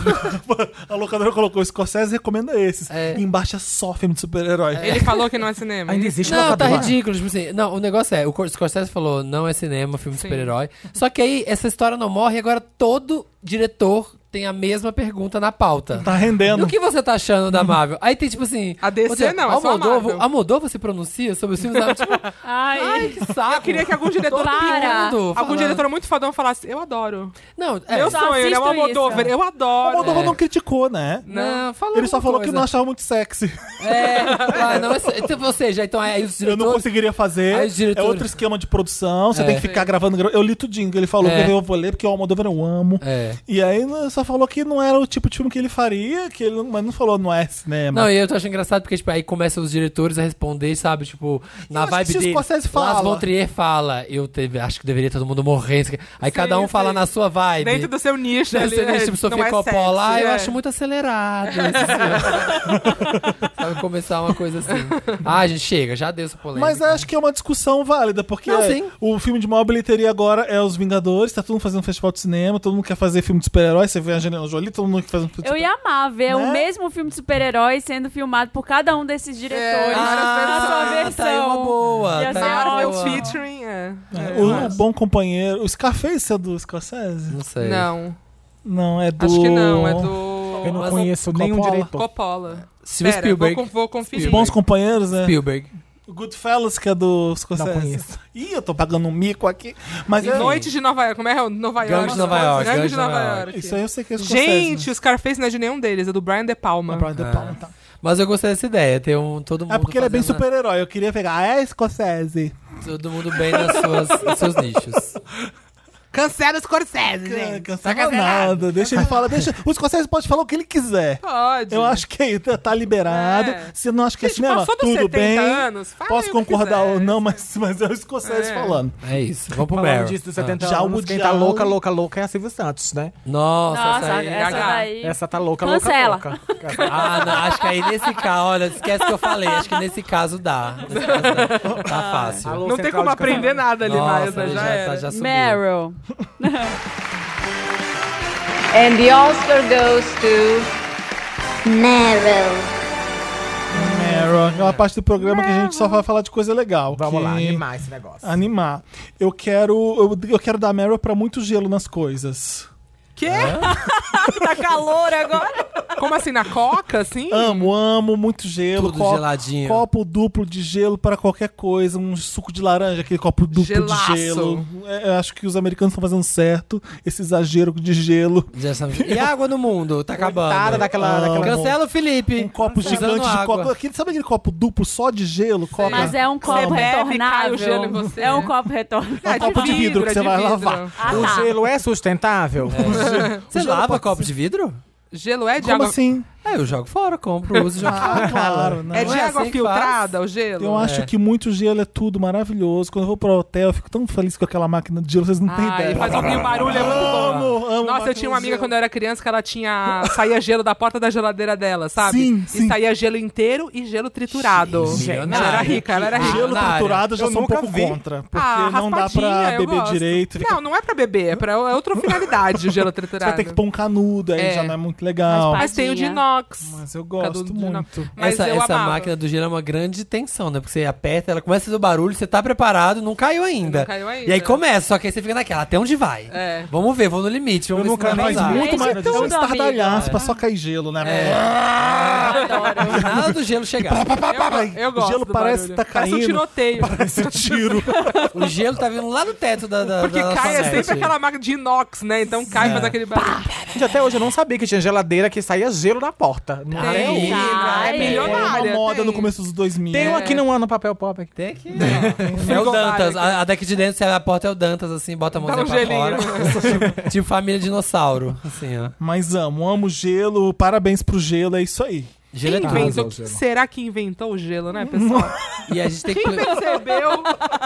A locadora colocou os escoceses recomenda esses. É. E embaixo é só filme de super-herói. Ele falou que não é cinema. Ainda existe Não, tá locadora? ridículo. Tipo assim, não, o negócio é, o Cor- Scorsese falou, não é cinema, filme de Sim. super-herói. Só que aí, essa história não morre, agora todo diretor tem a mesma pergunta na pauta. Tá E rendendo. o que você tá achando da Marvel? Aí tem, tipo assim... A DC você- não, é só a Almodóvar- Marvel. Almodóvar se pronuncia sobre os filmes da... Tipo, Ai. ai, que saco. Eu queria que algum diretor Para! piando, algum Falando. diretor muito fodão falasse, eu adoro. Não, é, Meu só sonho, ele é o assisto Almodóvar, isso. eu O adoro. Moldova É. não criticou, né? Não, falou Ele só alguma falou que coisa. não achava muito sexy. É, ah, não, é, sé- então, ou seja, então aí os Eu não diretores... conseguiria fazer. Aí os diretores- É outro esquema de produção. Você É. tem que ficar gravando. gra- Eu li tudinho. que Ele falou É. que eu vou ler porque o Almodóvar eu amo. É. E aí né, só falou que não era o tipo de filme que ele faria, que ele, não- mas não falou não é cinema. Não, e eu tô achando engraçado porque, tipo, aí começam os diretores a responder, sabe? Tipo, na acho que vibe se o dele. Scorsese fala- Lars von Trier fala, eu teve, acho que deveria todo mundo morrer. isso aqui. Aí cada um sim. fala na sua vibe. Dentro do seu nicho Deve ali, ser, né? né, tipo, Sofia Não é Coppola, sexy, ah, eu é. acho muito acelerado. esse filme." sabe, começar uma coisa assim. Ah, gente, chega, já deu essa polêmica. Mas acho que é uma discussão válida, porque Não, é, sim. o filme de maior bilheteria agora é Os Vingadores, tá todo mundo fazendo festival de cinema, todo mundo quer fazer filme de super-herói, você vê a Angelina Jolie, todo mundo quer fazer um filme de Eu ia amar ver Né? o mesmo filme de super-herói sendo filmado por cada um desses diretores na sua ah, versão. tá aí uma boa. Ia tá ser aí uma é Marvel ótimo. boa. featuring, é. super-herói. O, o Bom Companheiro, o Scarface é do Scorsese? Não sei. Não, Não, é do... acho que não, é do... Eu não Mas- conheço nenhum Coppola. direito. Coppola. Steven Pera, Spielberg. Vou, con- vou Os conferir. Bons Companheiros, né? Spielberg. O Goodfellas, que é do Não Scorsese. conheço. Ih, eu tô pagando um mico aqui. Mas E é... Noite de Nova York, como é? Nova York. Gangue de Nova York, Gangue de Nova York. Isso aí eu sei que é Scorsese. Gente, né? o Scarface não é de nenhum deles, é do Brian De Palma. Não, Brian De Palma, tá. Mas eu gostei dessa ideia, ter um todo mundo É porque ele é bem fazendo- super-herói, eu queria pegar. Ah, é Scorsese. Todo mundo bem nas suas, nos seus nichos. Cancela o Scorsese, Cara, gente. tá Cancela nada, deixa ele falar, deixa. O Scorsese pode falar o que ele quiser. Pode. Eu acho que aí tá tá liberado. É. Se não acho que é Gente, cinema, passou dos tudo 70 bem. anos, fala aí Posso o que concordar quiser. ou não, mas, mas é o Escocese É. falando. É isso. Vamos pro Falando Meryl. disso dos 70 um Já o anos, quem Woody tá Allen- louca, louca, louca é a Silvio Santos, né? Ah. Nossa, Nossa, essa aí. essa H. daí. Essa tá louca, Cancela. louca, louca. Ah, não, acho que aí nesse caso, olha, esquece que eu falei. Acho que nesse caso dá. Nesse caso dá. Tá fácil. Alô, Não tem Central como de aprender Canadá. nada ali mais, Nossa, né? ele Já, já, era. tá, já subiu. Meryl. And the Oscar goes to Meryl. Meryl, aquela é parte do programa que a gente só vai falar de coisa legal. Vamos que- lá, animar esse Ah, negócio. Animar. Eu quero, eu, eu quero dar Meryl pra muito gelo nas coisas. Quê? Tá calor agora. Como assim, na coca, assim? Amo, amo, muito gelo. Tudo geladinho. Copo duplo de gelo para qualquer coisa. Um suco de laranja, aquele copo duplo Gelaço. de gelo. É, eu acho que os americanos estão fazendo certo. Esse exagero de gelo. Já sabe. E água no mundo, tá acabando. Coitada daquela- daquela- Cancela o Felipe. Um copo Tá Usando gigante de água. copo. Aquele, sabe aquele copo duplo só de gelo? Copo? Mas é um copo bebe, cai o retornável. gelo em você. É um copo retornável. É copo de vidro que é você vai lavar. Ah, O tá. gelo é sustentável? Você lava copo de vidro? Gelo é de Como água... assim? É, eu jogo fora, compro, uso e jogo fora. Ah, claro. Não. É de Não é água assim que filtrada, o gelo? Eu acho que muito gelo é tudo maravilhoso. Quando eu vou pro hotel, eu fico tão feliz com aquela máquina de gelo, vocês não têm Ah, ideia. e faz um barulho, é muito bom. Amo, amo Nossa, eu tinha uma amiga quando eu era criança que ela tinha. saía gelo da porta da geladeira dela, sabe? Sim, e sim. saía gelo inteiro e gelo triturado. milionária. ela era rica, ela era rica. Gelo Ah, triturado eu já eu sou um nunca pouco vi. contra. Porque Ah, não dá raspadinha, pra eu beber gosto. direito. fica- Não, não é pra beber, é pra é outra finalidade o gelo Você triturado. vai ter que pôr um canudo, aí É. já não é muito legal. Mas Mas, Mas tem o de Tadinha. inox. eu Cadu gosto de muito. inox. Mas essa eu essa amava. máquina do gelo é uma grande tensão, né? Porque você aperta, ela começa a fazer o barulho, você tá preparado, não caiu ainda. Não caiu ainda. E aí começa, só que aí você fica naquela, até onde vai? É. Vamos ver, vou no limite, vamos Eu ver nunca se não vai mais usar. vi. Muito Desde mais. É um tudo, estardalhaço amiga. pra só cair gelo, né? Nada do gelo chegar. É. Eu, eu gosto. O gelo do parece barulho. que tá Parece um caindo. tiroteio. Parece um tiro. O gelo tá vindo lá do teto da. da Porque da cai é lanchonete. sempre aquela máquina de inox, né? Então cai, É. faz aquele barulho. Gente, até hoje eu não sabia que tinha geladeira que saía gelo da porta. Não Tem, tem. tem, Ah, é Ai, Foi uma milionária. moda tem. no começo dos É. 2000. Tem um aqui não ano papel pop aqui. Tem que. É o Dantas. A, a daqui de dentro, você abre a porta, é o Dantas, assim, bota a né? Dá mãozinha pra um gelinho. fora. tipo família dinossauro. Assim, ó. Mas amo, amo gelo. Parabéns pro gelo, é isso aí. Gelo Quem é tá tudo. inventou? Será que inventou o gelo, né, pessoal? E a gente tem que. Quem percebeu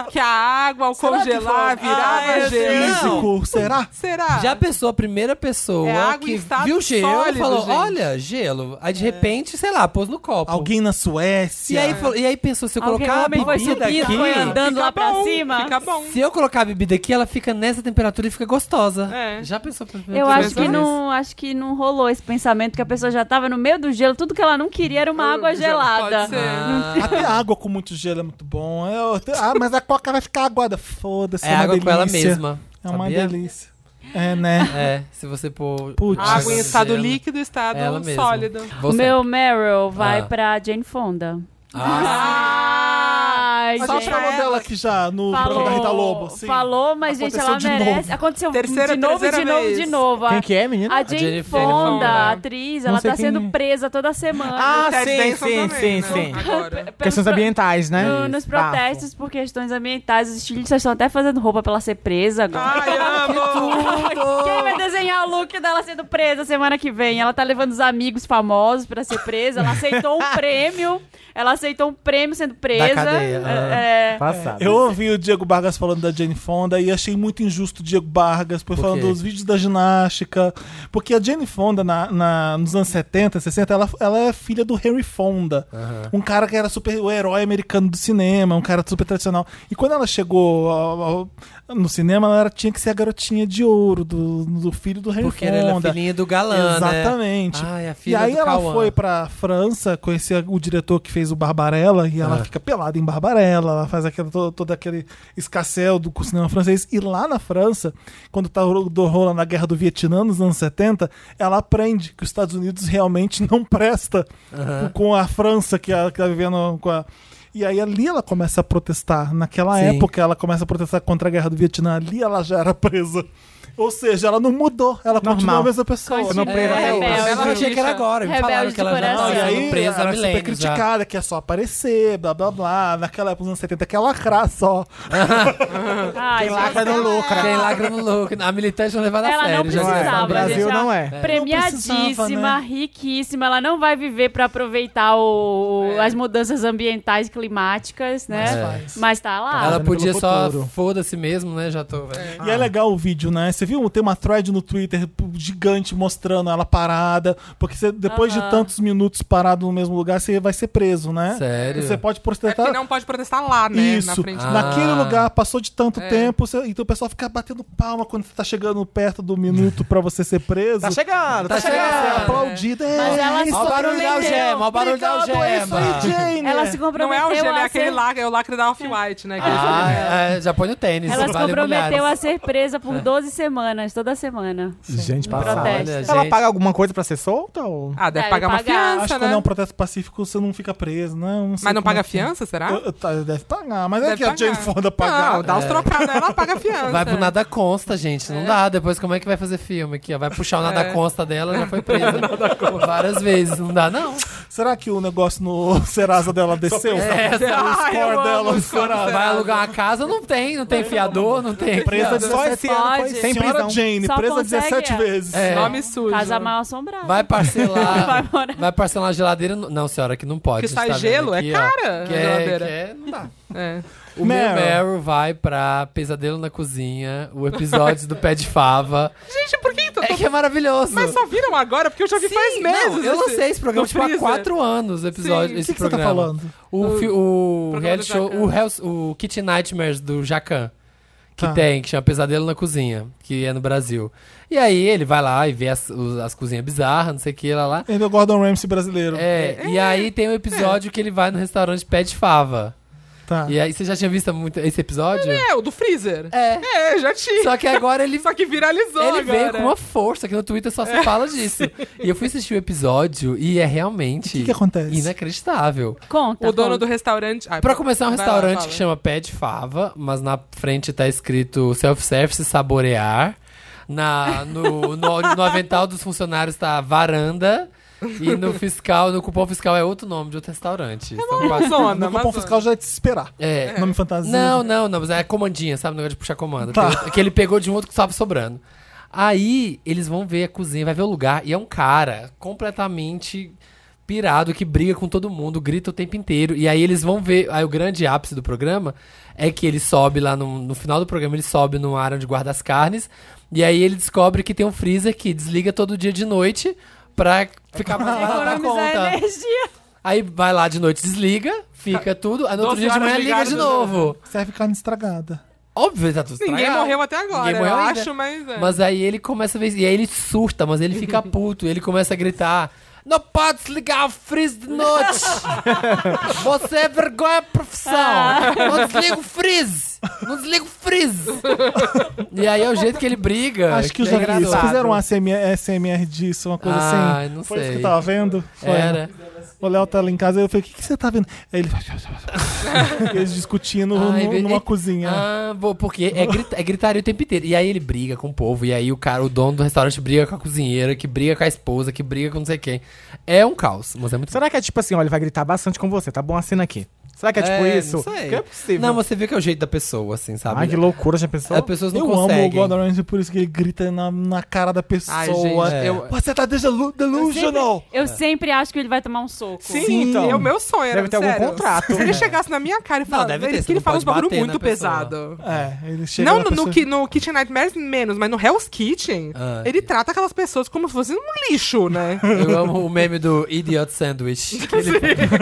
que a água ao congelar virava Ah, é gelo? gelo. Não. Físico, será? Será? Já pensou a primeira pessoa É água em que estado viu gelo sólido, e falou: gente. É. olha, gelo. Aí de repente, sei lá, pôs no copo. Alguém na Suécia. E aí, falou- e aí pensou, se eu Alguém colocar a homem foi bebida subindo, foi aqui. andando. Fica lá pra bom, cima? Fica bom. Se eu colocar a bebida aqui, ela fica nessa temperatura e fica gostosa. É. Já pensou pra Eu acho que Pensou não, acho que não rolou esse pensamento que a pessoa já tava no meio do gelo, tudo que ela não queria era uma água Pode gelada. ser. Ah, Até água com muito gelo é muito bom. Eu- ah, mas a coca vai ficar aguada. Foda-se, é, É uma água delícia. com ela mesma. É uma sabia? delícia. É, né? É, se você pôr. Putz. Água em estado gelo. líquido, estado Ela mesma. sólido. O Você. meu Meryl vai Ah. pra Jane Fonda. Ah, Ai, A gente gente. É. falou dela aqui já no programa da Rita Lobo. sim. falou, mas gente, ela Aconteceu de merece. novo. Aconteceu Terceira- de novo, de terceira novo, vez. de novo. Quem que é, menina? A Jane Jane Fonda. Fonda, a atriz, ela sei tá quem sendo é. presa toda semana. Ah, Ted sim, Danson sim, também, sim, né? sim. Agora. Pelos tá Questões pro- ambientais, né? no- nos Bafo. protestos por questões ambientais, os estilistas estão até fazendo roupa pra ela ser presa agora. Ai, amo! Quem vai desenhar o look dela sendo presa semana que vem? Ela tá levando os amigos famosos pra ser presa. Ela aceitou um prêmio. Ela aceitou um prêmio sendo presa. cadeia, ah. É, é. Passado. Eu ouvi o Diego Bargas falando da Jane Fonda e achei muito injusto o Diego Bargas por, Por falando quê? dos vídeos da ginástica. Porque a Jane Fonda, na, na- nos anos 70, 60, ela, ela é filha do Henry Fonda. Um cara que era super o herói americano do cinema, um cara super tradicional. E quando ela chegou ao- ao- no cinema, ela era- tinha que ser a garotinha de ouro do, do filho do Henry porque Fonda. ela era filhinha do galã, né? Exatamente. Ai, a filha e aí do ela Cauã. foi pra França conhecer o diretor que fez o Barbarella e ela Ah. fica pelada em Barbarella, ela faz aquela, todo, todo aquele escassel do com o cinema francês. E lá na França, quando tá ro- do- rolando a guerra do Vietnã nos anos 70, ela aprende que os Estados Unidos realmente não presta com a França que ela que tá vivendo com a. E aí ali ela começa a protestar. Naquela Sim. época ela começa a protestar contra a guerra do Vietnã. Ali ela já era presa. Ou seja, ela não mudou, ela continua a Normal. mesma pessoa. Eu não É, prendo até hoje. rebelde. eu achei que era agora. Me Rebelde falaram de que ela já coração. tava E Ela aí, presa há era super milênios já. criticada, que é só aparecer, blá blá blá. Naquela época, nos anos 70, que é lacrar só. Ai, gente, Lacra não lucra. Quem lacra no louco. A militante não levada a Ela sério. não já tá precisava. disse. No Brasil gente, não é. ela- Não Premiadíssima, precisava, né? riquíssima. Ela não vai viver pra aproveitar o- É. as mudanças ambientais climáticas, né? Mas Mas, faz. tá lá. Ela pelo podia só futuro. foda-se mesmo, né? Já tô. velho. E é legal o vídeo, né? Você viu? Tem uma thread no Twitter gigante mostrando ela parada. Porque você- depois de Aham. tantos minutos parado no mesmo lugar, você vai ser preso, né? Sério? Você pode É protestar. porque não pode protestar lá, né? Na Isso, frente. Ah. naquele lugar, passou de tanto É. tempo, você- então o pessoal fica batendo palma quando você tá chegando perto do minuto pra você ser preso. Tá chegando, tá, Tá Você chegando. é aplaudido. É, Mas ela isso só Ó o barulho da prometeu. algema, ó o barulho da Obrigado, é isso algema. aí, Jane. Ela se Não comprometeu é Não, Eu gente, é acho- aquele lacre, é o lacre da Off-White, né? que eles Ah, é, já põe no tênis. Ela se vale comprometeu a milhares. ser presa por 12 semanas, toda semana. Gente, Protesto. passada. Olha, Ela gente. paga alguma coisa pra ser solta? Ou... Ah, deve Deve pagar uma pagar. fiança, Acho que né? quando é um protesto pacífico, você não fica preso, não. não sei Mas não como é paga que- fiança, será? Eu- eu- tá, deve pagar, mas é Deve que a Jane pagar. é. Fonda pagar. Não, dá uns trocados, ela paga a fiança. Vai pro nada consta, gente. Não dá. Depois, como é que vai fazer filme aqui? ó? Vai puxar o nada É. consta dela, já foi presa várias vezes. Não dá, não. Será que o negócio no Serasa dela desceu? É, Ai, eu amo dela, os será? cortes vai dela. alugar uma casa, não tem. Não tem fiador, não tem. Presa é de Só esse ano foi pode. sem Senhora prisão. Jane, Só presa consegue, 17 é. vezes. É. Nome sujo. Casa mal assombrada. Vai Vai parcelar. morar. vai parcelar a geladeira. no- Não, senhora, que não pode. Que a gente tá sai vendo gelo, é aqui, ó, cara, Que a é, geladeira. que é, não dá. É. O meu Meryl. Meryl vai pra Pesadelo na Cozinha, o episódio do Pé de Fava. Gente, por que então? É que é maravilhoso. Mas só viram agora? Porque eu já vi faz meses. Não, eu esse- lancei esse programa no tipo, há freezer. quatro anos, o episódio, Sim. esse O que que você tá programa. falando? O, fi- o programa reality do show, Jacan. o, Hell's- o Kitchen Nightmares do Jacan. Que Tá. tem, que chama Pesadelo na Cozinha, que é no Brasil. E aí ele vai lá e vê as, os- as cozinhas bizarras, não sei o que, lá lá. Ele é o Gordon Ramsay brasileiro. É, e aí tem um episódio que ele vai no restaurante Pé de Fava. Tá. E é aí, você já tinha visto muito esse episódio? É, o do freezer. É. É, já tinha. Só Só que agora ele que, viralizou Ele agora. veio com uma força, que no Twitter só É. se fala disso. E eu fui assistir o episódio e é realmente O que que acontece? inacreditável. Conta. O dono conta. do restaurante... Ai, Pra começar, um vai lá, restaurante fala. que chama Pé de Fava, mas na frente tá escrito self-service saborear. Na, no, no, no avental dos funcionários tá varanda. E no fiscal, no cupom fiscal é outro nome de outro restaurante. São quase- Zona, no cupom Amazônia. fiscal já é de se esperar. É. Nome fantasia. Não, não, não, mas é comandinha, sabe? O negócio de puxar comando. Tá. Que- Que ele pegou de um outro que tava sobrando. Aí eles vão ver a cozinha, vai ver o lugar, e é um cara completamente pirado que briga com todo mundo, grita o tempo inteiro. E aí eles vão ver. Aí o grande ápice do programa é que ele sobe lá no, no final do programa, ele sobe numa área onde guarda as carnes. E aí ele descobre que tem um freezer que desliga todo dia de noite pra ficar mais barato na é Economizar conta. energia. Aí vai lá de noite, desliga, fica tudo. Aí no outro Doze dia de horas manhã liga ligado, de né? novo. Serve carne estragada. Óbvio, tá tudo Ninguém estragado. morreu até agora, Ninguém morreu eu ainda. acho, mas... É. Mas aí ele começa a ver. E aí ele surta, mas ele fica puto. ele começa a gritar: Não pode desligar o freezer de noite! Você é vergonha da profissão! Ah. Não desliga o freeze! Não desliga o freeze! e aí é o jeito que ele briga. Acho que eu é já vi isso. engraçado. Fizeram um ASMR, SMR disso, uma coisa Ai, assim. não Foi isso que sei. eu tava vendo? Foi. Era. O Léo tá lá em casa e eu falei, o que, que você tá vendo? Aí ele... Eles discutindo Ai, no- ve- numa é- cozinha. Ah, vou- porque é, grita, é gritaria o tempo inteiro. E aí ele briga com o povo, e aí o cara, o dono do restaurante briga com a cozinheira, que briga com a esposa, que briga com não sei quem. É um caos, mas é muito Será que é tipo assim, olha, ele vai gritar bastante com você, tá bom? Assina aqui. Será que é tipo isso? Não, sei. Que é possível. não, você vê que é o jeito da pessoa, assim, sabe? Ai, que loucura, já pensou? As pessoas não eu amo o conseguem. Gordon Ramsay por isso que ele grita na, na cara da pessoa. Ai, gente, É. eu... Você tá delu- Eu sempre, delusional. É. eu sempre acho que ele vai tomar um soco. Sim, Sim. então. É o meu sonho, Deve ter algum sério. contrato. Se ele chegasse na minha cara e falasse... deve ter, ele- você que ele não fala uns pode bagulho bater na muito pessoa. pesado. É, ele chega Não, na no, no, pessoa- ki- no Kitchen Nightmares menos, mas no Hell's Kitchen, Ah, ele trata aquelas pessoas como se fosse um lixo, né? Eu amo o meme do Idiot Sandwich. que ele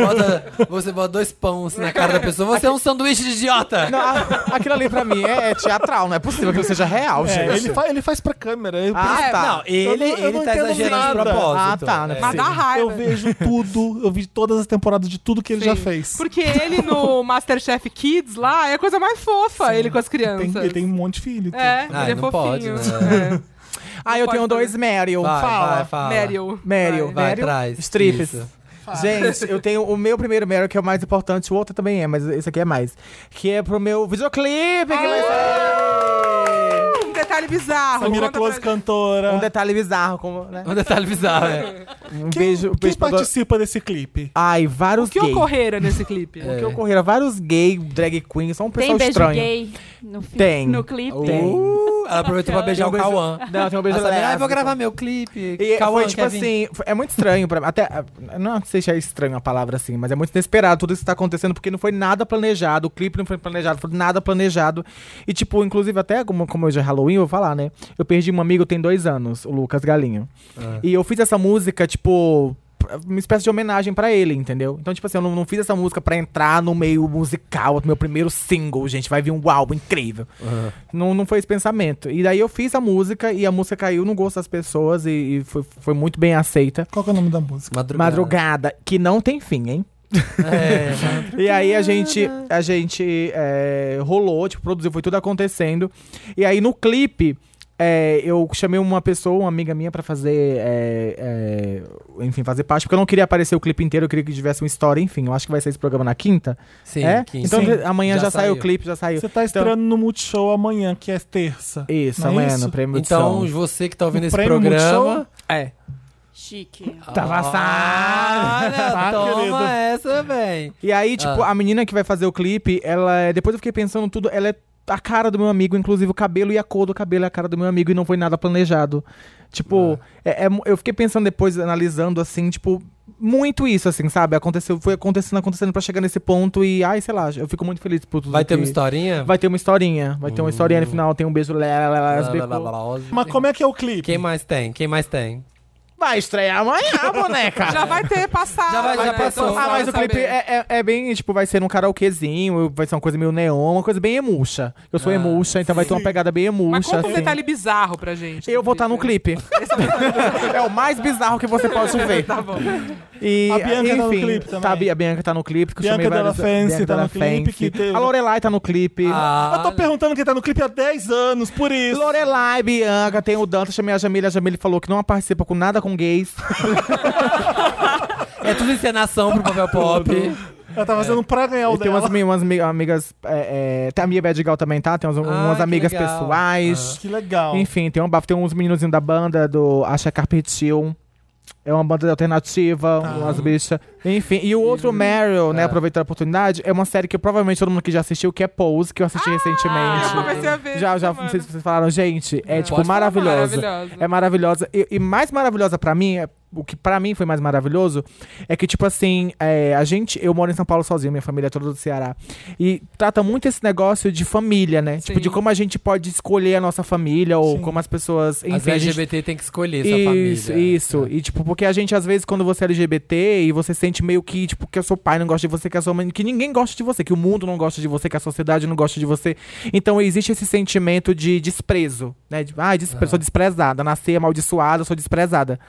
bota- você bota dois pães na cara da pessoa. Você é um sanduíche de idiota! Não, a- aquilo ali pra mim é, é teatral, não é possível que seja real, É, gente. ele, fa- ele faz pra câmera. Eu, Ah, É, tá. Não, ele, Eu não- eu ele não tá entendo exagerando de nada. propósito. Ah, tá, não é Mas Sim. dá raiva. eu vejo tudo, eu vi todas as temporadas de tudo que ele já fez. Porque ele no Masterchef Kids lá é a coisa mais fofa, ele com as crianças. Tem- ele tem um monte de filho. É, Ah, ele é não fofinho. pode, É. Ah, eu Não tenho pode dois Meryl. Vai, Fala. vai, fala. Meryl. Meryl, Vai, Meryl, traz. Strips. Isso. Gente, eu tenho o meu primeiro Meryl, que é o mais importante, o outro também é, mas esse aqui é mais. Que é pro meu videoclipe que vai sair. Um detalhe bizarro. Samira Conta Close, pra- cantora. Um detalhe bizarro, como, né? Um detalhe bizarro, é. Um Quem, beijo, quem beijo pra do- participa desse clipe? Ai, vários O que gays. ocorrera nesse clipe? É. O que ocorreram? Vários gay, drag queens, só um Tem pessoal beijo estranho. gay no, fi- Tem. no clipe. Oh. Tem. Uh, ela aproveitou pra beijar o Tem um beijo- Cauã. Não, tem um beijo Ela sabe, ah, eu vou lésbico. gravar meu clipe. E Cauã, foi tipo quer vir?" assim, foi- é muito estranho pra mim. Até, ah, não sei se é estranho a palavra assim, mas é muito inesperado tudo isso que tá acontecendo, porque não foi nada planejado, o clipe não foi planejado, foi nada planejado. E tipo, inclusive até como, como hoje é Halloween, eu vou falar, né? Eu perdi um amigo tem dois anos, o Lucas Galinho. E eu fiz essa música, tipo, pra- uma espécie de homenagem pra ele, entendeu? Então, tipo assim, eu não, não fiz essa música pra entrar no meio musical, meu primeiro single, gente, vai vir um álbum incrível. Não, não foi esse pensamento. E daí eu fiz a música e a música caiu no gosto das pessoas e, e foi, foi muito bem aceita. Qual que é o nome da música? Madrugada. Madrugada, que não tem fim, hein? E aí a gente, a gente é, rolou, tipo, produziu, foi tudo acontecendo. E aí no clipe, é, eu chamei uma pessoa, uma amiga minha, pra fazer. é, é, enfim, fazer parte, porque eu não queria aparecer o clipe inteiro, eu queria que tivesse uma história, enfim. Eu acho que vai ser esse programa na quinta. Sim, é? 15. Então Sim. amanhã já, Já saiu o saiu. clipe, já saiu. Você tá estreando no Multishow amanhã, que é terça. Isso, Não é amanhã, isso? no prêmio Então, de som. você que tá ouvindo Um esse prêmio programa. É. Chique. Tá passado! Olha, Tá, querido. toma essa, véi. E aí, tipo, a menina que vai fazer o clipe, ela é. Depois eu fiquei pensando tudo, ela é a cara do meu amigo, inclusive o cabelo e a cor do cabelo é a cara do meu amigo e não foi nada planejado. Tipo, é- é mu- eu fiquei pensando depois, analisando assim, tipo, muito isso, assim, sabe? Aconteceu, foi acontecendo, acontecendo pra chegar nesse ponto e, ai, sei lá, eu fico muito feliz por tudo. Vai ter que- uma historinha? Vai ter uma historinha, vai ter uma historinha no final, tem um beijo. Lá, lá, lá, lá, Blá, blá, blá, lá. blá, blá. Mas como é que é o clipe? Quem mais tem? Quem mais tem? Vai estrear amanhã, boneca! Já vai ter passado. Já vai- já né? passou. Então, Ah, mas vai o clipe saber. é, é, é bem, tipo, vai ser num karaokezinho, vai ser uma coisa meio neon, uma coisa bem emuxa. Eu sou emuxa, então vai ter uma pegada bem Ah, Mas emuxa, conta assim. um detalhe bizarro pra gente. Eu vou tá estar no clipe. é o mais bizarro que você pode ver. Tá bom. E, A Bianca tá no enfim, clipe também. tá, a Bianca tá no clipe. Que eu Bianca chamei Della várias- Fence Bianca tá Della no clipe, Fence. que teve- A Lorelai tá no clipe. Eu tô Ah, perguntando quem tá no clipe há 10 anos, por isso. Lorelai, Bianca, tem o Danta, chamei a Jamile, a Jamile falou que não participa com nada com gays. é tudo encenação pro papel pop. Ela tá fazendo pra ganhar o E tem dela. umas, ami- umas ami- amigas. É, é, tem a Mia Badigal também, tá? Tem umas, umas que amigas legal. Ah. pessoais. Que legal. Enfim, tem, um, bafo- tem uns meninozinhos da banda do Acha Carpet Hill. É uma banda alternativa, Tá. umas bichas. Enfim, e o Uhum. outro Meryl, É. né, aproveitando a oportunidade, é uma série que provavelmente todo mundo que já assistiu, que é Pose, que eu assisti Ah, Eu recentemente. comecei a ver. Já, já, essa não sei semana. se vocês falaram, gente, é, tipo Pode falar, maravilhosa. maravilhosa. É maravilhosa. E, e mais maravilhosa pra mim, é- o que pra mim foi mais maravilhoso, é que, tipo assim, é, a gente, eu moro em São Paulo sozinho, minha família é toda do Ceará. E trata muito esse negócio de família, né? Tipo, Sim. de como a gente pode escolher a nossa família, ou como as pessoas. As Enfim, a gente- LGBT tem que escolher sua família. né? É. isso, isso. E, tipo, porque a gente, às vezes, quando você é LGBT e você sente meio que, tipo, que o seu pai não gosta de você, que a sua mãe. que ninguém gosta de você, que o mundo não gosta de você, que a sociedade não gosta de você. Então, existe esse sentimento de desprezo, né? De, ah, despre- sou desprezada, nasci amaldiçoada, sou desprezada.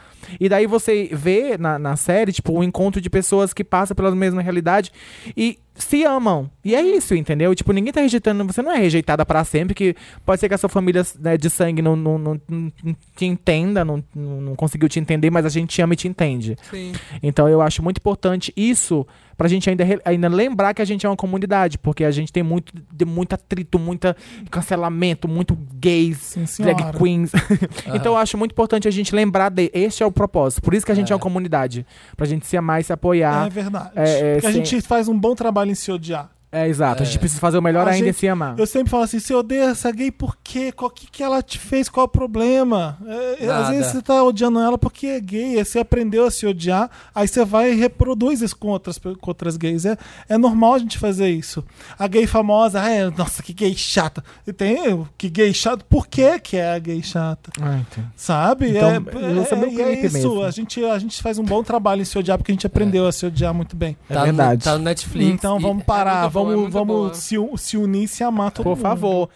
E daí você vê na, na série, tipo, um encontro de pessoas que passam pela mesma realidade e se amam. E é isso, entendeu? Tipo, ninguém tá rejeitando, você não é rejeitada pra sempre, que pode ser que a sua família né, de sangue não, não, não- não te entenda, não, não, não conseguiu te entender, mas a gente te ama e te entende. Sim. Então eu acho muito importante isso pra gente ainda, re- ainda lembrar que a gente é uma comunidade, porque a gente tem muito, de, muito atrito, muito cancelamento, muito gays, Sim, senhora. drag queens. então eu acho muito importante a gente lembrar de este é o propósito. Por isso que a gente é, uma comunidade. Pra gente se amar e se É apoiar. verdade. É, é, Porque a sim. gente faz um bom trabalho em se odiar. É, exato. A gente precisa fazer o melhor A ainda e gente- se amar. Eu sempre falo assim, você odeia essa gay por quê? Qual que, que ela te fez? Qual o problema? É, é, às Nada. vezes você tá odiando ela porque é gay, aí você aprendeu a se odiar, aí você vai e reproduz isso com outras, pe- com outras gays. É, é normal a gente fazer isso. A gay famosa, ah, é, nossa, que gay chata. E tem, eu, que gay chata, por que que é a gay chata? Ah, entendi. Sabe? Então, é, lança é, meu e é clipe isso, mesmo. A, gente, a gente faz um bom trabalho em se odiar porque a gente aprendeu a se odiar muito bem. É É verdade. tá no Netflix. Então e- vamos parar, muito boa, é vamos, muito boa. vamos se, u- se unir e se amar todo Por mundo. favor.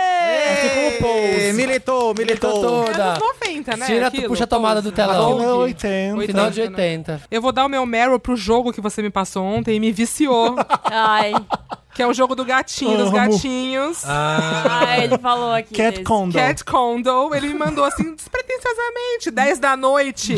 Ê! Ficou o pose. Militou, Militou militou. É toda. anos 90, né? Tira, tu aquilo? puxa a tomada do telão. Aquilo é 80. Oitenta. né? Final de 80, 80. Eu vou dar o meu Meryl pro jogo que você me passou ontem e me viciou. Ai, que é o jogo do gatinho, dos Amo. gatinhos. Ah, ai, ele falou aqui. Cat desse. Condo. Cat Condo, ele me mandou assim, despretensiosamente, 10 da noite.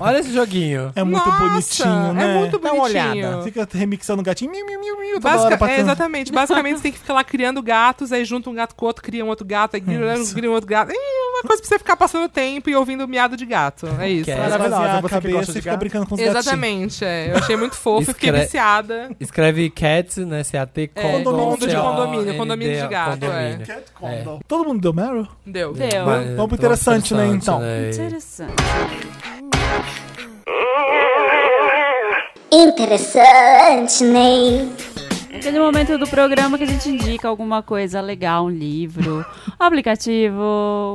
Olha esse joguinho. É muito Nossa, bonitinho, né? É muito Dá uma bonitinho. olhada. Fica remixando o gatinho. Miu, miu, miu, miu, toda Basica- hora pra é, exatamente. Basicamente, você tem que ficar lá criando gatos, aí junta um gato com outro, cria um outro gato, aí cria um cria um outro gato. E uma coisa pra você ficar passando tempo e ouvindo miado de gato. É isso. Que é Maravilhosa, Maravilhosa, a você que gosta cabeça de e fica gato. brincando com os gatinhos. Exatamente, é. Eu achei muito fofo, eu fiquei Escre- viciada. Escreve Cats, né? C-A-T, É, Condom, condomínio de C-O-N-D-O, condomínio, condomínio de gato, é. condomínio. É. Condom. Todo mundo deu Meryl? Deu. Deu. Mas- Vamos pro interessante, né, então? né? Interessante. Interessante, Ney. Aquele momento do programa que a gente indica alguma coisa legal, um livro, um aplicativo,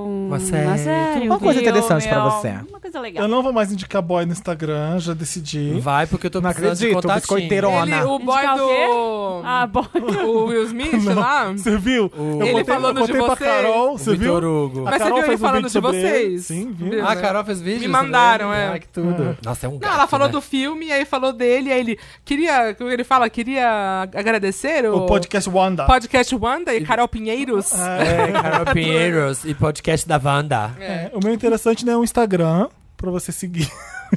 um- Uma série. Uma um coisa filme, interessante pra um- você. Uma coisa Eu legal. não vou mais indicar boy no Instagram, já decidi. Vai, porque eu tô Não precisando de acredito, contatinho. biscoiteirona. Ele, o boy Indicar o quê? do. Ah, bom. O Will Smith lá. Você viu? Ele Eu contei, eu falando de contei pra vocês. Carol, O você viu? Vitor Hugo. A Mas você Carol viu ele fez um falando vídeo de sobre ele. vocês? Sim, viu? Viu? Ah, a Carol fez vídeo? né? Me mandaram, é. Ai, que tudo. Nossa, é um gato, Não, ela falou né? do filme, aí falou dele, aí ele queria. Como ele fala? Queria agradecer o, O podcast Wanda. podcast Wanda e Carol Pinheiros. É, Carol Pinheiros e podcast da Wanda. É, o meu interessante né, é o Instagram, pra você seguir.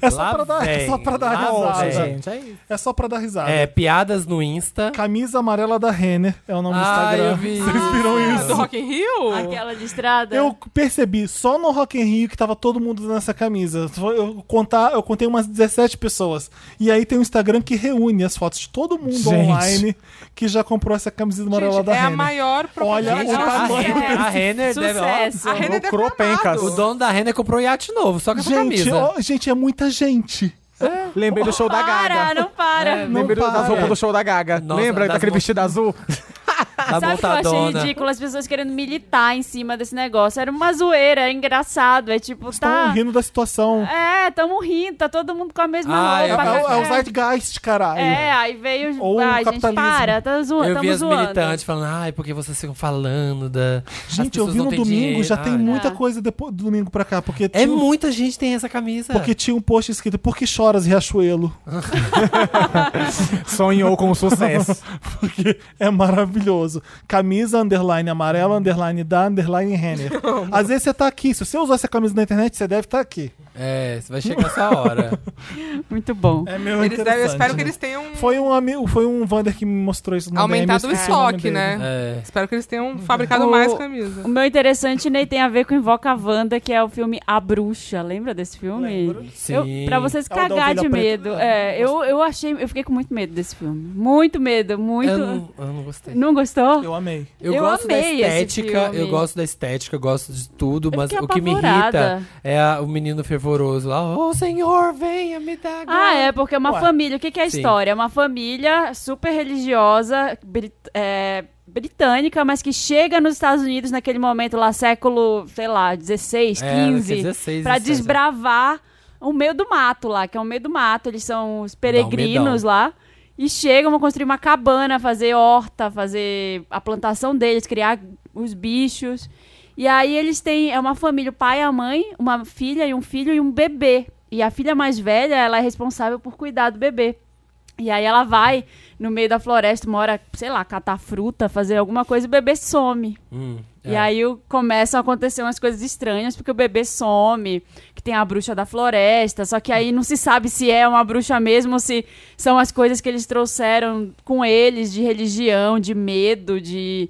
é, só Lá pra dar, é vem, só pra dar lá risada. vem. Gente, é isso. É só pra dar risada. É, piadas no Insta. Camisa Amarela da Renner é o nome do Ah, Instagram. eu vi. Vocês viram Ah, isso? Do Rock in Rio? Aquela listrada. Eu percebi só no Rock in Rio que tava todo mundo nessa camisa. Eu, contar, eu contei umas 17 pessoas. E aí tem um Instagram que reúne as fotos de todo mundo Gente. online que já comprou essa camisa amarela Gente, da é a Renner. maior propaganda. Olha, o Nossa, a, tamanho é. Renner, a Renner deve... ó, Sucesso. A Renner deve Lucrou ter amado. o dono da Renner comprou um iate novo, só com essa Gente, camisa. ó, gente, é muita gente. Lembrei do show da Para, Gaga. É. não para. Não Lembrei do- para. das roupas do show da Gaga. Nossa, Lembra das daquele mãos. vestido azul? da Sabe o que eu achei montadona. ridículo? As pessoas querendo militar em cima desse negócio. Era uma zoeira, é engraçado. É tipo, Estão tá. rindo da situação. É, tamo rindo, tá todo mundo com a mesma Ah, É, é, roupa. o- é o É. Zeitgeist, caralho. É, aí veio. os- Ou Ai, gente, capitalismo. para, tá zo... Eu tamo vi as zoando. militantes falando, ai, porque vocês ficam falando da. as Gente, eu pessoas vi não no têm domingo, dinheiro. já tem Ai. muita É. coisa depois do domingo pra cá, porque É tinha, um- muita gente tem essa camisa. porque tinha um post escrito Por que choras, Riachuelo? Sonhou com sucesso. Porque é maravilhoso. Camisa underline amarela, underline da, underline Renner. Às vezes você tá aqui, se você usou essa camisa na internet, você deve estar aqui. É, você vai chegar essa hora. Muito bom. É meu Eles devem, eu espero né? né? que eles tenham Foi um amigo, foi um Vander que me mostrou isso no aumentado DM, eu o esqueci nome estoque, dele. né? É. Espero que eles tenham fabricado O- mais camisa. O meu interessante, Ney, tem a ver com Invoca a Wanda, que é o filme A Bruxa. Lembra desse filme? Sim. Eu, pra vocês É o da cagar ovelha de preta. medo. É, eu, eu achei. Eu fiquei com muito medo desse filme. Muito medo, muito. Eu não, eu não gostei. Não gostou? Eu amei. Eu, Eu gosto da amei esse estética, filme. eu gosto da estética, eu gosto de tudo, mas fiquei o que me apavorada. irrita é a- o menino fervoroso lá. Ô senhor, venha me dar. Ah, é, porque é uma Ué. família. O que, que é a Sim. história? É uma família super religiosa, brit- é, britânica, mas que chega nos Estados Unidos naquele momento lá, século, sei lá, É, 16, 15, 16, pra 17. desbravar o meio do mato lá, que é o meio do mato. Eles são os peregrinos medão. lá. E chegam a construir uma cabana, fazer horta, fazer a plantação deles, criar os bichos. E aí eles têm, é uma família, o pai, a mãe, uma filha e um filho e um bebê. E a filha mais velha, ela é responsável por cuidar do bebê. E aí ela vai no meio da floresta, mora, sei lá, catar fruta, fazer alguma coisa e o bebê some. Hum, E é. aí o- começam a acontecer umas coisas estranhas, porque o bebê some, que tem a bruxa da floresta, só que aí não se sabe se é uma bruxa mesmo ou se são as coisas que eles trouxeram com eles de religião, de medo, de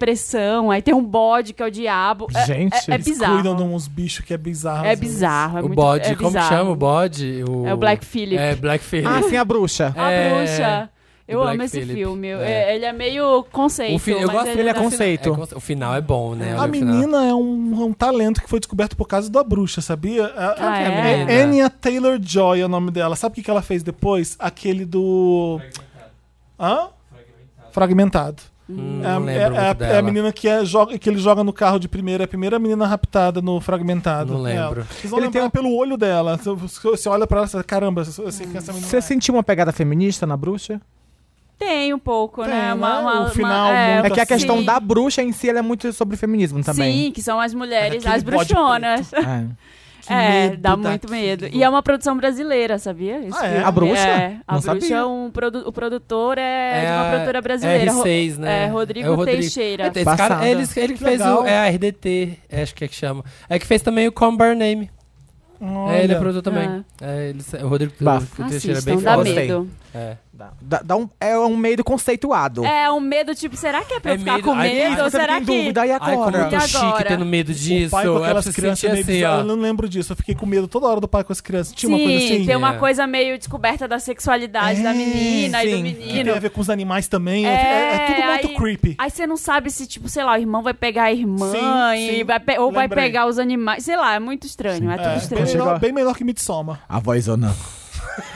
repressão. Aí tem um bode que é o diabo. É- Gente, é, é Eles bizarro. cuidam de uns bichos que é bizarro. É às vezes. bizarro. É o muito, bode, é como que bizarro. chama o bode? É o Black Phillip. É, Black Phillip. Ah, sim, a bruxa. A É, bruxa. do Eu Black amo esse Phillip. filme. Eu- É. é, Ele é meio conceito. O fi- eu mas gosto ele ele é dá- conce- conceito. é conce- o final é bom, né? Olha A o final. menina é um, um talento que foi descoberto por causa da bruxa, sabia? A- Ah, a- é? é Anya Taylor Joy é o nome dela. Sabe o que que ela fez depois? Aquele do. Hã? Fragmentado. Hum, É, a- não lembro é- muito é a- dela. é a menina que, é, joga, que ele joga no carro de primeira, é a primeira menina raptada no fragmentado. Não lembro. É, Vocês vão Ele lembrar tem um- pelo olho dela. Você- Você olha pra ela e fala, caramba, eu sei que essa menina. é Você sentiu uma pegada feminista na bruxa? Tem um pouco, Tem, né? Uma, né? uma- O uma- final É muito assim. que a Sim. questão Sim. da bruxa em si ela é muito sobre feminismo também. Sim, que são as mulheres, Aquele as bode bruxonas. É. Que É, medo dá muito daquilo. medo. E é uma produção brasileira, sabia? Esse Ah, é? filme. A Bruxa? É, a Não bruxa sabia. é um produ- o produtor é, de uma a- produtora brasileira. Ro- R6, né? É, Rodrigo, o Teixeira. É, esse cara- Passada. ele, ele que Que fez legal. o é, a RDT, é, acho que é que chama. É que fez também o Come By Your Name. Olha. É, ele é produtor também. Ah. É, ele- o Rodrigo Bafo. o Teixeira é Assistam, bem dá foda. Gostei. medo. É. Dá, dá um, é um medo conceituado. É, um medo tipo, será que é pra É eu ficar medo- com aí- medo? aí ou você será fica em que... dúvida, e Ai, como é? agora? eu tô E chique agora? tendo medo O disso. pai com É pra aquelas você crianças sentir meio assim, bizarras. ó. Eu não lembro disso. Eu fiquei com medo toda hora do pai com as crianças. Tinha uma Sim, coisa assim. tem uma É. coisa meio descoberta da sexualidade da É, menina e do sim. que tem a menino. ver com os animais também. É, é- é tudo muito aí- creepy. Aí você não sabe se, tipo, sei lá, o irmão vai pegar a irmã Sim, e sim. vai pe- ou vai Lembrei. pegar os animais. Sei lá, é muito estranho, é tudo É, bem, estranho. Chegou- melhor, bem melhor que Midsommar. A voz ou não.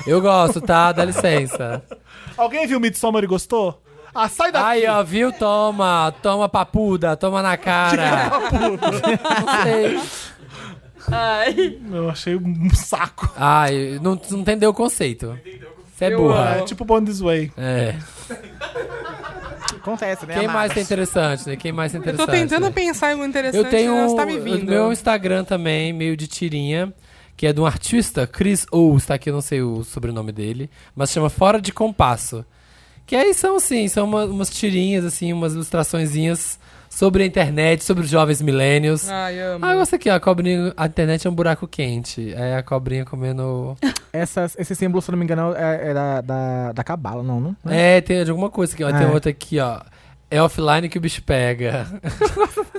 Eu gosto, tá? Dá licença. Alguém viu Midsommar e gostou? Ah, sai daqui! Aí, ó, viu? Toma. Toma papuda. Toma na cara. Não sei. Ai. Eu achei um saco. Ai, não, não entendeu o conceito. Você é burra. É tipo Bond This Way. É. Acontece, né? Quem mais amados? é interessante, né? Quem mais é Eu interessante? tô tentando né? pensar em algo interessante, Eu tenho não está me o vindo. meu Instagram também, meio de tirinha, que é de um artista, Chris Ous, tá aqui, eu não sei o sobrenome dele, mas chama Fora de Compasso. Que aí são, assim, são uma- umas tirinhas, assim, umas ilustraçõezinhas sobre a internet, sobre os jovens milênios. Ah, Ai, amo. eu gosto aqui, ó, a cobrinha, a internet é um buraco quente. É a cobrinha comendo... Essas, esse símbolo, se eu não me engano, é, é da, da, da cabala, não, não? É, tem de alguma coisa aqui, ó, tem É. outra aqui, ó. É offline que o bicho pega.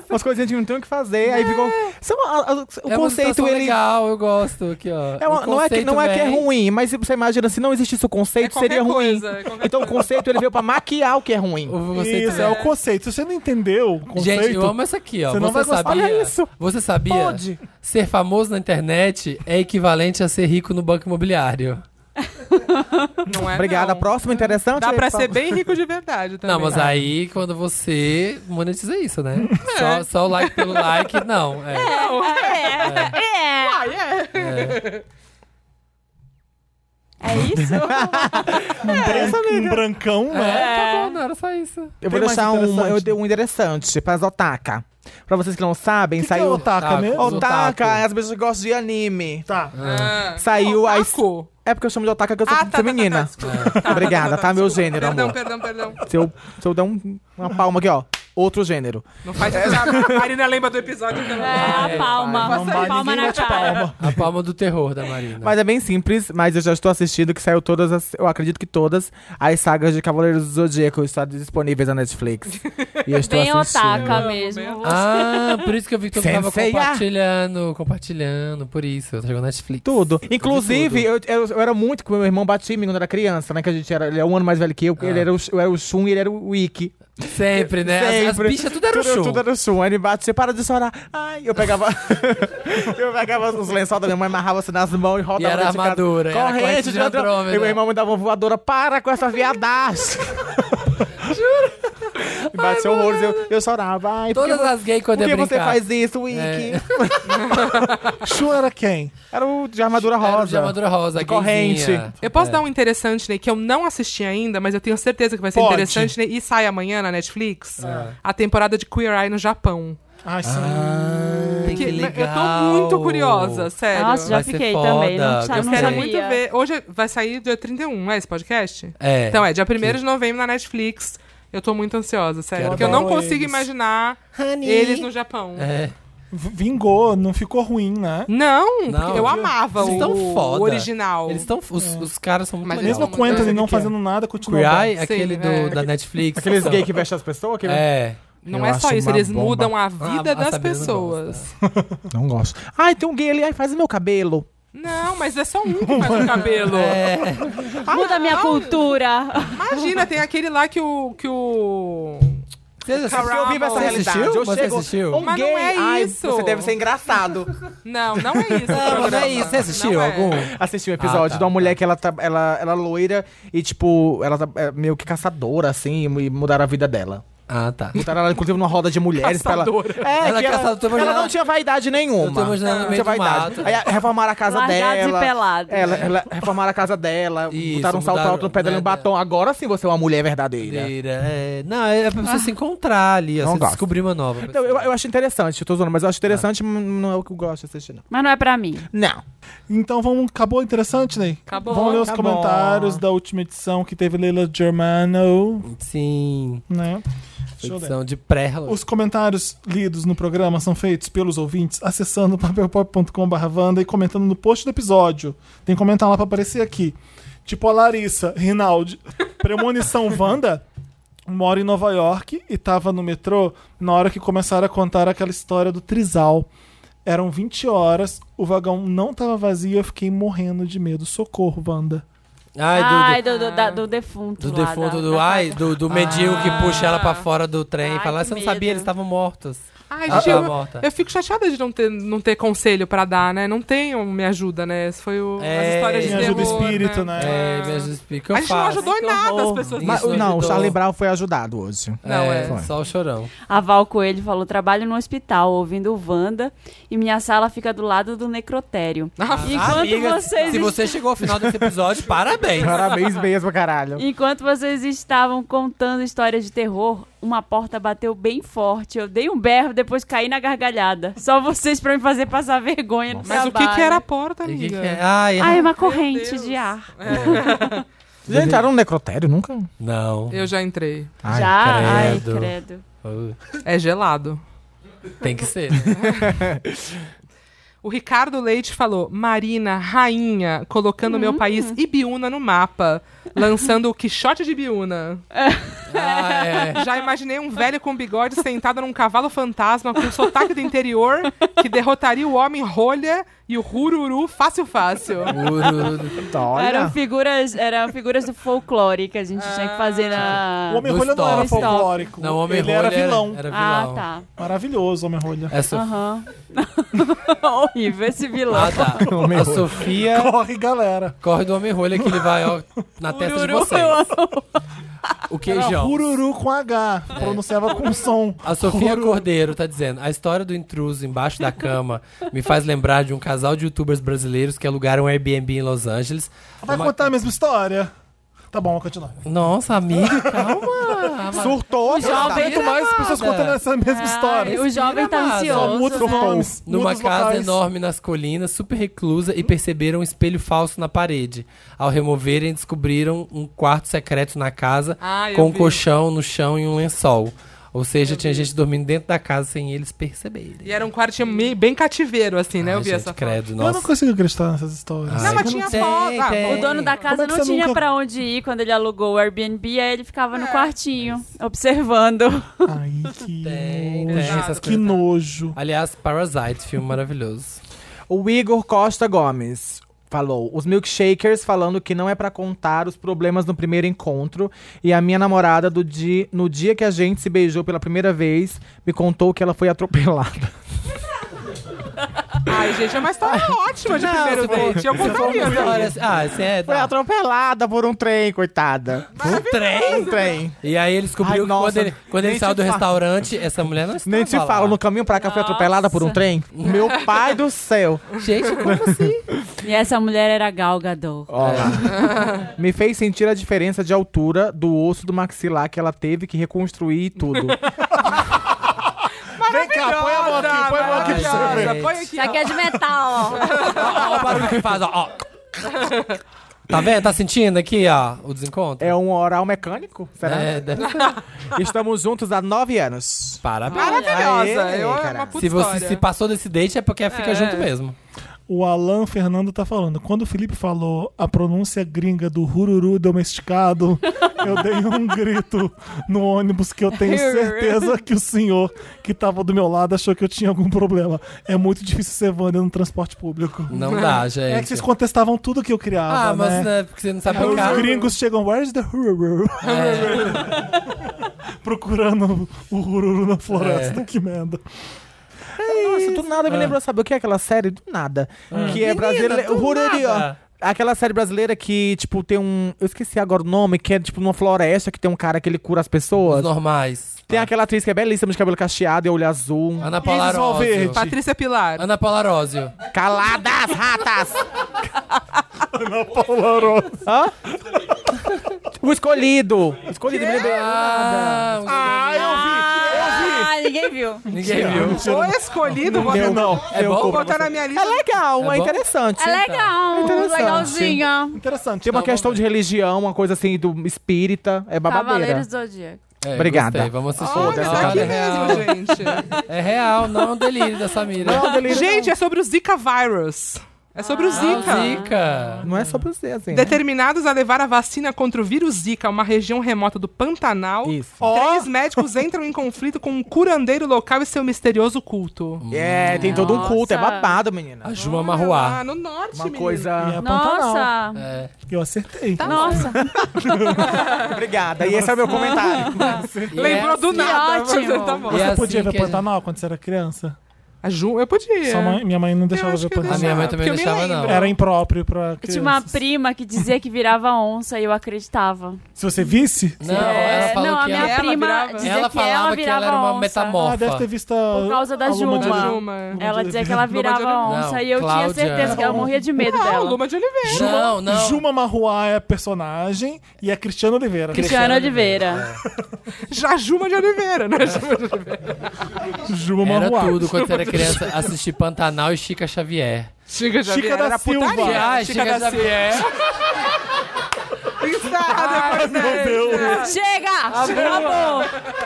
Umas coisinhas que não tem o que fazer, aí ficou... São, a- a- o é uma conceito, ilustração ele... legal, eu gosto aqui, ó. É O uma- não, é que, não é que é conceito vem- ruim, mas se você imagina, se não existisse o É conceito, qualquer seria ruim. coisa, é qualquer Então o conceito, ele veio pra maquiar o que é ruim. O conceito Isso, é o conceito. Se você não entendeu o conceito... Gente, eu amo essa aqui, ó. Você Você, não vai gostar. sabia? Olha isso. Você sabia? É, Pode. Ser famoso na internet é equivalente a ser rico no banco imobiliário. Não é, Obrigada. não. Próximo interessante? Dá aí, pra por ser favor. bem rico de verdade também. Não, mas aí quando você monetiza isso, né? É. Só, só o like pelo like, não. É. Ah, é. É isso? Um brancão, né? Tá bom, não era só isso. Eu vou Tem mais deixar um, interessante? eu dei um interessante pras otaka. Pra vocês que não sabem, Que que é saiu... otaka Otaku. mesmo? Otaku. otaka, as pessoas que gostam de anime. Tá. Ah. Saiu a... Otaku? É porque eu chamo de otaka que eu sou Ah, tá, tá, feminina. tá, tá, Obrigada, tá? Meu gênero, Perdão, amor. perdão, perdão. Se eu, se eu der um- uma palma aqui, ó. Outro gênero. Não faz É. isso. A Marina lembra do episódio que É, a palma. Não bate- palma ninguém na bate cara. palma. A palma do terror da Marina. Mas é bem simples, mas eu já estou assistindo que saiu todas as. Eu acredito que todas as sagas de Cavaleiros do Zodíaco estão disponíveis na Netflix. E eu estou Bem assistindo. otaka Amo, mesmo. bem Ah, por isso que eu vi que tu tava Sensei, ah. compartilhando, compartilhando, por isso. Chegou na Netflix. Tudo. Inclusive, eu, eu- eu era muito com meu irmão batia em mim quando eu era criança, né? Que a gente era. Ele é um ano mais velho que eu. Ele era o, eu era o Shun e ele era o Wiki. Sempre, Ah. né? As- As, Sempre. bichas tudo era um show. Tudo era o Shun. Aí ele batia, para de chorar. Ai, eu pegava. eu pegava os lençóis da minha mãe, amarrava assim nas mãos e rodava. E era dentro de casa. armadura, era Corrente corrente de de Andrômeda. Andrômeda. E meu irmão me dava uma voadora, para com essa viadagem. Juro. E batia horrores, eu, eu chorava. Ai, por que Todas vo- as gays Por quando que ia você brincar. faz isso, Wiki? É. Shun era quem? Era o de armadura rosa. Era o de armadura rosa, De corrente. gayzinha. Eu posso dar um interessante, Ney, que eu não assisti ainda, mas eu tenho certeza que vai ser Pode. interessante, Ney, e sai amanhã na Netflix, É. a temporada de Queer Eye no Japão. Ah, Ai, sim. Ai, que Que- Eu tô legal. muito curiosa, sério. Nossa, já Vai ser fiquei foda. também. Não, Eu sabe- não Quero sabia. muito ver. Hoje vai sair dia 31, é esse podcast? É. Então é, dia 1 de novembro na Netflix. Eu tô muito ansiosa, sério. Quero Porque eu ver. não Adoro consigo eles. imaginar eles no Japão. É. V- Vingou, não ficou ruim, né? Não, Não. porque eu amava Eles o, tão foda. o original. Eles estão. Os, os caras são muito Mas legais. eles Mesmo não- com o Anthony eu não sei que é. fazendo nada, continua. Queer bom. Eye, aquele Sim, do, é. da Netflix. Aqueles são- gays que vestem as pessoas? Que É. Não Eu é só acho isso, uma eles bomba. mudam a Ah, vida a Sabrina das não pessoas. Não gosto. Ai, tem um gay ali. Ai, faz meu cabelo. Não, mas é só um que faz o cabelo. É. Muda a minha cultura. Imagina, tem aquele lá que o. Que o... Você Porque eu vivo essa Você realidade. assistiu? Eu Você chego- assistiu? Um Mas gay, não é ai, isso. Você deve ser engraçado. Não, não é isso. o Não, mas programa. é isso. Você assistiu Não é. algum? Assisti um episódio Ah, tá, de uma mulher tá. que ela, tá, ela, ela é loira e, tipo, ela tá é, meio que caçadora, assim, e mudaram a vida dela. Ah, tá. Botaram ela, inclusive, numa roda de mulheres. pra Caçadora. Ela, é, Ela que ela, caçadora, tô ela imaginando- não tinha vaidade Eu tô nenhuma. imaginando no Não tinha meio do vaidade. mato. Aí reformaram a casa Largada e dela. É. pelada. Ela, ela- reformaram a casa dela, Isso, botaram um salto mudaram, alto no pé dela e um né, batom. Agora sim você é uma mulher verdadeira. Cadeira, é. Não, é pra você se encontrar ali, ó, Não você gosto. descobrir uma nova. Então, pessoa. eu, eu acho interessante, eu tô zoando, mas eu acho interessante, Ah. mas não é o que eu gosto de assistir, não. Mas não é pra mim. Não. Então vamos. Acabou interessante, Ney? Acabou. Vamos ler os Acabou. comentários da última edição que teve Leila Germano, Sim, né? Deixa eu ler. edição de pré Os comentários lidos no programa são feitos pelos ouvintes acessando papelpop.com.br e comentando no post do episódio. Tem que comentar lá pra aparecer aqui. Tipo a Larissa, Rinaldi, Premonição Wanda mora em Nova York e tava no metrô na hora que começaram a contar aquela história do Trisal. Eram 20 horas, o vagão não tava vazio, eu fiquei morrendo de medo. Socorro, Wanda. Ai, Ai, do, do, do, da- do defunto. do, do lá, defunto da- do. da- Ai, do, do medinho que puxa ela pra fora do trem. Ai, Fala, "Ah, que você não sabia, medo." eles estavam mortos. Ai, Ah, gente, tá, eu- volta. eu, fico chateada de não ter, não ter conselho pra dar, né? Não tenho Me Ajuda, né? Esse foi o, as É, histórias de Me ajuda terror, espírito, né? né? É, me ajuda a explicar. A Eu gente não faço. ajudou em que nada as horror. pessoas. né? Mas, Isso, não, o ajudou. Charlie Brown foi ajudado hoje. Não, é, Foi. só o chorão. A Val Coelho falou: trabalho no hospital ouvindo o Wanda e minha sala fica do lado do necrotério. Enquanto Amiga, vocês se você chegou ao final desse episódio, parabéns. Parabéns mesmo, caralho. Enquanto vocês estavam contando histórias de terror, uma porta bateu bem forte. Eu dei um berro, depois caí na gargalhada. Só vocês pra me fazer passar vergonha no Mas o trabalho. que, que era a porta, E que amiga? que é? Ai, Ah, é uma Meu corrente Deus. de ar. Gente, era um necrotério nunca? Não. Eu já entrei. Ai, Já? credo. Ai, credo. É gelado. Tem que ser. né? O Ricardo Leite falou: Marina, rainha, colocando meu país Ibiúna no mapa, lançando o Quixote de Ibiúna. Ah, é. Já imaginei um velho com bigode sentado num cavalo fantasma com sotaque do interior que derrotaria o homem rolha e o rururu fácil fácil. Ururu. Eram Olha. figuras, eram figuras do folclore que a gente tinha que fazer na. Ah. O Homem No Rolha não stop. era folclórico. Não, homem Ele era rolha vilão. Era, Ah, vilão. tá. Maravilhoso, Homem Rolha. É Sof- Aham. Horrível esse vilão. Ah, tá. A Sofia Corre, galera. corre do homem rolha que ele vai ó, na testa de Ururu, vocês. eu amo. O Era queijão. Hururu com H. Pronunciava com som. A Sofia Cordeiro tá dizendo: a história do intruso embaixo da cama me faz lembrar de um casal de youtubers brasileiros que alugaram um Airbnb em Los Angeles. Vai Uma- contar a mesma história. Tá bom, vou continuar. Nossa, amiga, calma. Surtou, jovem tá muito mais gramada. pessoas contando essa mesma história. O jovem tá amada. São ansioso. outros né? nomes. Numa outros casa locais. enorme nas colinas, super reclusa, e perceberam um espelho falso na parede. Ao removerem, descobriram um quarto secreto na casa, Ah, eu com um vi. colchão no chão e um lençol. Ou seja, tinha gente dormindo dentro da casa sem eles perceberem. E era um quartinho meio- bem cativeiro, assim, né? Ai, eu vi gente, essa foto. credo, Eu não nossa. consigo acreditar nessas histórias. Não, Ai, mas como tinha tem, foto. Ah, tem. O dono da casa Como é que não você tinha nunca- pra onde ir quando ele alugou o Airbnb, aí ele ficava no quartinho, observando. Ai, Tem, que tem nojo. essas Que coisas. nojo. Aliás, Parasite, filme maravilhoso. O Igor Costa Gomes falou: os milkshakers falando que não é pra contar os problemas no primeiro encontro. E a minha namorada, do di... no dia que a gente se beijou pela primeira vez, me contou que ela foi atropelada. Ai, gente, é uma história ótima de primeiro date. Eu contaria, né? Olha, ah, você é. Foi atropelada por um trem, coitada. Um trem? Um trem. E aí ele descobriu Ai, que nossa, quando ele, quando ele nem saiu te do falo. restaurante, essa mulher não estava Nem te falo, lá. no caminho pra cá foi Nossa. atropelada por um trem? Meu pai do céu. Gente, como assim? E essa mulher era Gal Gadot. Ó lá. Me fez sentir a diferença de altura do osso do maxilar que ela teve que reconstruir e tudo. Vem cá, põe a mão aqui, põe a mão aqui pra você ver. Maravilhosa, Põe aqui. Isso aqui é de metal, ó. Olha o barulho que faz, ó. ó. Tá vendo? Tá sentindo aqui, ó, o desencontro? É um oral mecânico? Será? É, deve ser. Estamos juntos há nove anos. Parabéns. Maravilhosa. Aê, eu, é cara. uma puta Se você história. se passou desse date é porque fica junto mesmo. O Alan Fernando tá falando. Quando o Felipe falou a pronúncia gringa do hururu domesticado, eu dei um grito no ônibus que eu tenho certeza que o senhor que tava do meu lado achou que eu tinha algum problema. É muito difícil ser Vânia no transporte público. Não dá, gente. É que vocês contestavam tudo que eu criava, Ah, mas né? né, porque você não sabe Aí o os carro. gringos chegam, where's the hururu? É, É. Procurando o hururu na floresta, que merda. Nossa, do nada Ah. me lembrou, sabe o que é aquela série? Do nada. Que é brasileira. do Hururi, ó. nada. Aquela série brasileira que, tipo, tem um. Eu esqueci agora o nome, que é, tipo, numa floresta que tem um cara que ele cura as os pessoas. normais. Tem aquela atriz que é belíssima de cabelo cacheado e olho azul. Ana Isis Polarósio. Valverde. Patrícia Pilar. Ana Polarósio. Caladas, ratas! Polarosa. Hã? o escolhido! Escolhido, me lembrei. Ah, Ah, eu vi, eu vi. Ah, ninguém viu. ninguém viu. Sou escolhido, vou Meu, não. vou É meu bom? corpo. botar na minha lista. É legal, É é, bom? interessante. É legal, Interessante. legalzinha. Interessante. Tem uma Então, questão de religião, uma coisa assim do espírita, é babadeira. Cavaleiros do Zodíaco. É, Obrigada. gostei, Vamos assistir. Olha, Essa tá aqui história é real. mesmo, gente. É real, não é um delírio da Samira. Não, delírio Gente, é sobre o Zika virus. É Ah, sobre o Zika. Zica. Não é só pra você, assim. né? Determinados a levar a vacina contra o vírus Zika a uma região remota do Pantanal, Isso. três médicos entram em conflito com um curandeiro local e seu misterioso culto. É, tem todo um culto, é Nossa. babado, menina. A Juma Ah, Marruá. no norte, Uma menino. coisa. Nossa! É. Eu acertei. Nossa, Obrigada. E esse é o meu comentário. Lembrou do Que nada. mas ótimo. tá bom. E Você assim podia ver que a Pantanal quando você era criança? A Ju, eu podia. Sua mãe- minha mãe não deixava acho ver que eu A Pantanal. minha mãe Porque também eu me deixava, lembro. não. Era impróprio pra eu tinha uma crianças. prima que dizia que virava onça e eu acreditava. Se você visse... Não, ela É, falou não, a que minha ela, ela prima virava- dizia ela que ela falava que virava ela era uma onça. metamorfa. Ah, deve ter visto Por causa da Juma. Da Juma. Juma. Ela dizia que ela Luma virava de- onça Não, e eu Cláudia. tinha certeza que ela morria de medo Não, dela. Ah, Luma de Oliveira. é Não, não. Juma Marruá é personagem e é Cristiano Oliveira. Cristiano Oliveira. Já Juma de Oliveira, É. né? Juma de Oliveira. Juma Era Marruá. tudo quando você era criança assistir Pantanal e Chica Xavier. Chega de Chica da era Silva. putaria. Ah, Chica, Xavier. Encerra depois dessa. Chega! Acabou!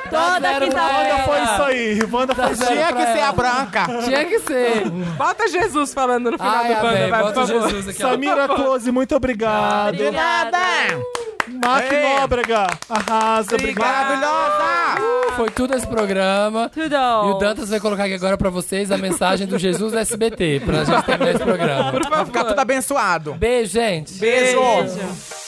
Toda Wanda quinta-feira. foi isso aí. Wanda foi isso aí. Tinha que ser a branca. Tinha que ser. Bota Jesus falando no final Ai, do bando, amém. vai, por Bota o favor. Jesus aqui. ó. Samira Close, muito obrigado. Obrigada! Mac Ei. Nóbrega, arrasa. Obrigado. Maravilhosa! Foi tudo esse programa. Tudo! E o Dantas vai colocar aqui agora pra vocês a mensagem do Jesus SBT, pra gente terminar esse programa. Vai ficar tudo abençoado. Beijo, gente. Beijo.